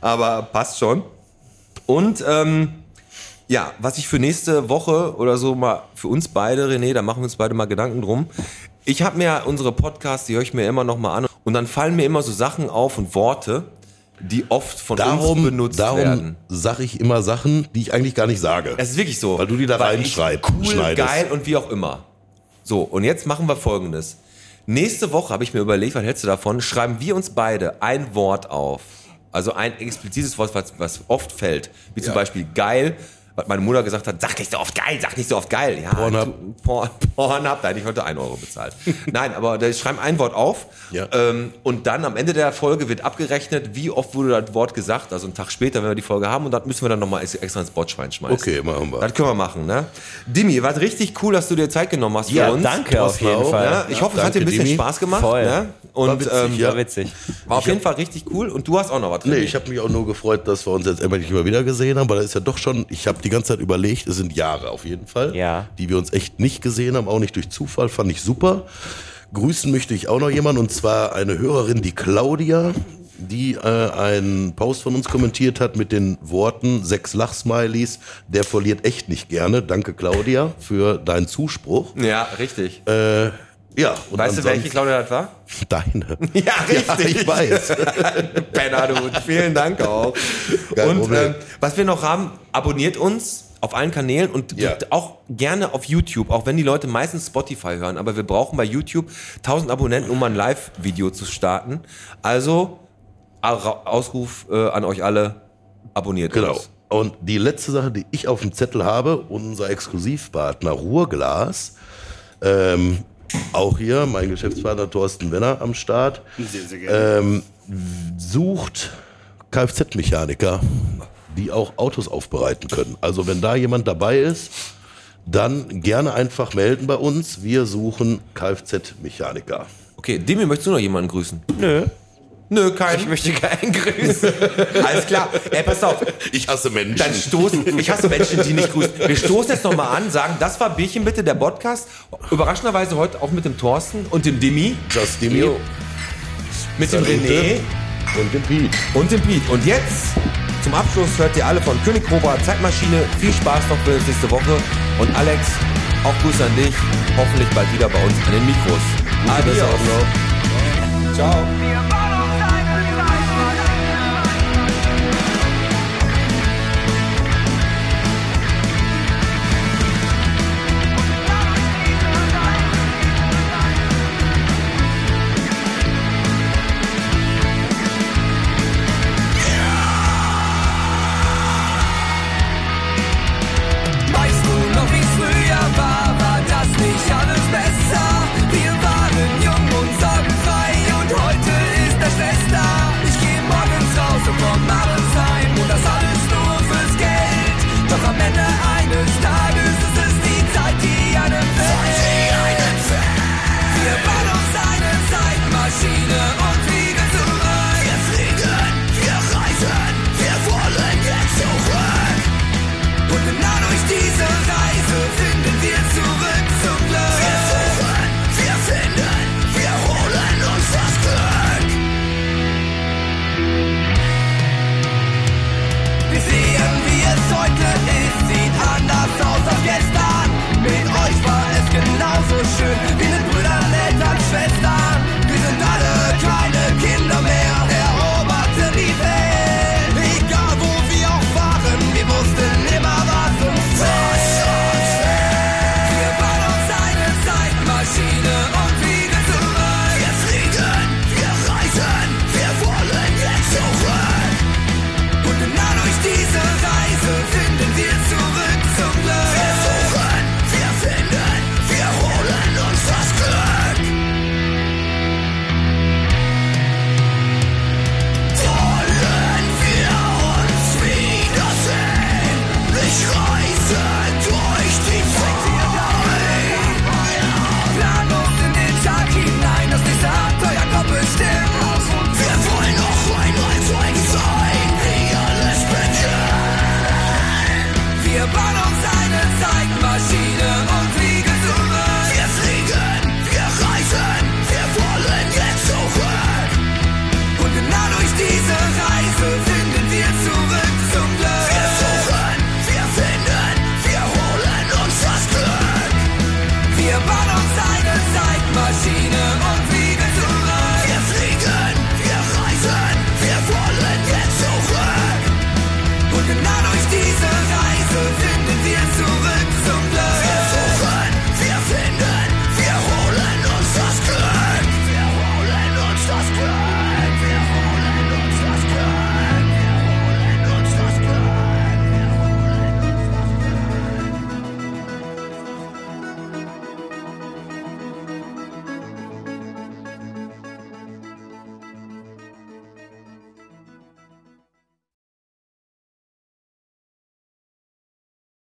Speaker 3: Aber passt schon. Und ähm, Ja, was ich für nächste Woche oder so mal für uns beide, René, da machen wir uns beide mal Gedanken drum. Ich habe mir unsere Podcasts, die höre ich mir immer noch mal an und dann fallen mir immer so Sachen auf und Worte, die oft von uns
Speaker 2: Darum,
Speaker 3: benutzt
Speaker 2: darum
Speaker 3: werden.
Speaker 2: sage ich immer Sachen, die ich eigentlich gar nicht sage.
Speaker 3: Es ist wirklich so.
Speaker 2: Weil du die da
Speaker 3: ich
Speaker 2: reinschreib-
Speaker 3: Cool,
Speaker 2: schneidest.
Speaker 3: geil und wie auch immer. So, und jetzt machen wir folgendes. Nächste Woche habe ich mir überlegt, was hältst du davon? Schreiben wir uns beide ein Wort auf. Also ein explizites Wort, was, was oft fällt. Wie zum
Speaker 2: Ja.
Speaker 3: Beispiel geil, was meine Mutter gesagt hat, sag nicht so oft geil, sag nicht so oft geil. Ja,
Speaker 2: Pornhub.
Speaker 3: du- Porn, Pornhub, da hätte ich heute 1 Euro bezahlt. Nein, aber da schreiben ein Wort auf
Speaker 2: Ja.
Speaker 3: ähm, und dann am Ende der Folge wird abgerechnet, wie oft wurde das Wort gesagt. Also einen Tag später, wenn wir die Folge haben und das müssen wir dann nochmal extra ins Botschwein schmeißen.
Speaker 2: Okay, machen wir.
Speaker 3: Das können wir machen, ne? Dimi, war richtig cool, dass du dir Zeit genommen hast
Speaker 4: Ja,
Speaker 3: für uns.
Speaker 4: danke auf
Speaker 2: Thorsten
Speaker 4: jeden
Speaker 2: auch,
Speaker 4: Fall.
Speaker 3: Ja, ich hoffe, es hat dir ein
Speaker 2: Danke,
Speaker 3: bisschen
Speaker 2: Dimi.
Speaker 3: Spaß gemacht.
Speaker 4: Voll.
Speaker 3: Ne? Und
Speaker 2: War witzig,
Speaker 3: ähm,
Speaker 2: ja.
Speaker 4: War witzig.
Speaker 3: war auf jeden Fall richtig cool. Und du hast auch noch was
Speaker 2: Nee,
Speaker 3: René.
Speaker 2: ich habe mich auch nur gefreut, dass wir uns jetzt endlich mal wieder gesehen haben, weil da ist ja doch schon, ich habe die ganze Zeit überlegt, es sind Jahre auf jeden Fall,
Speaker 4: Ja.
Speaker 2: die wir uns echt nicht gesehen haben, auch nicht durch Zufall, fand ich super. Grüßen möchte ich auch noch jemanden und zwar eine Hörerin, die Claudia, die äh, einen Post von uns kommentiert hat mit den Worten sechs Lachsmileys, der verliert echt nicht gerne. Danke Claudia für deinen Zuspruch.
Speaker 3: Ja, richtig.
Speaker 2: Ja, und
Speaker 3: weißt du,
Speaker 2: Äh,
Speaker 3: welche
Speaker 2: ansonsten-
Speaker 3: Claudia das war?
Speaker 2: deine.
Speaker 3: Ja, richtig.
Speaker 2: ich weiß.
Speaker 3: Penner, du. Vielen Dank auch.
Speaker 2: Kein
Speaker 3: und
Speaker 2: Problem.
Speaker 3: ähm, was wir noch haben, abonniert uns auf allen Kanälen und
Speaker 2: Ja.
Speaker 3: drückt auch gerne auf YouTube, auch wenn die Leute meistens Spotify hören, aber wir brauchen bei YouTube 1000 Abonnenten, um mal ein Live-Video zu starten. Also Au- Ausruf äh, an euch alle, abonniert
Speaker 2: Genau.
Speaker 3: uns.
Speaker 2: Und die letzte Sache, die ich auf dem Zettel habe, unser Exklusivpartner Ruhrglas, ähm, auch hier mein Geschäftspartner Thorsten Wenner am Start,
Speaker 6: Sehr, sehr gerne.
Speaker 2: ähm, sucht Kfz-Mechaniker, die auch Autos aufbereiten können. Also wenn da jemand dabei ist, dann gerne einfach melden bei uns. Wir suchen Kfz-Mechaniker.
Speaker 3: Okay, Demi, möchtest du noch jemanden grüßen? Nö. Nö, kein. Ich möchte keinen grüßen. Alles klar. Ey, pass auf.
Speaker 2: Ich hasse Menschen.
Speaker 3: Dann stoßen, ich hasse Menschen, die nicht grüßen. Wir stoßen jetzt nochmal an, sagen, das war Bierchen bitte, der Podcast. Überraschenderweise heute auch mit dem Thorsten und dem Dimi,
Speaker 2: Just Demi
Speaker 3: mit dem
Speaker 2: Salute.
Speaker 3: René
Speaker 2: und dem Piet.
Speaker 3: und dem Piet. Und jetzt zum Abschluss hört ihr alle von König Cobra, Zeitmaschine. Viel Spaß noch für uns nächste Woche. Und Alex, auch Grüße an dich. Hoffentlich bald wieder bei uns an den Mikros. Adios. Ciao.
Speaker 7: Bye.